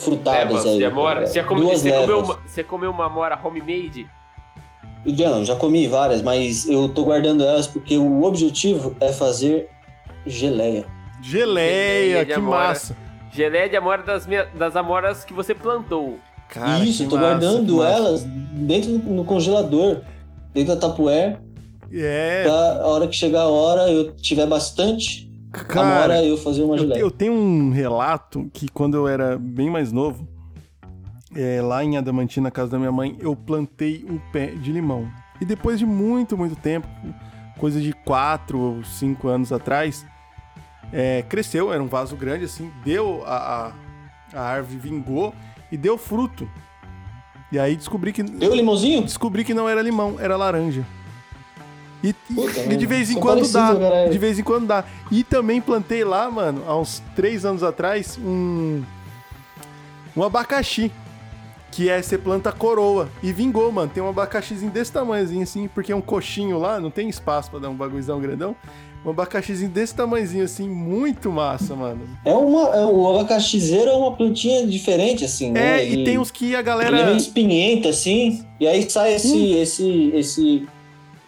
S3: frutadas
S1: mano,
S3: Tá, aí.
S1: você, mora,
S3: cara.
S1: você, come,
S3: duas
S1: você, comeu
S3: levas.
S1: uma, você comeu uma mora homemade?
S3: Não, já comi várias, mas eu tô guardando elas porque o objetivo é fazer geleia.
S2: Geleia,
S1: Geleia de
S2: que
S1: amora.
S2: massa.
S1: Geleia é de amora das, minha, das amoras que você plantou.
S2: Cara,
S3: Isso,
S2: que
S3: tô
S2: massa, que
S3: guardando
S2: massa.
S3: elas dentro do- no congelador, dentro da tapuer,
S2: É,
S3: pra a hora que chegar a hora eu tiver bastante, a
S2: cara.
S3: hora eu fazer uma
S2: Eu,
S3: geleia.
S2: eu tenho um relato que quando eu era bem mais novo, é, lá em Adamantina, na casa da minha mãe, eu plantei um pé de limão. E depois de muito, muito tempo, coisa de 4 ou 5 anos atrás, é, cresceu, era um vaso grande, assim, deu a, a, a árvore, vingou e deu fruto. E aí descobri que.
S3: Deu um limãozinho?
S2: Descobri que não era limão, era laranja. E, e-
S3: Puta,
S2: e de
S3: mano.
S2: vez em
S3: São
S2: quando
S3: parecidos, né,
S2: dá.
S3: cara.
S2: De vez em quando dá. E também plantei lá, mano, há uns três anos atrás, um. Um abacaxi. Que é você planta a coroa. E vingou, mano. Tem um abacaxizinho desse tamanhozinho, assim, porque é um coxinho lá, não tem espaço pra dar um bagulhozão grandão. Um abacaxizinho desse tamanhozinho, assim, muito massa, mano.
S3: É uma, é- o abacaxizeiro é uma plantinha diferente, assim, né?
S2: É, e tem uns que a
S3: Ele é meio
S2: galera.
S3: espinhenta, assim, e aí sai esse,
S2: Hum.
S3: esse, esse,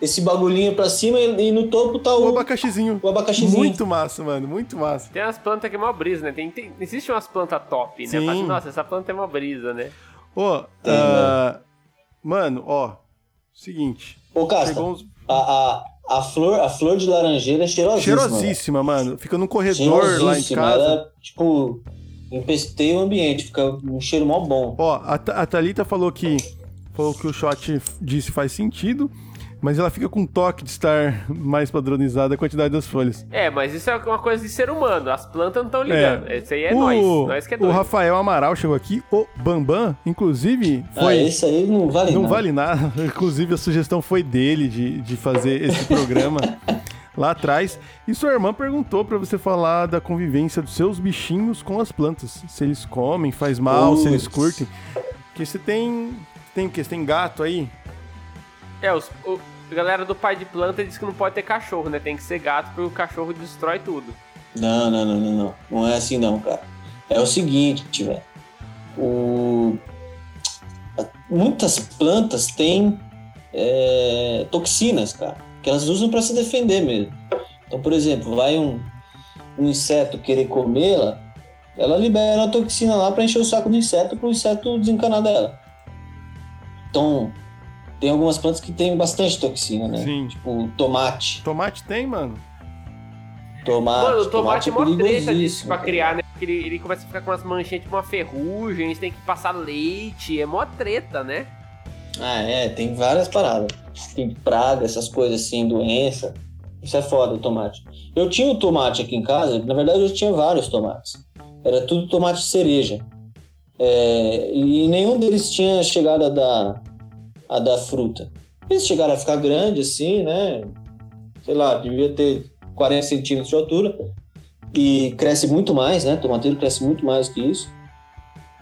S3: esse bagulhinho pra cima e, e no topo tá
S2: O
S3: o,
S2: abacaxizinho.
S3: o abacaxizinho.
S2: Muito massa, mano. Muito massa.
S1: Tem umas plantas que é mó brisa, né? Tem, tem, existe umas plantas top, né?
S2: Sim.
S1: Fala assim, Nossa, essa planta é mó brisa, né?
S2: Ô,
S3: Tem, né?
S2: ah, mano, ó. Seguinte.
S3: Ô, Casta,
S2: Chegou uns...
S3: a, a, a, flor, a flor de laranjeira é cheirosíssima.
S2: Cheirosíssima, mano. Fica num corredor
S3: Cheirosíssima.
S2: lá em casa.
S3: Ela, tipo, empesteia o ambiente, fica um cheiro mó bom.
S2: Ó, a, Tha- a Thalita falou que. Falou que o shot f- disse faz sentido, mas ela fica com um toque de estar mais padronizada a quantidade das folhas.
S1: É, mas isso é uma coisa de ser humano. As plantas não estão ligando. Isso aí é nós. Nós que é
S2: o
S1: doido.
S2: Rafael Amaral chegou aqui, o Bambam, inclusive,
S3: Ah,
S2: foi.
S3: esse aí não vale
S2: Não
S3: nada.
S2: vale nada. (laughs) Inclusive, a sugestão foi dele de, de fazer esse
S3: (laughs)
S2: programa lá atrás. E sua irmã perguntou pra você falar da convivência dos seus bichinhos com as plantas. Se eles comem, faz mal, se eles
S3: Putz.
S2: curtem. Porque você tem. Tem o quê? Você tem gato aí?
S1: É, os, o, a galera do pai de planta diz que não pode ter cachorro, né? Tem que ser gato, porque o cachorro destrói tudo.
S3: Não, não, não, não, não. Não é assim não, cara. É o seguinte, velho. O... Muitas plantas têm é, toxinas, cara, que elas usam para se defender mesmo. Então, por exemplo, vai um, um inseto querer comê-la, ela libera a toxina lá para encher o saco do inseto para o inseto desencanar dela. Então, tem algumas plantas que têm bastante toxina, né?
S2: Sim.
S3: Tipo, tomate.
S2: Tomate tem, mano?
S3: Tomate.
S1: Mano, o tomate é
S3: é
S1: mó treta disso
S3: perigosíssimo,
S1: pra
S3: cara.
S1: criar, né? Porque ele, ele começa a ficar com umas manchinhas tipo uma ferrugem, a gente tem que passar leite, é mó treta, né?
S3: Ah, é, tem várias paradas. Tem praga, essas coisas assim, doença. Isso é foda, o tomate. Eu tinha um tomate aqui em casa, na verdade eu tinha vários tomates. Era tudo tomate cereja. É, e nenhum deles tinha chegado a dar, a dar fruta. Eles chegaram a ficar grande assim, né? Sei lá, devia ter 40 centímetros de altura. E cresce muito mais, né? Tomateiro cresce muito mais que isso.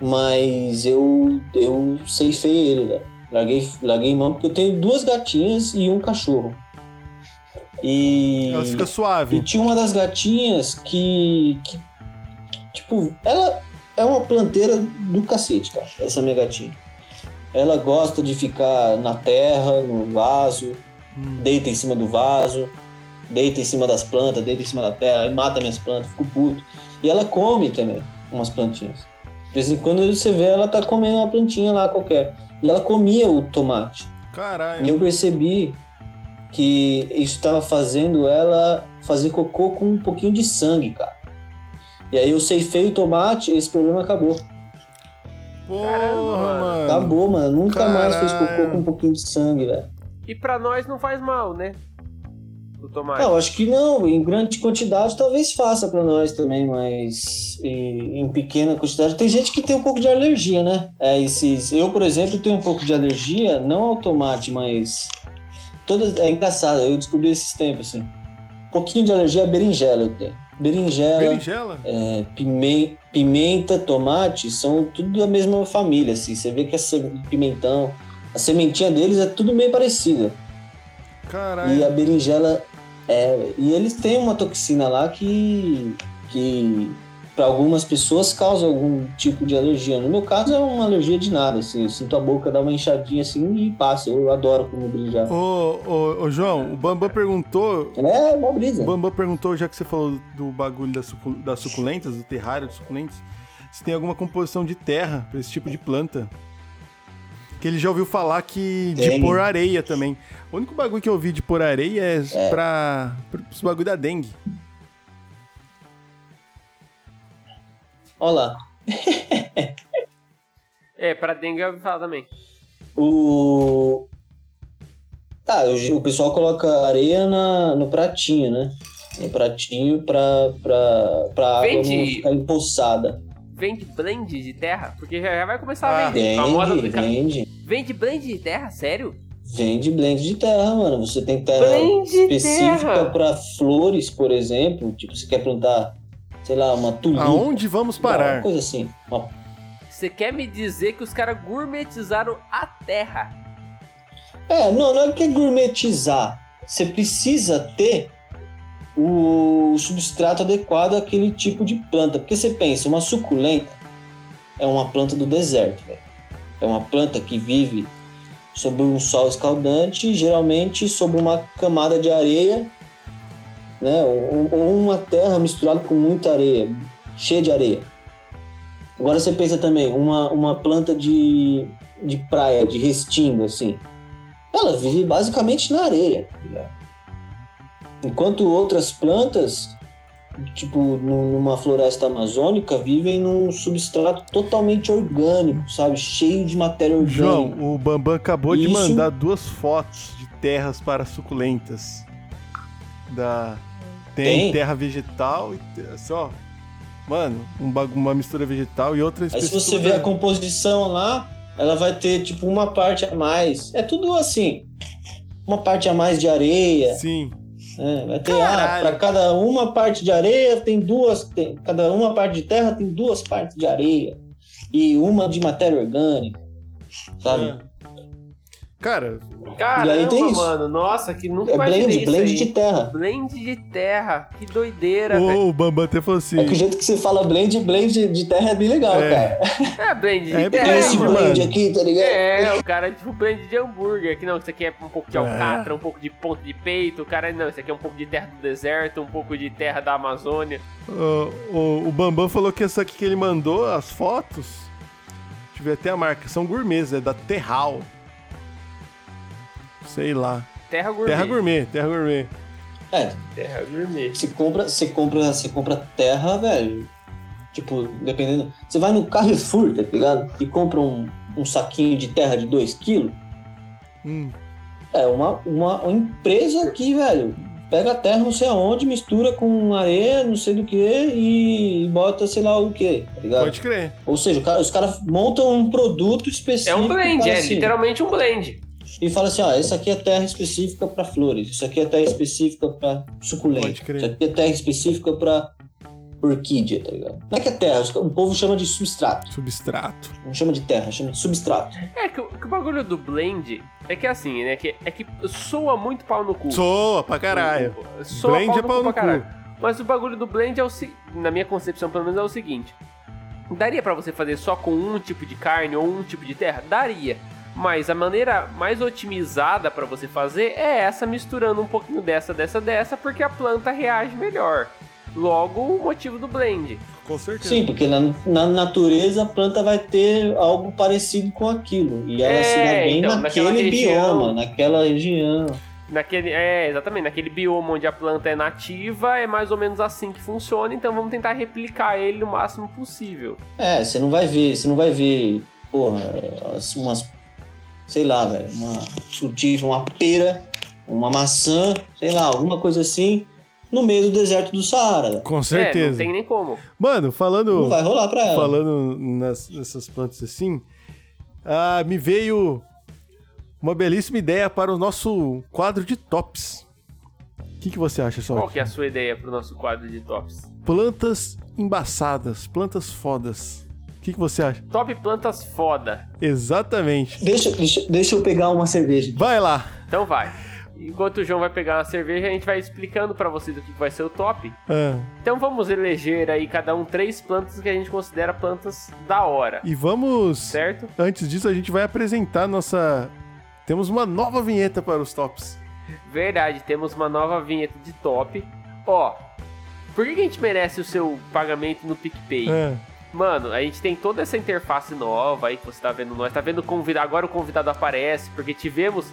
S3: Mas eu, eu ceifei ele, velho. Larguei, larguei mão porque eu tenho duas gatinhas e um cachorro. E.
S2: Ela fica
S3: E
S2: suave.
S3: tinha uma das gatinhas que, que, Tipo, ela é uma planteira do cacete, cara. Essa minha gatinha. Ela gosta de ficar na terra, no vaso,
S2: Hum.
S3: deita em cima do vaso, deita em cima das plantas, deita em cima da terra, aí mata minhas plantas, fico puto. E ela come também umas plantinhas. De vez em quando você vê ela tá comendo uma plantinha lá qualquer. E ela comia o tomate. E
S2: Caralho.
S3: eu percebi que isso estava fazendo ela fazer cocô com um pouquinho de sangue, cara. E aí eu ceifei o tomate esse problema acabou.
S2: Porra, mano.
S3: Acabou, mano. Nunca mais fez
S2: Ah. Caralho.
S3: cocô com um pouquinho de sangue, velho.
S1: E pra nós não faz mal, né? O tomate.
S3: Não, acho que não. Em grande quantidade talvez faça pra nós também, mas em, em pequena quantidade. Tem gente que tem um pouco de alergia, né? É, esses, eu, por exemplo, tenho um pouco de alergia, não ao tomate, mas. Todas, é engraçado, eu descobri esses tempos, assim. Um pouquinho de alergia à berinjela eu tenho. Berinjela,
S2: Berinjela?
S3: né? é, pime- pimenta, tomate são tudo da mesma família, assim. Você vê que essa pimentão, a sementinha deles é tudo meio parecida. E
S2: Caralho.
S3: a berinjela é, e eles têm uma toxina lá que que para algumas pessoas causa algum tipo de alergia. No meu caso é uma alergia de nada, assim, eu sinto a boca dar uma inchadinha assim e passa. Eu adoro comer berinjela.
S2: Ô, ô, ô, João, o Bambam perguntou.
S3: É uma brisa.
S2: O Bambam perguntou, já que você falou do bagulho das, sucu- das suculentas, do terrário de suculentas, se tem alguma composição de terra pra esse tipo de planta. Que ele já ouviu falar que de
S3: Tem.
S2: pôr areia também. O único bagulho que eu ouvi de pôr areia é, pra. os bagulho da dengue.
S3: Olha lá.
S1: É, pra dengue eu falo também.
S3: O Tá, o, o pessoal coloca areia na, no pratinho, né? No pratinho pra, pra, pra água não
S1: Vende.
S3: ficar empoçada.
S1: Vende blend de terra? Porque já já vai começar a
S2: Ah,
S1: vender. A moda
S3: Vende,
S1: do cara.
S3: vende.
S1: Vende blend de terra? Sério?
S3: Vende blend de terra, mano. Você tem terra
S1: Blend de
S3: específica
S1: terra.
S3: para flores, por exemplo. Tipo, você quer plantar, sei lá, uma tulipa.
S2: Aonde vamos
S3: Uma
S2: parar?
S3: coisa assim. Uma-
S1: Você quer me dizer que os caras gourmetizaram a terra?
S3: É, não, não é que é gourmetizar. Você precisa ter o substrato adequado àquele tipo de planta. Porque você pensa, uma suculenta é uma planta do deserto, velho. É uma planta que vive sob um sol escaldante, geralmente sob uma camada de areia, né? Ou, ou uma terra misturada com muita areia, cheia de areia. Agora você pensa também, uma, uma planta de, de praia, de restinga, assim. Ela vive basicamente na areia. tá ligado? Enquanto outras plantas, tipo nu- numa floresta amazônica, vivem num substrato totalmente orgânico, sabe? Cheio de matéria orgânica.
S2: João, o Bambam acabou de
S3: Isso.
S2: mandar duas fotos de terras para suculentas. Da... Tem,
S3: Tem?
S2: terra vegetal e te- só. Mano, um bagu- uma mistura vegetal e outra
S3: Aí se você
S2: espessura.
S3: vê a composição lá, ela vai ter tipo uma parte a mais. É tudo assim. Uma parte a mais de areia.
S2: Sim.
S3: né? Vai ter, ah,
S2: Caralho.
S3: para cada uma parte de areia tem duas. tem- cada uma parte de terra tem duas partes de areia. E uma de matéria orgânica. Sabe?
S2: É. Cara,
S1: Caramba,
S3: tem isso.
S1: mano. Nossa, que nunca
S3: É, blend,
S1: imaginei
S3: blend
S1: isso
S3: de
S1: aí.
S3: terra.
S1: Blend de terra. Que doideira, velho.
S2: o, o Bambam até falou assim.
S3: É que o jeito que você fala blend, blend de terra é bem legal,
S2: É.
S3: cara.
S1: É, blend de
S2: É,
S1: terra.
S3: Tem esse
S2: mano.
S3: blend aqui, tá ligado?
S1: É, o cara é tipo blend de hambúrguer, que não, isso aqui é um pouco de
S2: É.
S1: alcatra, um pouco de ponto de peito, o cara, não, isso aqui é um pouco de terra do deserto, um pouco de terra da Amazônia.
S2: O, o, o Bambam falou que essa aqui que ele mandou, as fotos. Deixa eu ver até a marca. São gourmets, é da Terral. Sei lá.
S1: Terra gourmet.
S2: Terra gourmet, terra gourmet.
S3: É,
S1: Terra gourmet.
S3: Você compra, você compra, você compra terra, velho. Tipo, dependendo. Você vai no Carrefour, tá ligado? E compra um, um saquinho de terra de 2kg.
S2: Hum.
S3: É uma, uma, uma empresa aqui, velho. Pega a terra não sei aonde, mistura com areia, não sei do que, e bota sei lá o que, tá ligado?
S2: Pode crer.
S3: Ou seja, o cara- os caras montam um produto específico.
S1: É um blend,
S3: e
S1: é
S3: fala assim-
S1: literalmente um blend.
S3: E fala assim: ó, essa aqui é terra específica pra flores, isso aqui é terra específica pra suculenta.
S2: Pode crer.
S3: Isso aqui é terra específica pra orquídea, tá ligado? Não é que é terra, os- o povo chama de substrato.
S2: Substrato.
S3: Não chama de terra, chama de substrato.
S1: É que, o- que o bagulho do blend é que é assim, né? Que, é que soa muito pau no cu.
S2: Soa pra caralho.
S1: Soa
S2: Blend é pau
S1: pau no
S2: no
S1: cu pra caralho. Mas o bagulho do blend é o se- na minha concepção pelo menos é o seguinte. Daria pra você fazer só com um tipo de carne ou um tipo de terra? Daria. Mas a maneira mais otimizada pra você fazer é essa misturando um pouquinho dessa, dessa, dessa, porque a planta reage melhor. Logo o motivo do blend.
S2: Com certeza.
S3: Sim, porque na, na natureza a planta vai ter algo parecido com aquilo. E ela
S1: É,
S3: se dá bem
S1: então, naquela
S3: naquele
S1: região.
S3: bioma, naquela região.
S1: Naquele, é, exatamente. Naquele bioma onde a planta é nativa, é mais ou menos assim que funciona, então vamos tentar replicar ele o máximo possível.
S3: É, você não vai ver, você não vai ver, porra, as- umas, sei lá, velho, uma frutífera, uma pera, uma maçã, sei lá, alguma coisa assim, no meio do deserto do Saara. velho.
S2: Com
S1: É, não
S2: certeza.
S1: tem nem como.
S2: Mano, falando.
S3: Não vai rolar pra ela.
S2: falando nas- nessas plantas assim, ah, me veio uma belíssima ideia para o nosso quadro de tops. O que, que você acha,
S1: Qual
S2: só?
S1: que é a sua ideia pro nosso quadro de tops?
S2: Plantas embaçadas, plantas fodas. O que, que você acha?
S1: Top plantas foda.
S2: Exatamente.
S3: Deixa, deixa, deixa eu pegar uma cerveja.
S2: Vai lá.
S1: Então vai. Enquanto o João vai pegar uma cerveja, a gente vai explicando pra vocês o que vai ser o top.
S2: Ah,
S1: Então vamos eleger aí cada um três plantas que a gente considera plantas da hora,
S2: e vamos.
S1: certo?
S2: Antes disso, a gente vai apresentar nossa. Temos uma nova vinheta para os tops.
S1: Verdade, temos uma nova vinheta de top. Ó, por que que a gente merece o seu pagamento no PicPay?
S2: Ah,
S1: Mano, a gente tem toda essa interface nova aí que você tá vendo nós, tá vendo o convidado, agora o convidado aparece, porque tivemos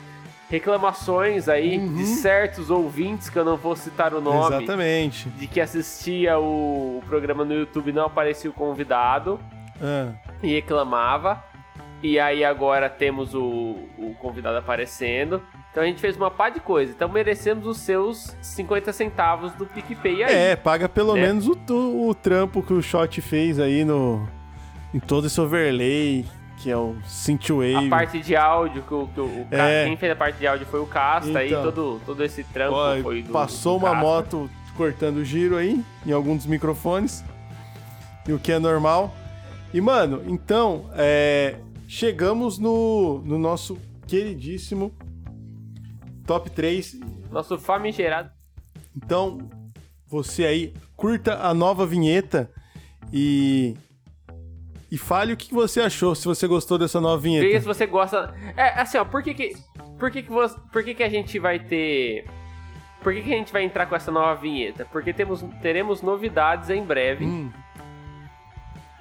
S1: reclamações aí
S2: Uhum.
S1: de certos ouvintes que eu não vou citar o nome.
S2: exatamente.
S1: De que assistia o programa no YouTube e não aparecia o convidado
S2: Ah,
S1: e reclamava. E aí agora temos o, o convidado aparecendo. Então a gente fez uma pá de coisa. Então merecemos os seus 50 centavos do PicPay aí.
S2: É, paga pelo
S1: né?
S2: menos o, tu- o trampo que o Shot fez aí no. Em todo esse overlay, que é o Synthwave.
S1: A parte de áudio, que o, que o- o Ca-
S2: É.
S1: quem fez a parte de áudio foi o Casta, e
S2: Então.
S1: todo, todo esse trampo
S2: Ó, e
S1: foi do.
S2: passou
S1: do
S2: uma
S1: Casta.
S2: moto cortando o giro aí, em algum dos microfones. E o que é normal. E, mano, então, é, chegamos no, no nosso queridíssimo top 3.
S1: Nosso famigerado.
S2: Então, você aí, curta a nova vinheta e. E fale o que você achou, se você gostou dessa nova
S1: Veja
S2: vinheta.
S1: se você gosta. É, assim, ó, por que que. Por que que, você, por que que a gente vai ter. Por que, que a gente vai entrar com essa nova vinheta? Porque temos, teremos novidades em breve.
S2: Hum,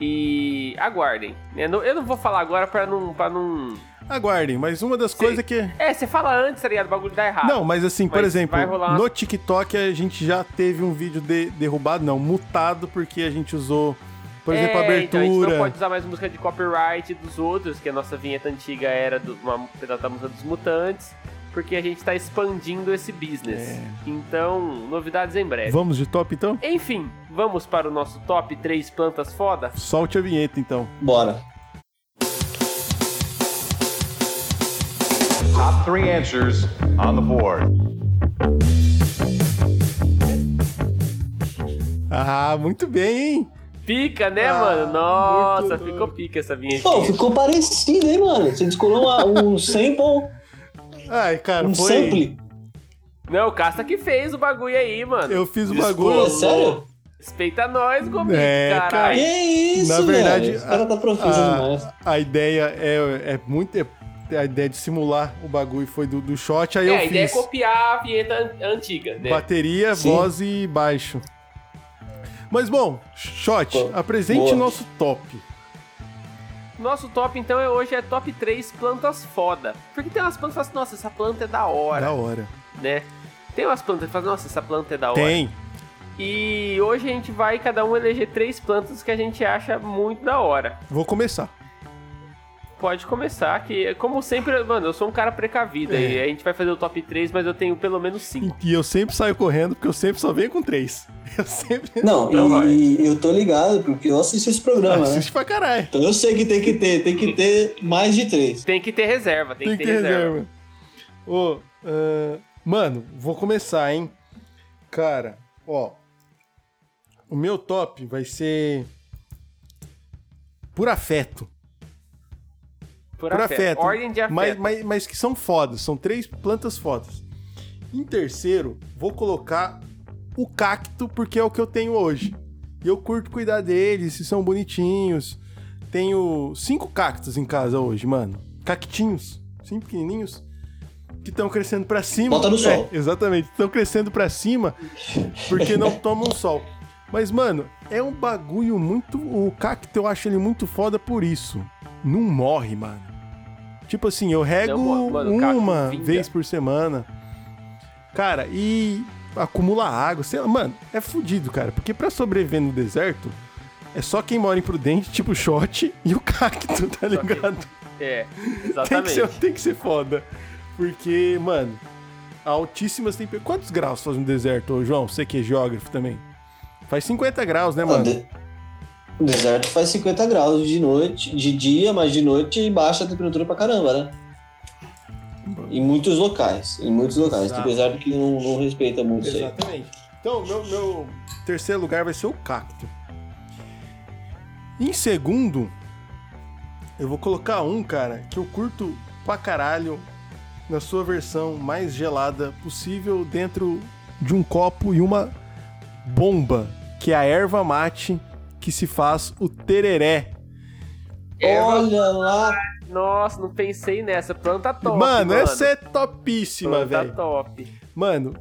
S1: E aguardem. Eu não, eu não vou falar agora pra não, pra não.
S2: aguardem, mas uma das
S1: Sim.
S2: coisas que.
S1: É, você fala antes, tá ligado? O bagulho dá errado.
S2: Não, mas assim, por
S1: Mas
S2: exemplo,
S1: vai rolar umas-
S2: no TikTok a gente já teve um vídeo de- derrubado, não, mutado, porque a gente usou, por exemplo, a
S1: É, Então, a gente não
S2: abertura.
S1: pode usar mais música de copyright dos outros, que a nossa vinheta antiga era do, uma um pedaço da música dos mutantes, porque a gente tá expandindo esse
S2: É.
S1: business. Então, novidades em breve.
S2: Vamos de top então?
S1: Enfim, vamos para o nosso top 3 plantas foda?
S2: Solte a vinheta então.
S3: Bora.
S4: Top three answers on the board.
S2: Ah, muito bem, hein?
S1: Pica, né,
S2: Ah,
S1: mano? Nossa,
S2: muito
S1: ficou
S2: doido.
S1: pica essa vinheta.
S3: Pô, ficou parecido, hein, mano? Você descolou uma-
S2: (laughs)
S3: um sample,
S2: Ai, cara,
S3: um
S2: foi.
S3: sample.
S1: Não, o Casta que fez o bagulho aí, mano.
S2: Eu fiz o
S3: Pô, é
S2: bagulho.
S3: sério?
S1: Respeita nós, Gomes,
S2: É, cara.
S3: Que
S1: caralho.
S3: isso,
S2: Na verdade,
S3: velho? Os caras tá profuso demais.
S2: A, a ideia é, é muito. é- a ideia de simular o bagulho foi do, do shot, aí
S1: é,
S2: eu
S1: a
S2: fiz.
S1: ideia é copiar a vinheta an- antiga, né?
S2: Bateria,
S3: Sim.
S2: voz e baixo. Mas bom, shot,
S3: Boa.
S2: apresente
S3: Boa.
S2: o nosso top.
S1: Nosso top, então, é hoje é top 3 plantas foda. Porque tem umas plantas que falam assim, nossa, essa planta é da hora,
S2: Da hora.
S1: né? Tem umas plantas que falam, nossa, essa planta é da hora.
S2: Tem.
S1: E hoje a gente vai cada um eleger três plantas que a gente acha muito da hora.
S2: Vou começar.
S1: Pode começar, que como sempre, mano, eu sou um cara precavido.
S2: É.
S1: E a gente vai fazer o top 3, mas eu tenho pelo menos 5.
S2: E eu sempre saio correndo, porque eu sempre só venho com três. (laughs) Eu sempre.
S3: Não,
S1: Então vai.
S3: e, e eu tô ligado, porque eu assisto esse
S2: (laughs)
S3: programa, né?
S2: Assiste pra caralho.
S3: Então eu sei que tem que ter, tem que ter mais de três.
S1: Tem que ter reserva, tem, que ter reserva.
S2: Ô, ah, mano, vou começar, hein? Cara, ó. O meu top vai ser. Por afeto.
S1: Por,
S2: Por
S1: afeto.
S2: afeto.
S1: Ordem de afeto.
S2: Mas, mas, mas que são fodas, são três plantas fodas. Em terceiro, vou colocar o cacto, porque é o que eu tenho hoje. E eu curto cuidar deles, se são bonitinhos. Tenho cinco cactos em casa hoje, mano. Cactinhos, cinco pequenininhos, que estão crescendo pra cima.
S3: Bota no
S2: É,
S3: sol.
S2: exatamente, estão crescendo pra cima porque
S3: (laughs)
S2: não tomam sol. Mas, mano, é um bagulho muito. O cacto eu acho ele muito foda por isso. Não morre, mano. Tipo assim, eu rego
S1: Não morre, é mano, o cacto
S2: uma
S1: vinga.
S2: vez por semana. Cara, e acumula água, sei lá, mano, é fudido, cara. Porque pra sobreviver no deserto, é só quem mora em Prudente, (laughs) tipo o Shot e o Cacto, tá ligado?
S1: É,
S2: (laughs) Tem que,
S1: exatamente.
S2: ser, um- tem que ser foda. Porque, mano, altíssimas temperaturas. Quantos graus faz no deserto, ô, João? Você que é geógrafo também. Faz 50 graus, né,
S3: Ah,
S2: mano?
S3: de- O deserto faz 50 graus de noite, de dia, mas de noite baixa a temperatura pra caramba, né? Em muitos locais. Em muitos locais.
S2: Exato.
S3: Tem deserto que não, não respeita muito isso aí.
S2: Exatamente. Então, meu, meu terceiro lugar vai ser o cacto. Em segundo, eu vou colocar um, cara, que eu curto pra caralho na sua versão mais gelada possível dentro de um copo e uma bomba, que é a erva mate que se faz o tereré.
S3: É,
S1: Erva-
S3: Olha lá,
S1: Nossa, não pensei nessa. Planta top.
S2: mano,
S1: Mano, tá
S2: essa é topíssima,
S1: Planta
S2: velho.
S1: top.
S2: Mano,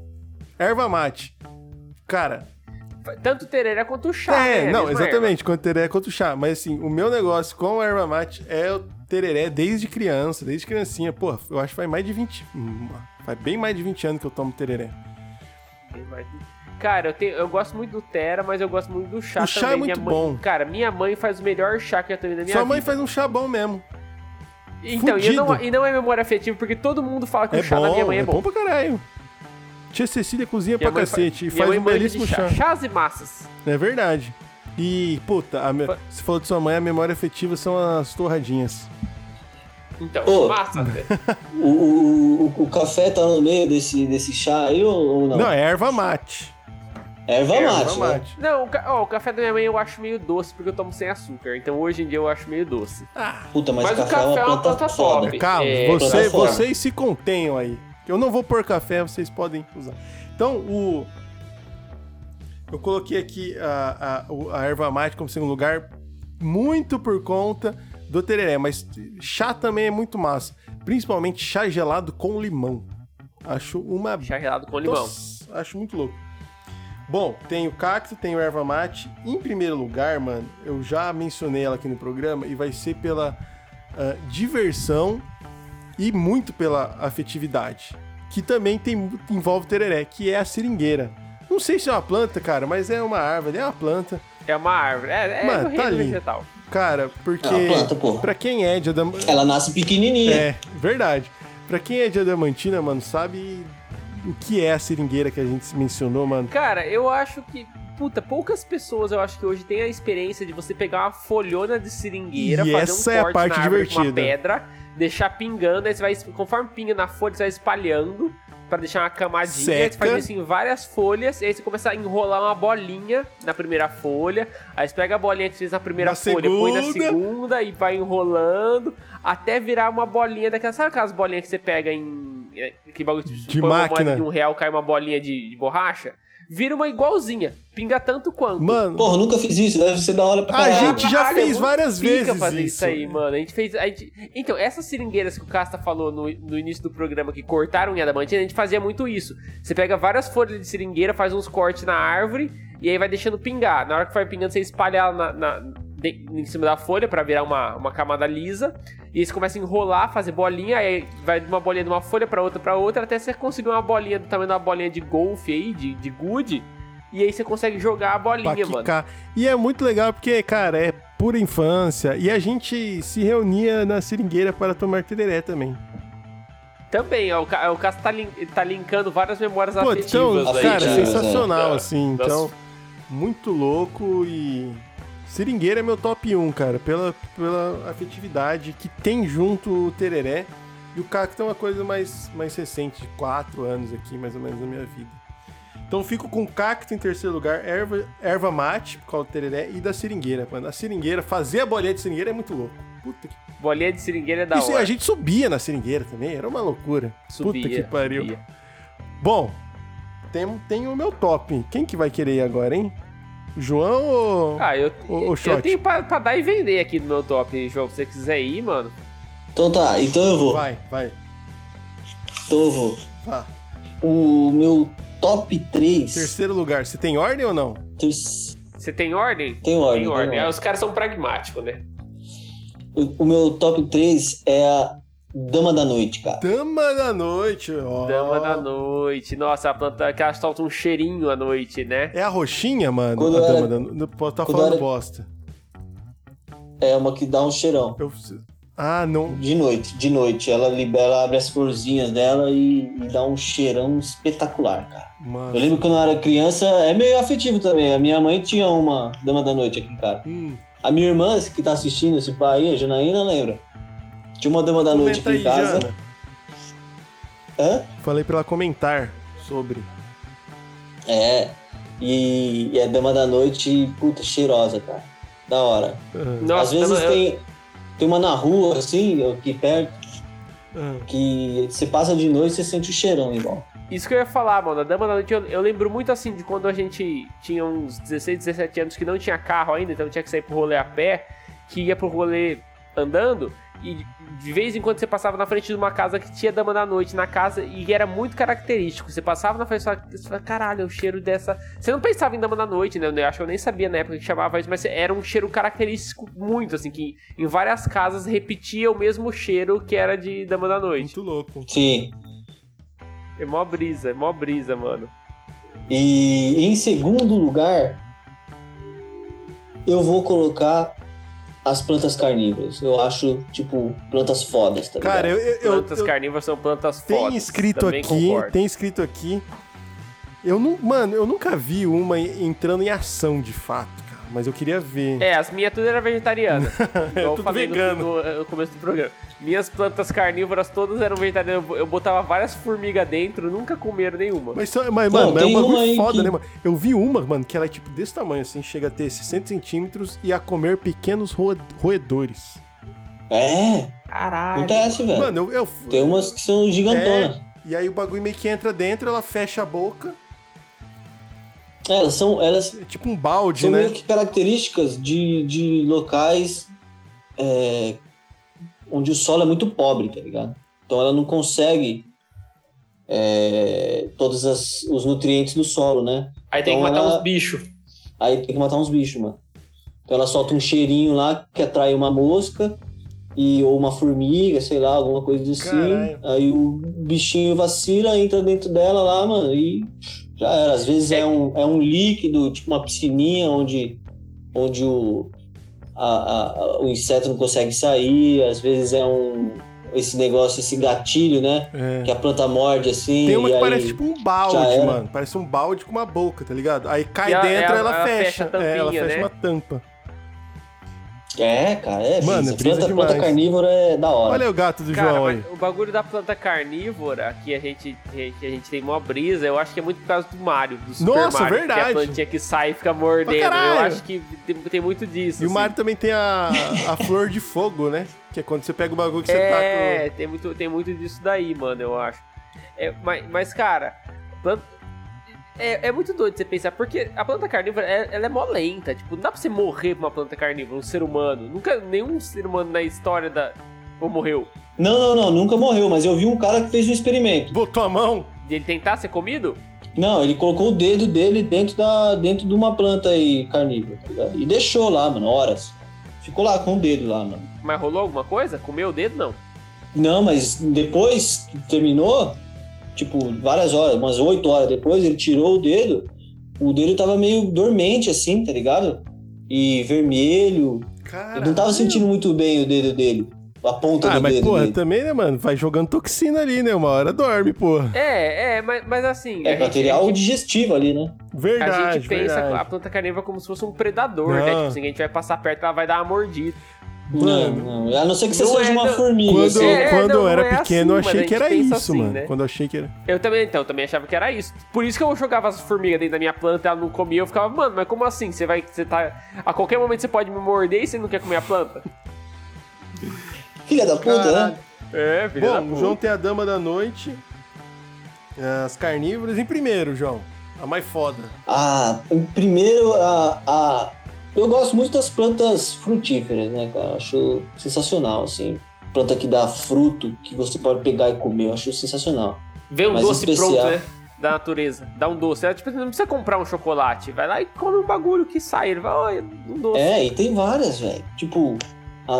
S2: erva mate. Cara,
S1: Tanto tereré quanto o chá.
S2: É,
S1: né? A
S2: não,
S1: mesma
S2: exatamente, quanto tereré é quanto chá. Mas assim, o meu negócio com a erva mate é o tereré desde criança, desde criancinha. Pô, eu acho que faz mais de 20. hum, Faz bem mais de 20 anos que eu tomo tereré.
S1: erva. Cara, eu, tenho, eu gosto muito do Tera, mas eu gosto muito do chá
S2: O
S1: também.
S2: chá é muito
S1: minha mãe,
S2: bom.
S1: Cara, minha mãe faz o melhor chá que eu tomei na minha
S2: Sua mãe
S1: vida.
S2: faz um chá bom mesmo.
S1: Então, e, eu não,
S2: fudido.
S1: e não é memória afetiva, porque todo mundo fala que
S2: é
S1: o chá
S2: bom,
S1: da minha mãe é
S2: é
S1: bom.
S2: bom pra caralho. Tia Cecília cozinha
S1: Minha
S2: pra
S1: mãe
S2: cacete
S1: minha
S2: e faz
S1: mãe
S2: um
S1: manja de
S2: belíssimo chá.
S1: Chás e massas.
S2: É verdade. E, puta, a me...
S1: Fa-
S2: você falou de sua mãe, a memória afetiva são as torradinhas.
S1: Então,
S3: Ô.
S1: massa. velho.
S2: (laughs)
S3: o, o, o- o café tá no meio desse, desse chá aí ou, ou não?
S2: Não, é erva mate.
S3: Erva,
S2: erva
S3: mate. né?
S2: mate.
S1: Não, o, ca- ó, o café da minha mãe eu acho meio doce, porque eu tomo sem açúcar. Então hoje em dia eu acho meio doce.
S2: Ah,
S3: Puta, mas,
S1: Mas
S3: o café é uma planta foda.
S1: top.
S2: Calma,
S1: É,
S2: você,
S3: plataforma.
S2: vocês se contenham aí. Eu não vou pôr café, vocês podem usar. Então, o. Eu coloquei aqui a, a, o- a erva mate como segundo lugar, muito por conta do tereré, mas chá também é muito massa. Principalmente chá gelado com limão. Acho uma.
S1: Chá gelado com limão.
S2: Nossa, acho muito louco. Bom, tem o cacto, tem o erva mate. Em primeiro lugar, mano, eu já mencionei ela aqui no programa e vai ser pela ah, diversão e muito pela afetividade. Que também tem, envolve tereré, que é a seringueira. Não sei se é uma planta, cara, mas é uma árvore, é uma planta.
S1: É uma árvore. É, é
S2: Mano,
S1: do
S2: tá
S1: reino
S2: ali.
S1: vegetal.
S2: Cara, porque.
S3: É uma planta, porra.
S2: Pra quem é de adam-
S3: Ela nasce pequenininha.
S2: É, verdade. Pra quem é de Adamantina, mano, sabe o que é a seringueira que a gente mencionou, mano?
S1: Cara, eu acho que. Puta, poucas pessoas eu acho que hoje têm a experiência de você pegar uma folhona de seringueira,
S2: E
S1: fazer
S2: essa
S1: um
S2: é a
S1: corte
S2: parte
S1: na árvore com uma
S2: divertida.
S1: pedra, deixar pingando, aí você vai. Conforme pinga na folha, você vai espalhando pra deixar uma camadinha. Aí você
S2: Seca.
S1: faz isso em várias folhas, e aí você começa a enrolar uma bolinha na primeira folha. Aí você pega a bolinha que você fez na primeira
S2: Na
S1: folha, põe na
S2: segunda.
S1: segunda e vai enrolando até virar uma bolinha daquela. Sabe aquelas bolinhas que você pega em. é, Que bagulho tipo,
S2: De
S1: põe uma moeda
S2: máquina.
S1: de um real, cai uma bolinha de, de borracha? Vira uma igualzinha. Pinga tanto quanto.
S2: Mano,
S3: Porra, eu nunca fiz isso, deve ser da hora pra
S2: A
S3: caralho.
S2: gente já
S1: Caralho, é
S2: fez
S1: muito
S2: várias
S1: pica
S2: vezes
S1: fazer
S2: isso.
S1: aí, mano. A gente fez. a gente- Então, essas seringueiras que o Casta falou no, no início do programa que cortaram em adamantina, a gente fazia muito isso. Você pega várias folhas de seringueira, faz uns cortes na árvore e aí vai deixando pingar. Na hora que vai pingando, você espalha ela na- na- de- em cima da folha pra virar uma, uma camada lisa. E aí você começa a enrolar, fazer bolinha, aí vai de uma bolinha de uma folha pra outra pra outra, até você conseguir uma bolinha do tamanho de uma bolinha de golfe aí, de, de gude. E aí você consegue jogar a
S2: pra
S1: bolinha, mano.
S2: quicar. E é muito legal porque, cara, é pura infância. E a gente se reunia na seringueira para tomar tereré também.
S1: Também, ó, o Ca- o Cássio tá, lin- tá linkando várias memórias
S2: Pô,
S1: afetivas
S2: então,
S1: aí. né?
S2: cara,
S3: cara.
S2: sensacional,
S1: Da-
S2: assim.
S1: É. das-
S2: Então, muito louco e... Seringueira é meu top 1, cara, pela, pela afetividade que tem junto o tereré. E o cacto é uma coisa mais, mais recente, de 4 anos aqui, mais ou menos, na minha vida. Então fico com cacto em terceiro lugar, erva, erva mate, por causa do tereré, e da seringueira, mano. A seringueira, fazer a bolinha de seringueira é muito louco. Puta que...
S1: Bolinha de seringueira é da
S2: Isso,
S1: hora.
S2: a gente subia na seringueira também, era uma loucura. Puta que pariu.
S1: subia.
S2: Bom, tem, tem o meu top. Quem que vai querer ir agora, hein? João ou...
S1: Ah, eu,
S2: Ô, ô,
S1: eu
S2: Shot.
S1: tenho pra, pra dar e vender aqui no meu top, João. Se você quiser ir, mano.
S3: Então tá, então eu vou.
S2: Vai, vai.
S3: Então eu vou.
S2: Vá.
S3: O meu top 3.
S2: Terceiro lugar, você tem ordem ou não?
S1: Você tem ordem? É,
S3: Tem ordem,
S1: Tem
S3: tem
S1: ordem.
S3: ordem.
S1: Ah, Os caras são pragmáticos, né?
S3: O, o meu top 3 é a Dama da Noite, cara.
S2: Dama da noite, ó.
S1: Dama da noite. Nossa, a planta que ela solta um cheirinho à noite, né?
S2: É a roxinha, mano?
S3: Quando
S2: a
S3: eu
S2: dama
S3: era-
S2: da noite. Tá
S3: quando eu
S2: falando
S3: era-
S2: bosta.
S3: É uma que dá um cheirão.
S2: Eu- Ah, não.
S3: De noite, de noite. Ela libera, ela abre as florzinhas dela e, e dá um cheirão espetacular, cara. Eu
S2: Mano.
S3: lembro quando eu era criança, é meio afetivo também. A minha mãe tinha uma dama da noite aqui, cara.
S2: Hum,
S3: A minha irmã, que tá assistindo esse pai aí, a Janaína, lembra. Tinha uma dama da noite
S2: comenta
S3: aqui em
S2: aí,
S3: casa.
S2: Jana.
S3: Hã?
S2: Falei pra ela comentar sobre.
S3: É. E, e a dama da noite, puta, cheirosa, cara. Da hora.
S2: Ah,
S1: Nossa,
S3: Às vezes
S1: dama- eu-
S3: tem, tem uma na rua, assim, aqui perto,
S2: ah.
S3: que você passa de noite e você sente o cheirão igual.
S1: Isso que eu ia falar, mano. A Dama da Noite, eu, eu lembro muito assim de quando a gente tinha uns 16, 17 anos que não tinha carro ainda, então tinha que sair pro rolê a pé, que ia pro rolê andando. E de vez em quando você passava na frente de uma casa que tinha Dama da Noite na casa e era muito característico. Você passava na frente e falava, você falava, caralho, o cheiro dessa. Você não pensava em Dama da Noite, né? Eu acho que eu nem sabia na época que chamava isso, mas era um cheiro característico muito, assim, que em várias casas repetia o mesmo cheiro que era de Dama da Noite.
S2: Muito louco.
S3: Sim.
S1: É mó brisa, é mó brisa, mano.
S3: E em segundo lugar, eu vou colocar as plantas carnívoras. Eu acho, tipo, plantas fodas, tá
S2: Cara,
S3: ligado?
S2: eu, eu, eu,
S1: Plantas
S2: eu-
S1: carnívoras são plantas
S2: tem
S1: fortes.
S2: escrito
S1: também
S2: aqui,
S1: concordo.
S2: tem escrito aqui. Eu não, mano, eu nunca vi uma entrando em ação de fato, cara, mas eu queria ver.
S1: É, as minhas tudo era
S2: (laughs)
S1: vegetariana. Igual
S2: tudo
S1: eu falei no-
S2: vegano.
S1: No, no começo do programa. Minhas plantas carnívoras todas eram vegetarianas. Eu- Eu botava várias formigas dentro, nunca comeram nenhuma.
S2: Mas, só- mas,
S3: Não,
S2: mano, é
S3: tem
S2: uma
S3: uma
S2: bagulho
S3: aí
S2: foda,
S3: que-
S2: né, mano? Eu vi uma, mano, que ela é tipo desse tamanho, assim, chega a ter 60 centímetros e a comer pequenos roe- roedores.
S3: É,
S1: Caralho.
S3: acontece, velho.
S2: Mano, eu. eu
S3: É, Tem umas que são gigantonas.
S2: E aí o bagulho meio que entra dentro, ela fecha a boca.
S3: Elas são, elas
S2: É tipo um balde,
S3: são
S2: né?
S3: meio que características de, de locais é, onde o solo é muito pobre, tá ligado? Então ela não consegue é, todos as- os nutrientes do solo, né?
S1: Aí tem que
S3: Então
S1: matar
S3: ela-
S1: uns bichos.
S3: Aí tem que matar uns bichos, mano. Então ela solta um cheirinho lá que atrai uma mosca e ou uma formiga, sei lá, alguma coisa assim.
S2: Caralho.
S3: Aí o bichinho vacila, entra dentro dela lá, mano, e já era. Às vezes é, um, é um líquido, tipo uma piscininha onde, onde o, a- a- a- o inseto não consegue sair, às vezes é um esse negócio, esse gatilho, né?
S2: É.
S3: Que a planta morde assim.
S2: Tem uma
S3: e
S2: que
S3: aí...
S2: parece tipo um balde,
S3: já era.
S2: mano. Parece um balde com uma boca, tá ligado? Aí cai
S1: E a-
S2: dentro
S1: ela-
S2: ela,
S1: ela fecha
S2: fecha.
S1: a
S2: é, ela
S1: tampinha,
S2: fecha
S1: né?
S2: uma tampa.
S3: É, cara, é.
S2: Mano,
S3: Mano,
S2: é brisa
S3: planta, planta
S2: demais.
S3: carnívora é da hora.
S2: Olha aí o gato do
S1: Cara,
S2: João
S1: mas
S2: aí.
S1: o bagulho da planta carnívora, que a gente, que a gente tem mó brisa, eu acho que é muito por causa do Mario, do Super
S2: Nossa,
S1: Mario. Que
S2: verdade.
S1: é a plantinha que sai e fica mordendo.
S2: Pra caralho.
S1: eu acho que tem, tem muito disso.
S2: E o
S1: assim.
S2: Mario também tem a, a flor de fogo, né? Que é quando você pega o bagulho que você tá
S1: É, tem muito, tem muito disso daí, mano, eu acho. É, mas, mas, cara, plan- é, é muito doido você pensar, porque a planta carnívora, é- ela é mó lenta. Tipo, não dá pra você morrer pra uma planta carnívora, um ser humano. Nunca, nenhum ser humano na história da... Ou morreu.
S3: Não, não, não, nunca morreu, mas eu vi um cara que fez um experimento.
S2: com. Botou a mão.
S1: De ele tentar ser comido?
S3: Não, ele colocou o dedo dele dentro, da, dentro de uma planta aí, carnívora, tá ligado? E deixou lá, mano, horas. Ficou lá com o dedo lá, mano.
S1: Mas rolou alguma coisa? Comeu o dedo? Não.
S3: Não, mas depois que terminou, tipo, várias horas, umas oito horas depois, ele tirou o dedo. O dedo tava meio dormente, assim, tá ligado? E vermelho.
S2: Cara.
S3: Ele não tava sentindo muito bem o dedo dele. A ponta
S2: Ah,
S3: do
S2: mas
S3: dedo
S2: porra,
S3: dele.
S2: também, né, mano? Vai jogando toxina ali, né? Uma hora dorme, porra.
S1: É, é, mas, mas assim...
S3: É
S1: a gente- a
S3: material
S1: gente-
S3: digestivo ali, né?
S2: Verdade,
S1: a gente pensa
S2: verdade.
S1: a planta carnívora como se fosse um predador,
S2: Não.
S1: né? Tipo, se a gente vai passar perto, ela vai dar uma mordida.
S3: Não,
S2: Mano,
S3: não. A não ser que você
S1: Não
S3: seja
S1: é,
S3: uma
S1: não.
S3: formiga.
S2: quando,
S3: assim.
S1: É,
S2: quando
S1: não,
S2: eu era
S1: não é
S2: pequeno, eu
S1: assim,
S2: achei
S1: mas
S2: que
S1: a gente
S2: era
S1: pensa
S2: isso,
S1: assim,
S2: mano.
S1: né?
S2: Quando eu achei que era.
S1: Eu também, então, eu também achava que era isso. Por isso que eu jogava as formigas dentro da minha planta, ela não comia, eu ficava, mano, mas como assim? Você vai. Você tá. A qualquer momento você pode me morder e você não quer comer a
S2: (laughs)
S1: planta?
S3: Filha da puta, né?
S1: É, filho.
S2: Bom, o João tem a Dama da Noite, é, as carnívoras. Em primeiro, João. A mais foda.
S3: Ah, em primeiro, a, a... eu gosto muito das plantas frutíferas, né, cara? Acho sensacional, assim. Planta que dá fruto, que você pode pegar e comer, eu acho sensacional.
S1: Vê um
S3: mas
S1: doce
S3: especial.
S1: pronto, né? Da natureza. Dá um doce. Ela, tipo, não precisa comprar um chocolate. Vai lá e come um bagulho que sai. Ele vai, olha, um doce.
S3: É, e tem várias, velho. Tipo, a,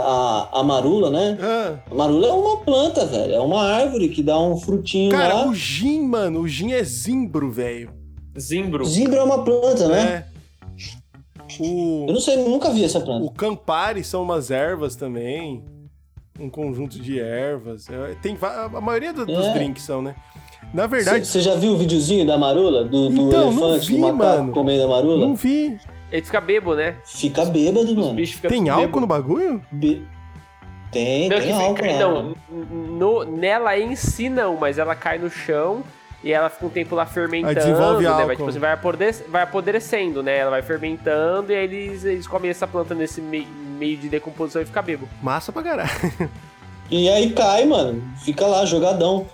S3: a, a marula, né?
S2: Ah,
S3: A marula é uma planta, velho. É uma árvore que dá um frutinho
S2: cara,
S3: lá.
S2: o gin, mano, o gin é zimbro, velho.
S1: Zimbro.
S3: Zimbro é uma planta, né?
S2: É. O,
S3: Eu não sei, nunca vi essa planta.
S2: o campari são umas ervas também. Um conjunto de ervas. É, Tem va- a maioria do- dos
S3: É.
S2: drinks são, né? Na
S3: Você
S2: verdade,
S3: você já viu o videozinho da marula? Do, do
S2: Então, não
S3: elefante,
S2: vi,
S3: do macaco
S2: mano.
S3: comendo a marula?
S2: não vi.
S1: Ele fica bebo, né?
S3: Fica bêbado,
S1: Os
S3: mano.
S1: bichos ficam
S2: Tem
S1: bêbado.
S2: álcool no bagulho?
S3: Bê-
S1: Não,
S3: Tem, tem
S1: que fica- então.
S3: álcool. lá,
S1: não,
S3: mano.
S1: no- nela em si não, mas ela cai no chão e ela fica um tempo lá fermentando.
S2: Aí desenvolve
S1: né?
S2: álcool.
S1: Vai, tipo assim, vai, apodere- vai apodrecendo, né? Ela vai fermentando e aí eles, eles comem essa planta nesse mei- meio de decomposição e fica bebo.
S2: Massa pra caralho.
S3: E aí cai, mano. Fica lá, jogadão.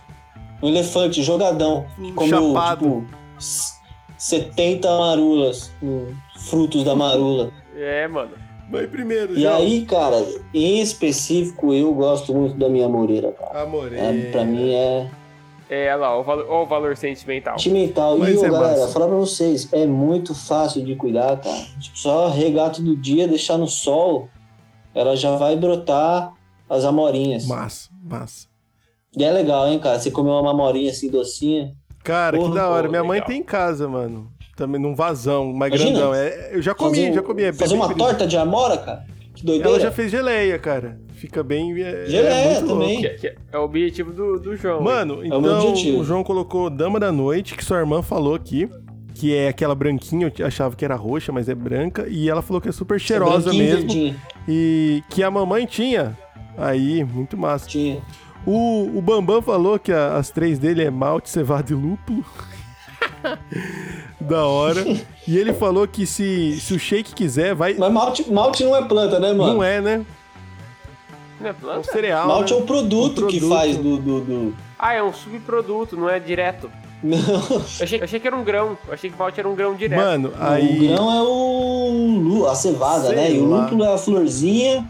S3: Um elefante, jogadão. Comeu,
S2: Chapado.
S3: tipo, s- 70 marulas. hum, Frutos da marula.
S1: É, mano.
S2: Vai primeiro,
S3: E
S2: já.
S3: aí, cara, em específico, eu gosto muito da minha Moreira, cara.
S2: Amore.
S3: É, pra mim é
S1: É, olha lá, ó o valor, ó o valor sentimental.
S3: sentimental.
S2: Mas
S3: E, ô,
S2: é
S3: galera,
S2: massa.
S3: falar pra vocês, é muito fácil de cuidar, cara. Tipo, só regar todo dia, deixar no sol, ela já vai brotar as amorinhas.
S2: Massa, massa.
S3: E é legal, hein, cara? Você comer uma amorinha assim, docinha.
S2: Cara, que
S3: Porra,
S2: da hora.
S1: pô,
S2: Minha mãe
S1: legal.
S2: tem em casa, mano. Também num vazão, mas
S3: Imagina.
S2: grandão. É, eu já comi,
S3: fazer um-
S2: já comi. É bem-
S3: fazer uma
S2: bem-
S3: torta de amora, cara? Que
S2: Ela
S3: doideira.
S2: já fez geleia, cara. Fica bem. É,
S3: Geleia
S2: é muito louco.
S3: também. É
S1: Que- que é o objetivo do, do João. hein?
S2: Mano,
S3: o meu
S2: então
S3: objetivo.
S2: o João colocou Dama da Noite, que sua irmã falou aqui, que é aquela branquinha, eu achava que era roxa, mas é branca, e ela falou que é super cheirosa
S3: Branquinho,
S2: mesmo,
S3: verdinho.
S2: e que a mamãe tinha. Aí, muito massa.
S3: Tinha.
S2: O, o Bambam falou que a- as três dele é malte, cevada e lúpulo. (laughs) da hora. E ele falou que se, se o shake quiser, vai.
S3: Mas malte, malte não é planta, né, mano?
S2: Não é, né?
S1: Não é
S2: É um
S1: planta?
S2: cereal.
S3: Malte é
S2: né?
S3: o produto,
S2: O
S3: que
S2: produto.
S3: faz do. do, do- (laughs)
S1: Ah, é um subproduto, não é direto.
S3: Não,
S1: Eu achei, eu achei que era um grão. Eu achei que malte era um grão direto.
S2: Mano, aí.
S3: é o grão é o. lu- a cevada,
S2: Sei
S3: né? E o
S2: lá.
S3: lúpulo é a florzinha.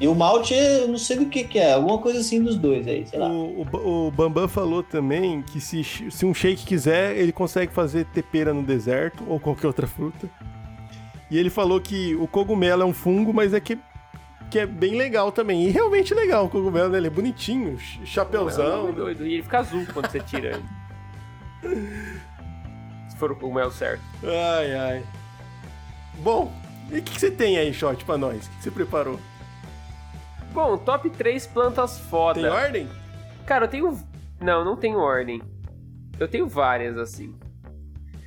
S3: E o malte, é- eu não sei do que que é. Alguma coisa assim dos dois aí, sei lá.
S2: O, o Ba- o Bambam falou também que se, sh- se um shake quiser, ele consegue fazer tempera no deserto ou qualquer outra fruta. E ele falou que o cogumelo é um fungo, mas é que, que é bem legal também. E realmente é legal o cogumelo, né? Ele é bonitinho, ch-
S1: É um
S2: chapeuzão.
S1: nome doido. E ele fica azul quando você tira ele.
S2: (laughs)
S1: Se for o cogumelo certo.
S2: Ai, ai. Bom, e o que, que você tem aí, Shot, pra nós? O que, que você preparou?
S1: Bom, top 3 plantas foda.
S2: Tem ordem?
S1: Cara, eu tenho. Não, não tenho ordem. Eu tenho várias, assim.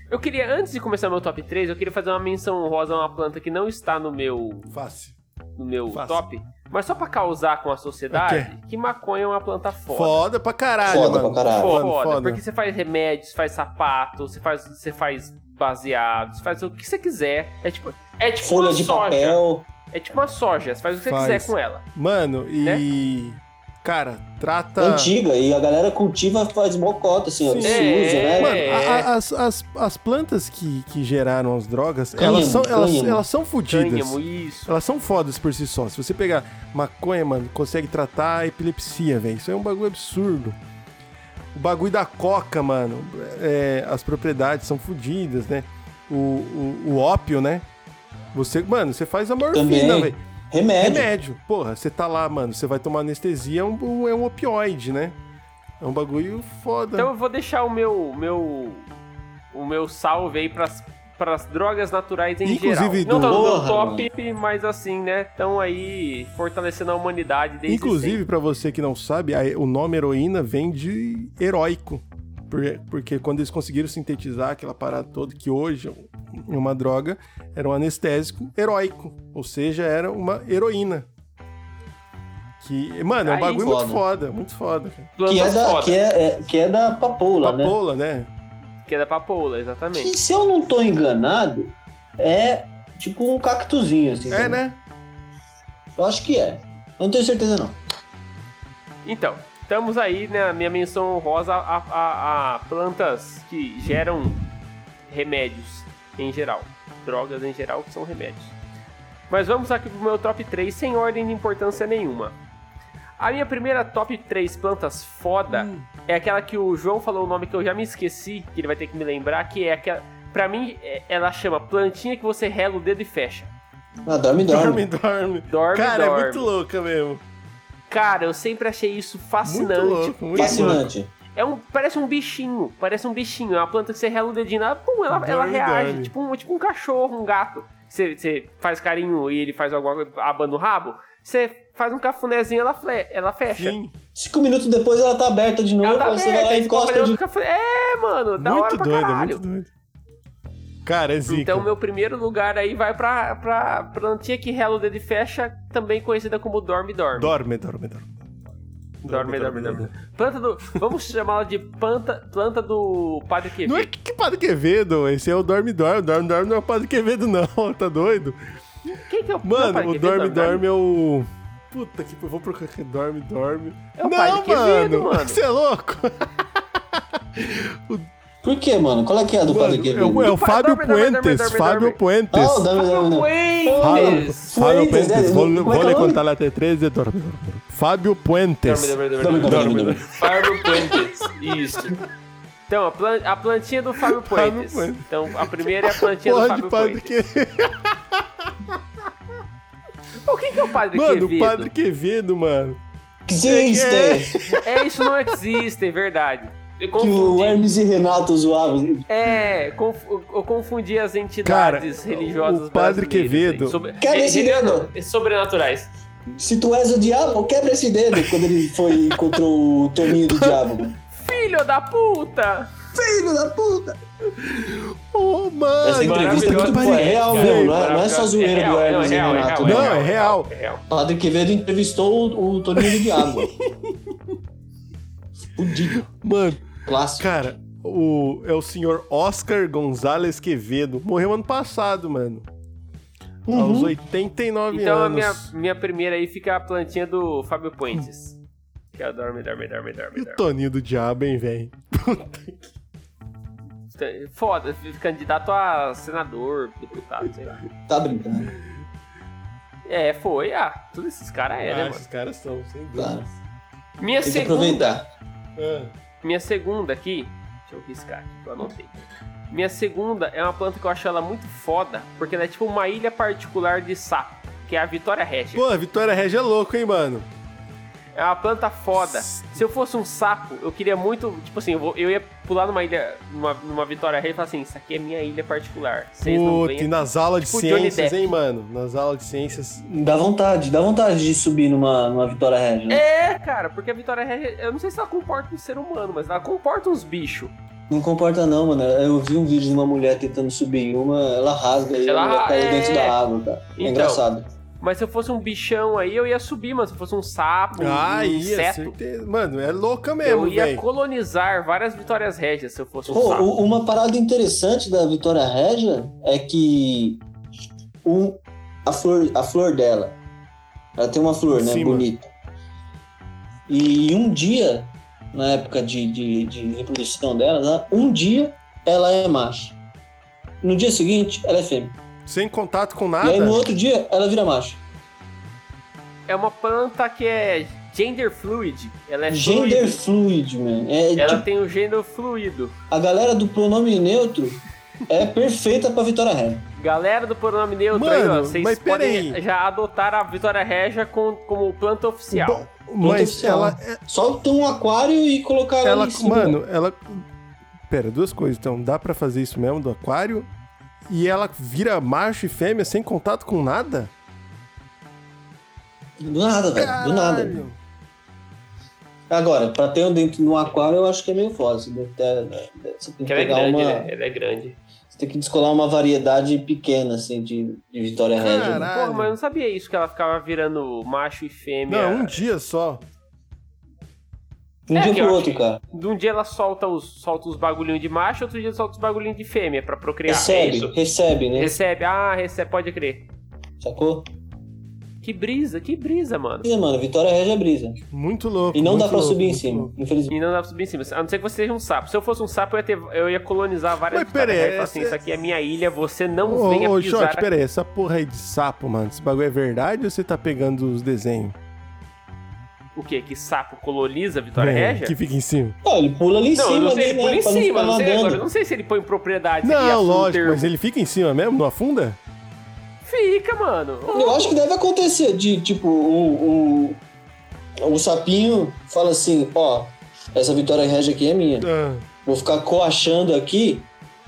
S1: Eu queria, antes de começar meu top 3, eu queria fazer uma menção honrosa a uma planta que não está no meu,
S2: Fácil.
S1: no meu
S2: Faça.
S1: top, mas só pra causar com a sociedade, que maconha é uma planta
S2: Foda,
S1: foda.
S2: pra caralho,
S3: Foda
S2: mano.
S3: pra caralho.
S1: Foda,
S2: Foda, foda.
S1: porque você faz remédio, você faz sapato, você faz, você faz baseado, você faz o que você quiser. É tipo, é tipo
S3: Folha
S1: uma
S3: de
S1: soja.
S3: papel.
S1: É tipo uma soja, você faz o que você
S2: Faz.
S1: quiser com ela.
S2: Mano, e...
S1: Né?
S2: Cara, trata...
S3: Antiga, e a galera cultiva faz mocota, assim, ó.
S2: Tá. Sim.
S3: Se
S1: É,
S3: usa, né?
S2: Mano,
S1: É.
S2: a- a- as, as, as plantas que, que geraram as drogas,
S3: Cânhamo,
S2: elas são, elas,
S3: cânhamo.
S2: elas são fodidas.
S1: Cânhamo, isso.
S2: Elas são fodas por si só. Se você pegar maconha, mano, consegue tratar a epilepsia, velho. Isso é um bagulho absurdo. O bagulho da coca, mano, é, as propriedades são fodidas, né? O, o, o ópio, né? Você, mano, você faz a morfina,
S3: Também.
S2: velho.
S3: Remédio.
S2: Remédio. Porra, você tá lá, mano, você vai tomar anestesia, é um, é um opioide, né? É um bagulho foda.
S1: Então eu vou deixar o meu, meu, o meu salve aí pras, pras drogas naturais em
S2: Inclusive
S1: geral.
S2: do-
S1: Não tá no meu
S3: Porra,
S1: top, mas assim, né, estão aí fortalecendo a humanidade desde
S2: Inclusive, pra você que não sabe, a- o nome heroína vem de heróico. Por- Porque quando eles conseguiram sintetizar aquela parada toda, que hoje é uma droga, era um anestésico heróico. Ou seja, era uma heroína. Que, mano, é um
S1: Aí,
S2: bagulho muito
S3: foda.
S2: foda, muito foda. cara.
S1: sempre.
S3: Que é,
S1: Plantas
S3: da,
S1: foda,
S3: que, é, é- que é da papoula, né?
S2: Papoula, né?
S1: que é da papoula, exatamente.
S3: Que, se eu não tô enganado, é tipo um cactuzinho, assim.
S2: É, né?
S3: Eu acho que é. Eu não tenho certeza, não.
S1: Então, estamos aí, né? Minha menção honrosa a, a- a plantas que geram remédios em geral. Drogas em geral que são remédios. Mas vamos aqui pro meu top 3 sem ordem de importância nenhuma. A minha primeira top 3 plantas foda é aquela que o João falou o nome que eu já me esqueci, que ele vai ter que me lembrar, que é aquela. Pra mim, é- ela chama plantinha que você rela o dedo e fecha.
S3: Ah, dorme, dorme.
S2: Dorme, dorme.
S1: Dorme,
S2: Cara,
S1: dorme.
S2: é muito louca mesmo.
S1: (laughs) Cara, eu sempre achei isso fascinante.
S2: Muito louco, muito louco.
S3: Fascinante.
S1: É um, parece um bichinho, parece um bichinho. É uma planta que você rela o dedinho, ela, pum, ela, ela
S2: Dorme,
S1: reage.
S2: dorme.
S1: Tipo um, tipo um cachorro, um gato. Você, você faz carinho e ele faz alguma coisa, abana o rabo. Você faz um cafunézinho, ela, fle, ela fecha.
S2: Sim,
S3: Cinco minutos depois ela tá aberta de novo,
S1: Ela tá
S3: aí você vai
S1: aberta,
S3: lá e
S1: aí você pode fazer
S3: encosta de
S1: outro cafuné. É, mano, da hora
S2: muito
S1: pra
S2: doido,
S1: caralho.
S2: muito doido. Cara, é zica.
S1: Então, meu primeiro lugar aí vai pra, pra plantinha que rela o dedo e fecha, também conhecida como Dorme Dorme.
S2: Dorme, dorme, dorme.
S1: Dorme, dorme, dorme. Planta do. Vamos chamá-la de planta, planta do Padre Quevedo.
S2: Não é que, que Padre Quevedo, esse é o Dorme Dorme. Dorme Dorme não é o Padre Quevedo, não, (laughs) tá doido?
S1: Quem que é o não,
S2: Mano,
S1: Padre
S2: o
S1: Quevedo,
S2: Dorme Dorme é o. Puta que eu vou procurar aqui, Dorme Dorme.
S1: É o Padre Quevedo, mano.
S2: Você é louco?
S3: Por quê, mano? Qual é que é a do Padre
S2: Mano, é
S3: Quevedo?
S2: o, é o
S1: Dorme,
S2: Fábio
S1: dorme, dorme, dorme,
S2: Puentes.
S1: dorme,
S2: Fábio
S1: dorme. é
S2: Puentes.
S3: Ah, o Dorme, Dorme,
S1: Fábio
S3: Dorme.
S2: Fábio,
S1: Puentes!
S2: Fábio
S3: Fuentes, né?
S2: Puentes, vou,
S3: Como é
S2: vou lhe
S3: que é o nome?
S2: contar até três de dorme, dorme, dorme. Fábio Puentes.
S1: Dorme, dorme, dorme,
S3: Dorme,
S1: dorme.
S3: dorme, dorme.
S1: Fábio Puentes. Isso. Então, a, plan- a plantinha do Fábio
S2: Fábio
S1: Puentes.
S2: Puentes.
S1: Então, a primeira é a plantinha do
S2: Porra
S1: Fábio
S2: de Padre
S1: Puentes.
S2: Quevedo.
S1: O que que é o Padre
S2: Mano, o
S1: Quevedo?
S2: Padre Quevedo, mano.
S3: Existe!
S1: É, isso não existe, é verdade. Eu
S3: Que o
S1: confundi.
S3: Hermes e Renato zoavam.
S1: É, conf- eu confundi as entidades
S2: Cara,
S1: religiosas
S2: o Padre
S1: brasileiras,
S2: Quevedo-
S1: hein, sobre-
S3: Cara,
S1: é,
S3: esse
S1: é,
S3: dedo.
S1: é, sobrenaturais.
S3: Se tu és o diabo, quebra esse dedo quando ele foi contra o Toninho do Diabo.
S1: (laughs) Filho da puta!
S3: Filho da puta!
S2: Ô,
S3: Essa
S2: mano.
S3: entrevista é muito
S1: Maravilhoso.
S3: boa, é real
S1: Cara,
S3: mesmo, não é, não é só
S1: maravilhoso.
S3: zoeira do
S1: real,
S3: Hermes
S1: não,
S3: e
S1: é real, é
S3: Renato.
S1: real,
S3: não.
S2: Não, é real.
S1: É real.
S3: Padre Quevedo entrevistou o, o Toninho do
S1: (laughs)
S3: Diabo. Fudido,
S2: Mano,
S3: clássico.
S2: cara, o, é o senhor Oscar Gonzalez Quevedo. Morreu ano passado, mano.
S3: Uhum.
S2: Aos 89
S1: Então a
S2: anos.
S1: minha, minha primeira aí fica a plantinha do Fábio
S2: (laughs)
S1: Puentes. Que é o dorme, dorme, dorme,
S2: E
S1: dorme,
S2: o
S1: dorme.
S2: Toninho do Diabo, hein, velho?
S1: Foda, candidato a senador, deputado, sei lá.
S3: Tá brincando.
S1: É, foi. Ah, todos esses caras é, né,
S2: Ah,
S1: mano?
S2: esses caras são, sem
S3: Claro.
S2: dúvida.
S1: Minha
S3: Tem que
S1: segunda.
S3: aproveitar.
S2: Ah,
S1: Minha segunda aqui. Deixa eu riscar aqui, que eu anotei. Minha segunda é uma planta que eu acho ela muito foda, porque ela é tipo uma ilha particular de sapo, que é a Vitória Regia.
S2: Pô, a Vitória Regia é louco, hein, mano?
S1: É uma planta foda. Se eu fosse um sapo, eu queria muito. Tipo assim, eu, vou- eu ia pular numa ilha, numa, numa Vitória Rei e falar assim: Isso aqui é minha ilha particular. Vocês não
S2: Puta, e
S1: venham.
S2: nas aulas de
S1: Tipo Johnny
S2: ciências,
S1: Depp.
S2: hein, mano? Nas aulas de ciências.
S3: Dá vontade, dá vontade de subir numa, numa vitória régia. né?
S1: É, cara, porque a Vitória Rei, eu não sei se ela comporta um ser humano, mas ela comporta uns bichos.
S3: Não comporta não, mano. Eu vi um vídeo de uma mulher tentando subir em uma, ela rasga e
S1: Ela
S3: ela mulher cai
S1: é-
S3: dentro da água, cara. É
S1: Então.
S3: engraçado.
S1: Mas se eu fosse um bichão aí, eu ia subir, mano. Se eu fosse um sapo, um
S2: Ah, ia,
S1: inseto.
S2: certeza. Mano, é louca mesmo,
S1: Eu ia
S2: velho.
S1: colonizar várias vitórias régias se eu fosse um
S3: Pô,
S1: sapo.
S3: u- uma parada interessante da Vitória Régia é que um, a, flor, a flor dela, ela tem uma flor, né?
S2: Sim, mano.
S3: bonita. E um dia, na época de, de, de reprodução dela, né, um dia ela é macho. No dia seguinte, ela é fêmea.
S2: Sem contato com
S3: e aí
S2: nada.
S3: no outro dia, ela vira macho.
S1: É uma planta que é gender fluid. Ela é
S3: Gender
S1: fluido.
S3: fluid, man. É,
S1: Ela
S3: tipo,
S1: tem o gênero fluido.
S3: a galera do pronome neutro é perfeita pra Vitória Régia.
S1: Galera do Pronome Neutro
S2: Mano,
S1: aí, ó, vocês
S2: mas
S1: podem
S2: peraí.
S1: já adotar a Vitória Regia com, como planta oficial.
S2: Bom, mas
S3: oficial.
S2: ela,
S3: Só ter um aquário e colocar ela,
S2: ela,
S3: em cima.
S2: mano, ela. Pera, duas coisas. Então, dá pra fazer isso mesmo do aquário? E ela vira macho e fêmea sem contato com nada?
S3: Do nada, velho. É, Do nada.
S2: Caralho.
S3: Agora, pra ter um dentro no aquário, eu acho que é meio foda. Você, deve ter- né, você tem que
S1: que ela é
S3: pegar
S1: grande,
S3: uma.
S1: né? Ela é grande.
S3: Você tem que descolar uma variedade pequena, assim, de, de Vitória Regia. né?
S2: Caralho.
S1: Porra, mas eu não sabia isso, que ela ficava virando macho e fêmea.
S2: Não, um dia só.
S3: Um
S1: É,
S3: dia
S1: que
S3: pro
S1: eu
S3: outro,
S1: acho que-
S3: cara.
S1: De um dia ela solta os, solta os bagulhinhos de macho, outro dia ela solta os bagulhinhos de fêmea pra procriar. É
S3: Recebe,
S1: isso?
S3: recebe, né?
S1: Recebe, ah, recebe, pode crer.
S3: Sacou?
S1: Que brisa, que brisa, mano.
S3: Brisa, mano. Vitória Regia é brisa.
S2: Muito louco.
S3: E não
S2: muito
S3: dá pra
S2: louco,
S3: subir em
S2: muito
S3: cima,
S2: louco.
S3: infelizmente.
S1: E não dá pra subir em cima. A não ser que você seja um sapo. Se eu fosse um sapo, eu ia, ter, eu ia colonizar várias
S2: Mas pera aí,
S1: Regias e falar assim,
S2: essa-
S1: isso aqui é minha ilha, você não
S2: Ô,
S1: venha
S2: ô,
S1: pisar
S2: Shot,
S1: aqui."
S2: pera aí, essa porra aí de sapo, mano. Esse bagulho é verdade ou você tá pegando os desenhos?
S1: O quê? Que sapo coloniza a Vitória
S2: É,
S1: Regia?
S2: Que fica em cima.
S3: Não, ele pula ali em
S1: Não,
S3: cima,
S1: eu não sei,
S3: ali,
S1: ele
S3: né?
S1: pula em
S3: pra não
S1: cima,
S3: ficar
S1: não sei agora. eu
S3: nadando.
S1: Não sei se ele põe propriedade. ele
S2: Não,
S1: assume o
S2: lógico,
S1: termo.
S2: mas ele fica em cima mesmo? Não afunda?
S1: Fica, mano.
S3: Eu acho que deve acontecer de, tipo, o, o, o sapinho fala assim, ó, essa vitória regia aqui é minha.
S2: Ah,
S3: Vou ficar coachando aqui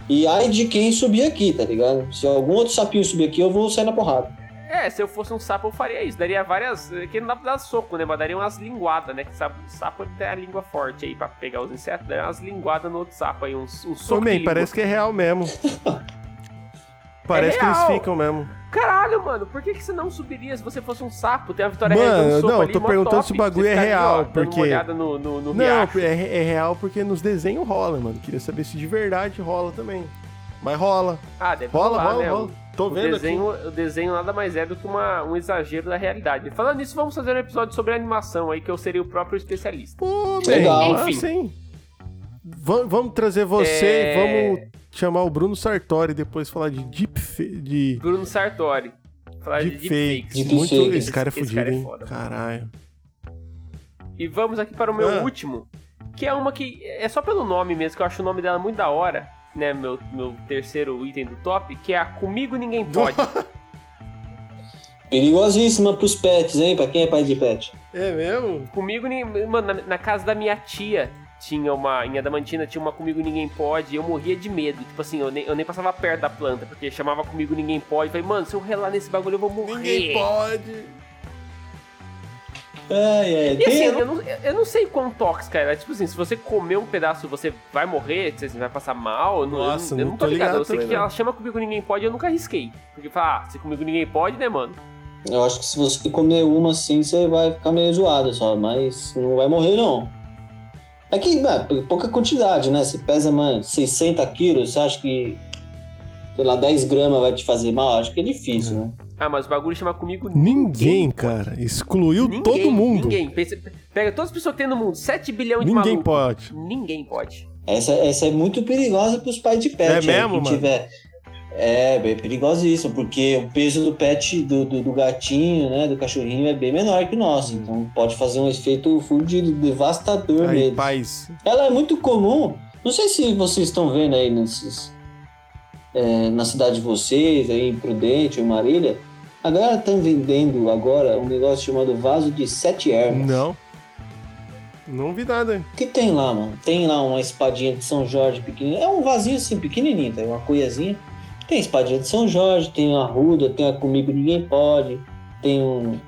S3: e ai de quem subir aqui, tá ligado? Se algum outro sapinho subir aqui, eu vou sair na porrada.
S1: É, se eu fosse um sapo, eu faria isso. Daria várias. eh, Que não dá pra dar soco, né? Mas daria umas linguadas, né? Que sapo, sapo ele tem a língua forte aí pra pegar os insetos. Daria umas linguadas no outro sapo aí, uns, um soco. de
S2: Homem,
S1: língua.
S2: parece que é real mesmo. Parece que eles
S1: real.
S2: ficam mesmo.
S1: Caralho, mano, por que, que você não subiria se você fosse um sapo? Tem a vitória
S2: Mano,
S1: real, tem um soco
S2: não,
S1: ali,
S2: tô
S1: mó
S2: perguntando
S1: top.
S2: se o bagulho
S1: Você
S2: é
S1: fica ali, ó,
S2: real,
S1: dando
S2: porque-
S1: Uma olhada no, no, no
S2: Não,
S1: riacho.
S2: é, é real porque nos desenhos rola, mano. Queria saber se de verdade rola também. Mas rola.
S1: Ah, deve
S2: Rola,
S1: rolar,
S2: rola,
S1: né?
S2: rola. Tô
S1: O
S2: vendo aqui.
S1: desenho, o desenho nada mais é do que uma- um exagero da realidade. Falando nisso, vamos fazer um episódio sobre animação aí, que eu seria o próprio especialista.
S2: Pô,
S3: Legal.
S2: bem, sim. Va- vamos trazer você
S1: É.
S2: e vamos chamar o Bruno Sartori e depois falar de deep de
S1: Bruno Sartori. Falar de deepfakes.
S2: deepfakes.
S3: Deepfakes.
S2: Muito,
S3: Deepfakes.
S2: esse cara é
S1: Esse
S2: fudido,
S1: cara é
S2: hein?
S1: foda, mano.
S2: Caralho.
S1: E vamos aqui para o meu
S2: Ah.
S1: último, que é uma que é só pelo nome mesmo, que eu acho o nome dela muito da hora, né? Meu, meu terceiro item do top, que é a Comigo Ninguém Pode.
S3: Perigosíssima pros pets, hein? Pra quem é pai de pet.
S2: É mesmo?
S1: Comigo, nin- mano, na, na casa da minha tia tinha uma, em Adamantina tinha uma Comigo Ninguém Pode, e eu morria de medo. Tipo assim, eu nem, eu nem passava perto da planta, porque chamava Comigo Ninguém Pode. Falei, mano, se eu relar nesse bagulho eu vou morrer.
S2: Ninguém pode.
S3: Ai, ai.
S1: E assim,
S3: Tem-
S1: eu não, eu não sei quão tóxica ela é. Tipo assim, se você comer um pedaço, você vai morrer, você vai passar mal. eu não-
S2: Nossa,
S1: eu, não- eu
S2: não
S1: não tô
S2: tô
S1: ligado. Eu
S2: ligado
S1: sei que
S2: também, né? não.
S1: ela chama comigo ninguém pode, eu nunca arrisquei. Porque fala, ah, se comigo ninguém pode, né, mano?
S3: Eu acho que se você comer uma assim, você vai ficar meio zoado só, mas não vai morrer, não. É que é, pouca quantidade, né? Você pesa, mano, 60 quilos, você acha que, sei lá, 10 gramas vai te fazer mal? Acho que é difícil, né?
S1: Ah, mas o bagulho chama comigo
S2: Ninguém, cara. Excluiu
S1: Ninguém,
S2: todo mundo.
S1: Ninguém. Pensa- pega todas as pessoas que tem no mundo, 7 bilhão de
S2: Ninguém
S1: maluco.
S2: pode.
S1: Ninguém pode.
S3: Essa, essa é muito perigosa pros pais de pet.
S2: É
S3: aí,
S2: mesmo,
S3: quem
S2: mano?
S3: Tiver... É, é perigosíssimo, porque o peso do pet, do, do, do gatinho, né, do cachorrinho é bem menor que o nosso. Então pode fazer um efeito fudido, devastador
S2: Uhum. Aí,
S3: mesmo.
S2: paz.
S3: Ela é muito comum. Não sei se vocês estão vendo aí nesses, é, na cidade de vocês, aí em Prudente, em Marília. A galera tá vendendo agora um negócio chamado vaso de sete ervas.
S2: Não. Não vi nada. hein?
S3: O que tem lá, mano? Tem lá uma espadinha de São Jorge pequenininha. É um vasinho assim, pequenininho, tá? Uma coiazinha. Tem espadinha de São Jorge, tem a ruda, tem a comigo ninguém pode. Tem um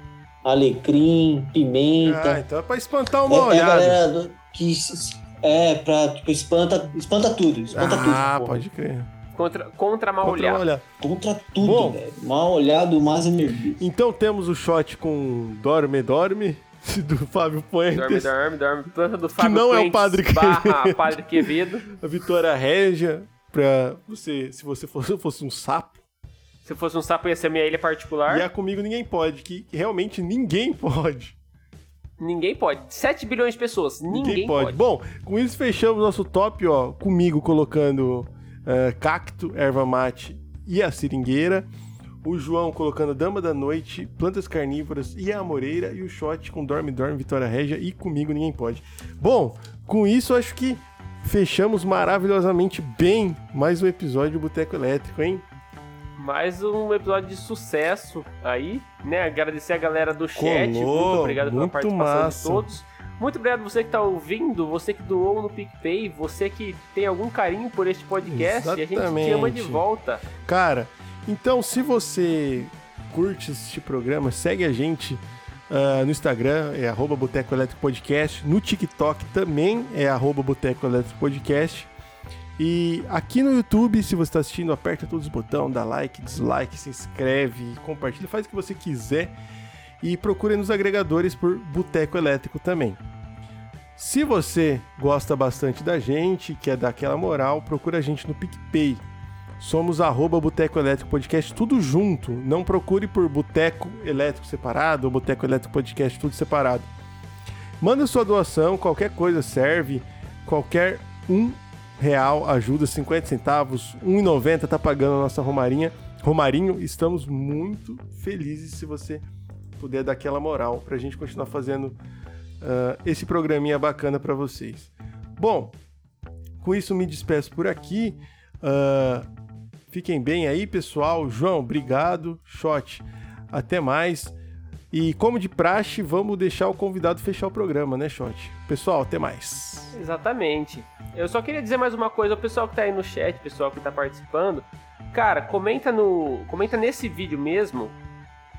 S3: alecrim, pimenta.
S2: Ah, então é pra espantar
S3: É,
S2: uma
S3: é a
S2: olhada.
S3: galera do- que s- é pra tipo, espanta, espanta tudo, espanta tudo.
S2: ah,
S3: pô.
S2: pode crer.
S1: Contra, contra mal
S2: Contra uma
S1: olhar.
S2: olhada.
S3: Contra tudo,
S2: Bom.
S3: velho. Mal olhado, mais energia.
S2: Então temos o shot com Dorme, Dorme, (laughs) do Fábio Puentes.
S1: Dorme, dorme, dorme. Planta do Fábio
S2: não é
S1: Puentes
S2: o Padre
S1: barra (laughs)
S2: Quevedo.
S1: Padre Quevedo.
S2: A Vitória Régia, pra você, se você fosse, (laughs) fosse um sapo.
S1: Se eu fosse um sapo, ia ser minha ilha particular.
S2: E a Comigo Ninguém Pode, que realmente ninguém (laughs) pode.
S1: Ninguém pode. 7 bilhões de pessoas. Ninguém, pode.
S2: Bom, com isso fechamos nosso top, ó, comigo colocando eh, cacto, erva mate e a seringueira. O João colocando a Dama da Noite, Plantas Carnívoras e a Amoreira. E o Shot com Dorme Dorme, Vitória Régia e Comigo Ninguém Pode. Bom, com isso acho que fechamos maravilhosamente bem mais um episódio do Boteco Elétrico, hein?
S1: Mais um episódio de sucesso aí, né? Agradecer a galera do chat.
S2: Colou,
S1: muito obrigado pela
S2: muito
S1: participação
S2: massa.
S1: de todos. Muito obrigado você que tá ouvindo, você que doou no PicPay, você que tem algum carinho por este podcast. E a gente te ama de
S2: Exatamente.
S1: volta.
S2: Cara, então se você curte este programa, segue a gente ah, no Instagram, é arroba Boteco Elétrico Podcast, no TikTok também é arroba Boteco Elétrico Podcast. E aqui no YouTube, se você está assistindo, aperta todos os botões, dá like, dislike, se inscreve, compartilha, faz o que você quiser. E procure nos agregadores por Boteco Elétrico também. Se você gosta bastante da gente, quer dar aquela moral, procura a gente no PicPay. Somos arroba Boteco Elétrico Podcast, tudo junto. Não procure por Boteco Elétrico separado ou Boteco Elétrico Podcast, tudo separado. Manda sua doação, qualquer coisa serve. Qualquer um real ajuda, 50 centavos, 1,90 tá pagando a nossa romarinha. Romarinho, estamos muito felizes se você puder dar aquela moral pra gente continuar fazendo ah, esse programinha bacana pra vocês. Bom, com isso me despeço por aqui. Ah, Fiquem bem aí, pessoal. João, obrigado. Shot, até mais. E como de praxe, vamos deixar o convidado fechar o programa, né, Shot? Pessoal, até mais.
S1: Exatamente. Eu só queria dizer mais uma coisa ao pessoal que tá aí no chat, pessoal que tá participando. Cara, comenta no, comenta nesse vídeo mesmo.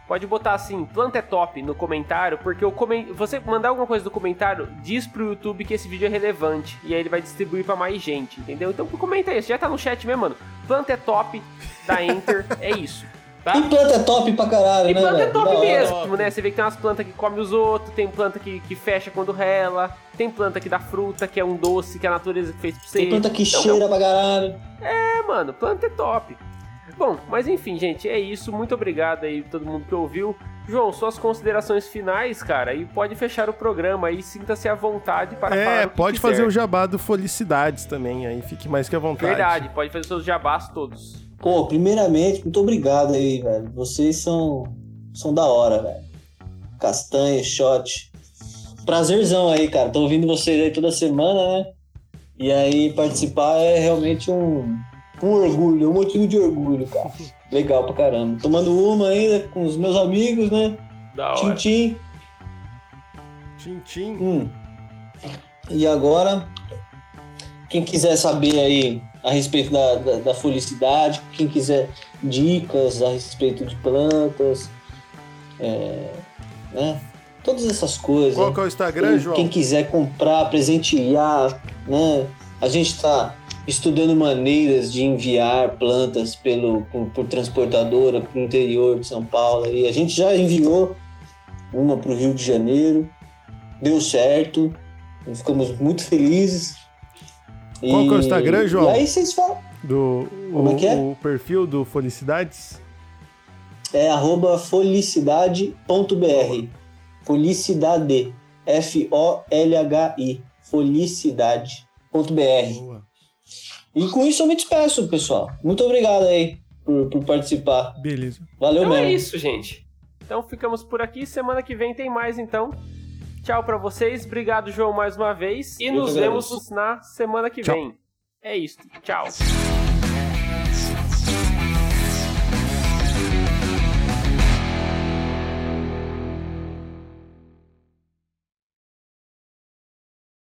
S1: Pode botar assim, planta é top no comentário, porque o comen... você mandar alguma coisa no comentário, diz pro YouTube que esse vídeo é relevante e aí ele vai distribuir pra mais gente, entendeu? Então comenta aí, você já tá no chat mesmo, mano. Planta é top, dá enter, (laughs) é isso. Tá?
S3: E planta é top pra caralho,
S1: E
S3: né?
S1: planta é
S3: velho? Da
S1: top
S3: hora.
S1: mesmo, né? Você vê que tem umas plantas que come os outros, tem planta que, que fecha quando rela, tem planta que dá fruta, que é um doce, que é a natureza que fez pra você.
S3: Tem planta que
S1: Então,
S3: cheira pra caralho.
S1: É, mano, planta é top. Bom, mas enfim, gente, é isso. Muito obrigado aí todo mundo que ouviu. João, suas considerações finais, cara, e pode fechar o programa aí, sinta-se à vontade para falar
S2: É,
S1: o que
S2: pode
S1: quiser.
S2: fazer o jabá do Felicidades também, aí fique mais que à vontade.
S1: Verdade, pode fazer seus jabás todos.
S3: Pô, primeiramente, muito obrigado aí, velho. Vocês são, são da hora, velho. Castanha, shot. Prazerzão aí, cara. Tô ouvindo vocês aí toda semana, né? E aí, participar é realmente um, um orgulho, um motivo de orgulho,
S1: (laughs)
S3: cara. Legal pra caramba. Tomando uma ainda com os meus amigos, né?
S1: Da
S3: Tchim,
S1: hora.
S3: tchim.
S2: Tchim, tchim.
S3: Hum. E agora, quem quiser saber aí a respeito da, da, da folicidade, quem quiser dicas a respeito de plantas, é, né? Todas essas coisas.
S2: Qual que é o Instagram,
S3: Quem-
S2: João?
S3: Quem quiser comprar, presentear, né? A gente está estudando maneiras de enviar plantas pelo, por, por transportadora para o interior de São Paulo. E a gente já enviou uma para o Rio de Janeiro, deu certo, nós ficamos muito felizes.
S2: Qual que é o Instagram, João?
S3: E aí vocês falam.
S2: Do,
S3: Como
S2: o,
S3: é que é?
S2: o perfil do Felicidades?
S3: É arroba folicidade.br. Folicidade. F-O-L-H-I. Folicidade.br.
S2: Boa.
S3: E com isso eu me despeço, pessoal. Muito obrigado aí por, por participar.
S2: Beleza.
S3: Valeu
S1: Então é
S3: mesmo.
S1: isso, gente. Então ficamos por aqui. Semana que vem tem mais, então. Tchau pra vocês. Obrigado, João, mais uma vez. E
S3: Eu
S1: nos
S3: que
S1: vemos na semana que
S2: Tchau.
S1: vem. É isso. Tchau.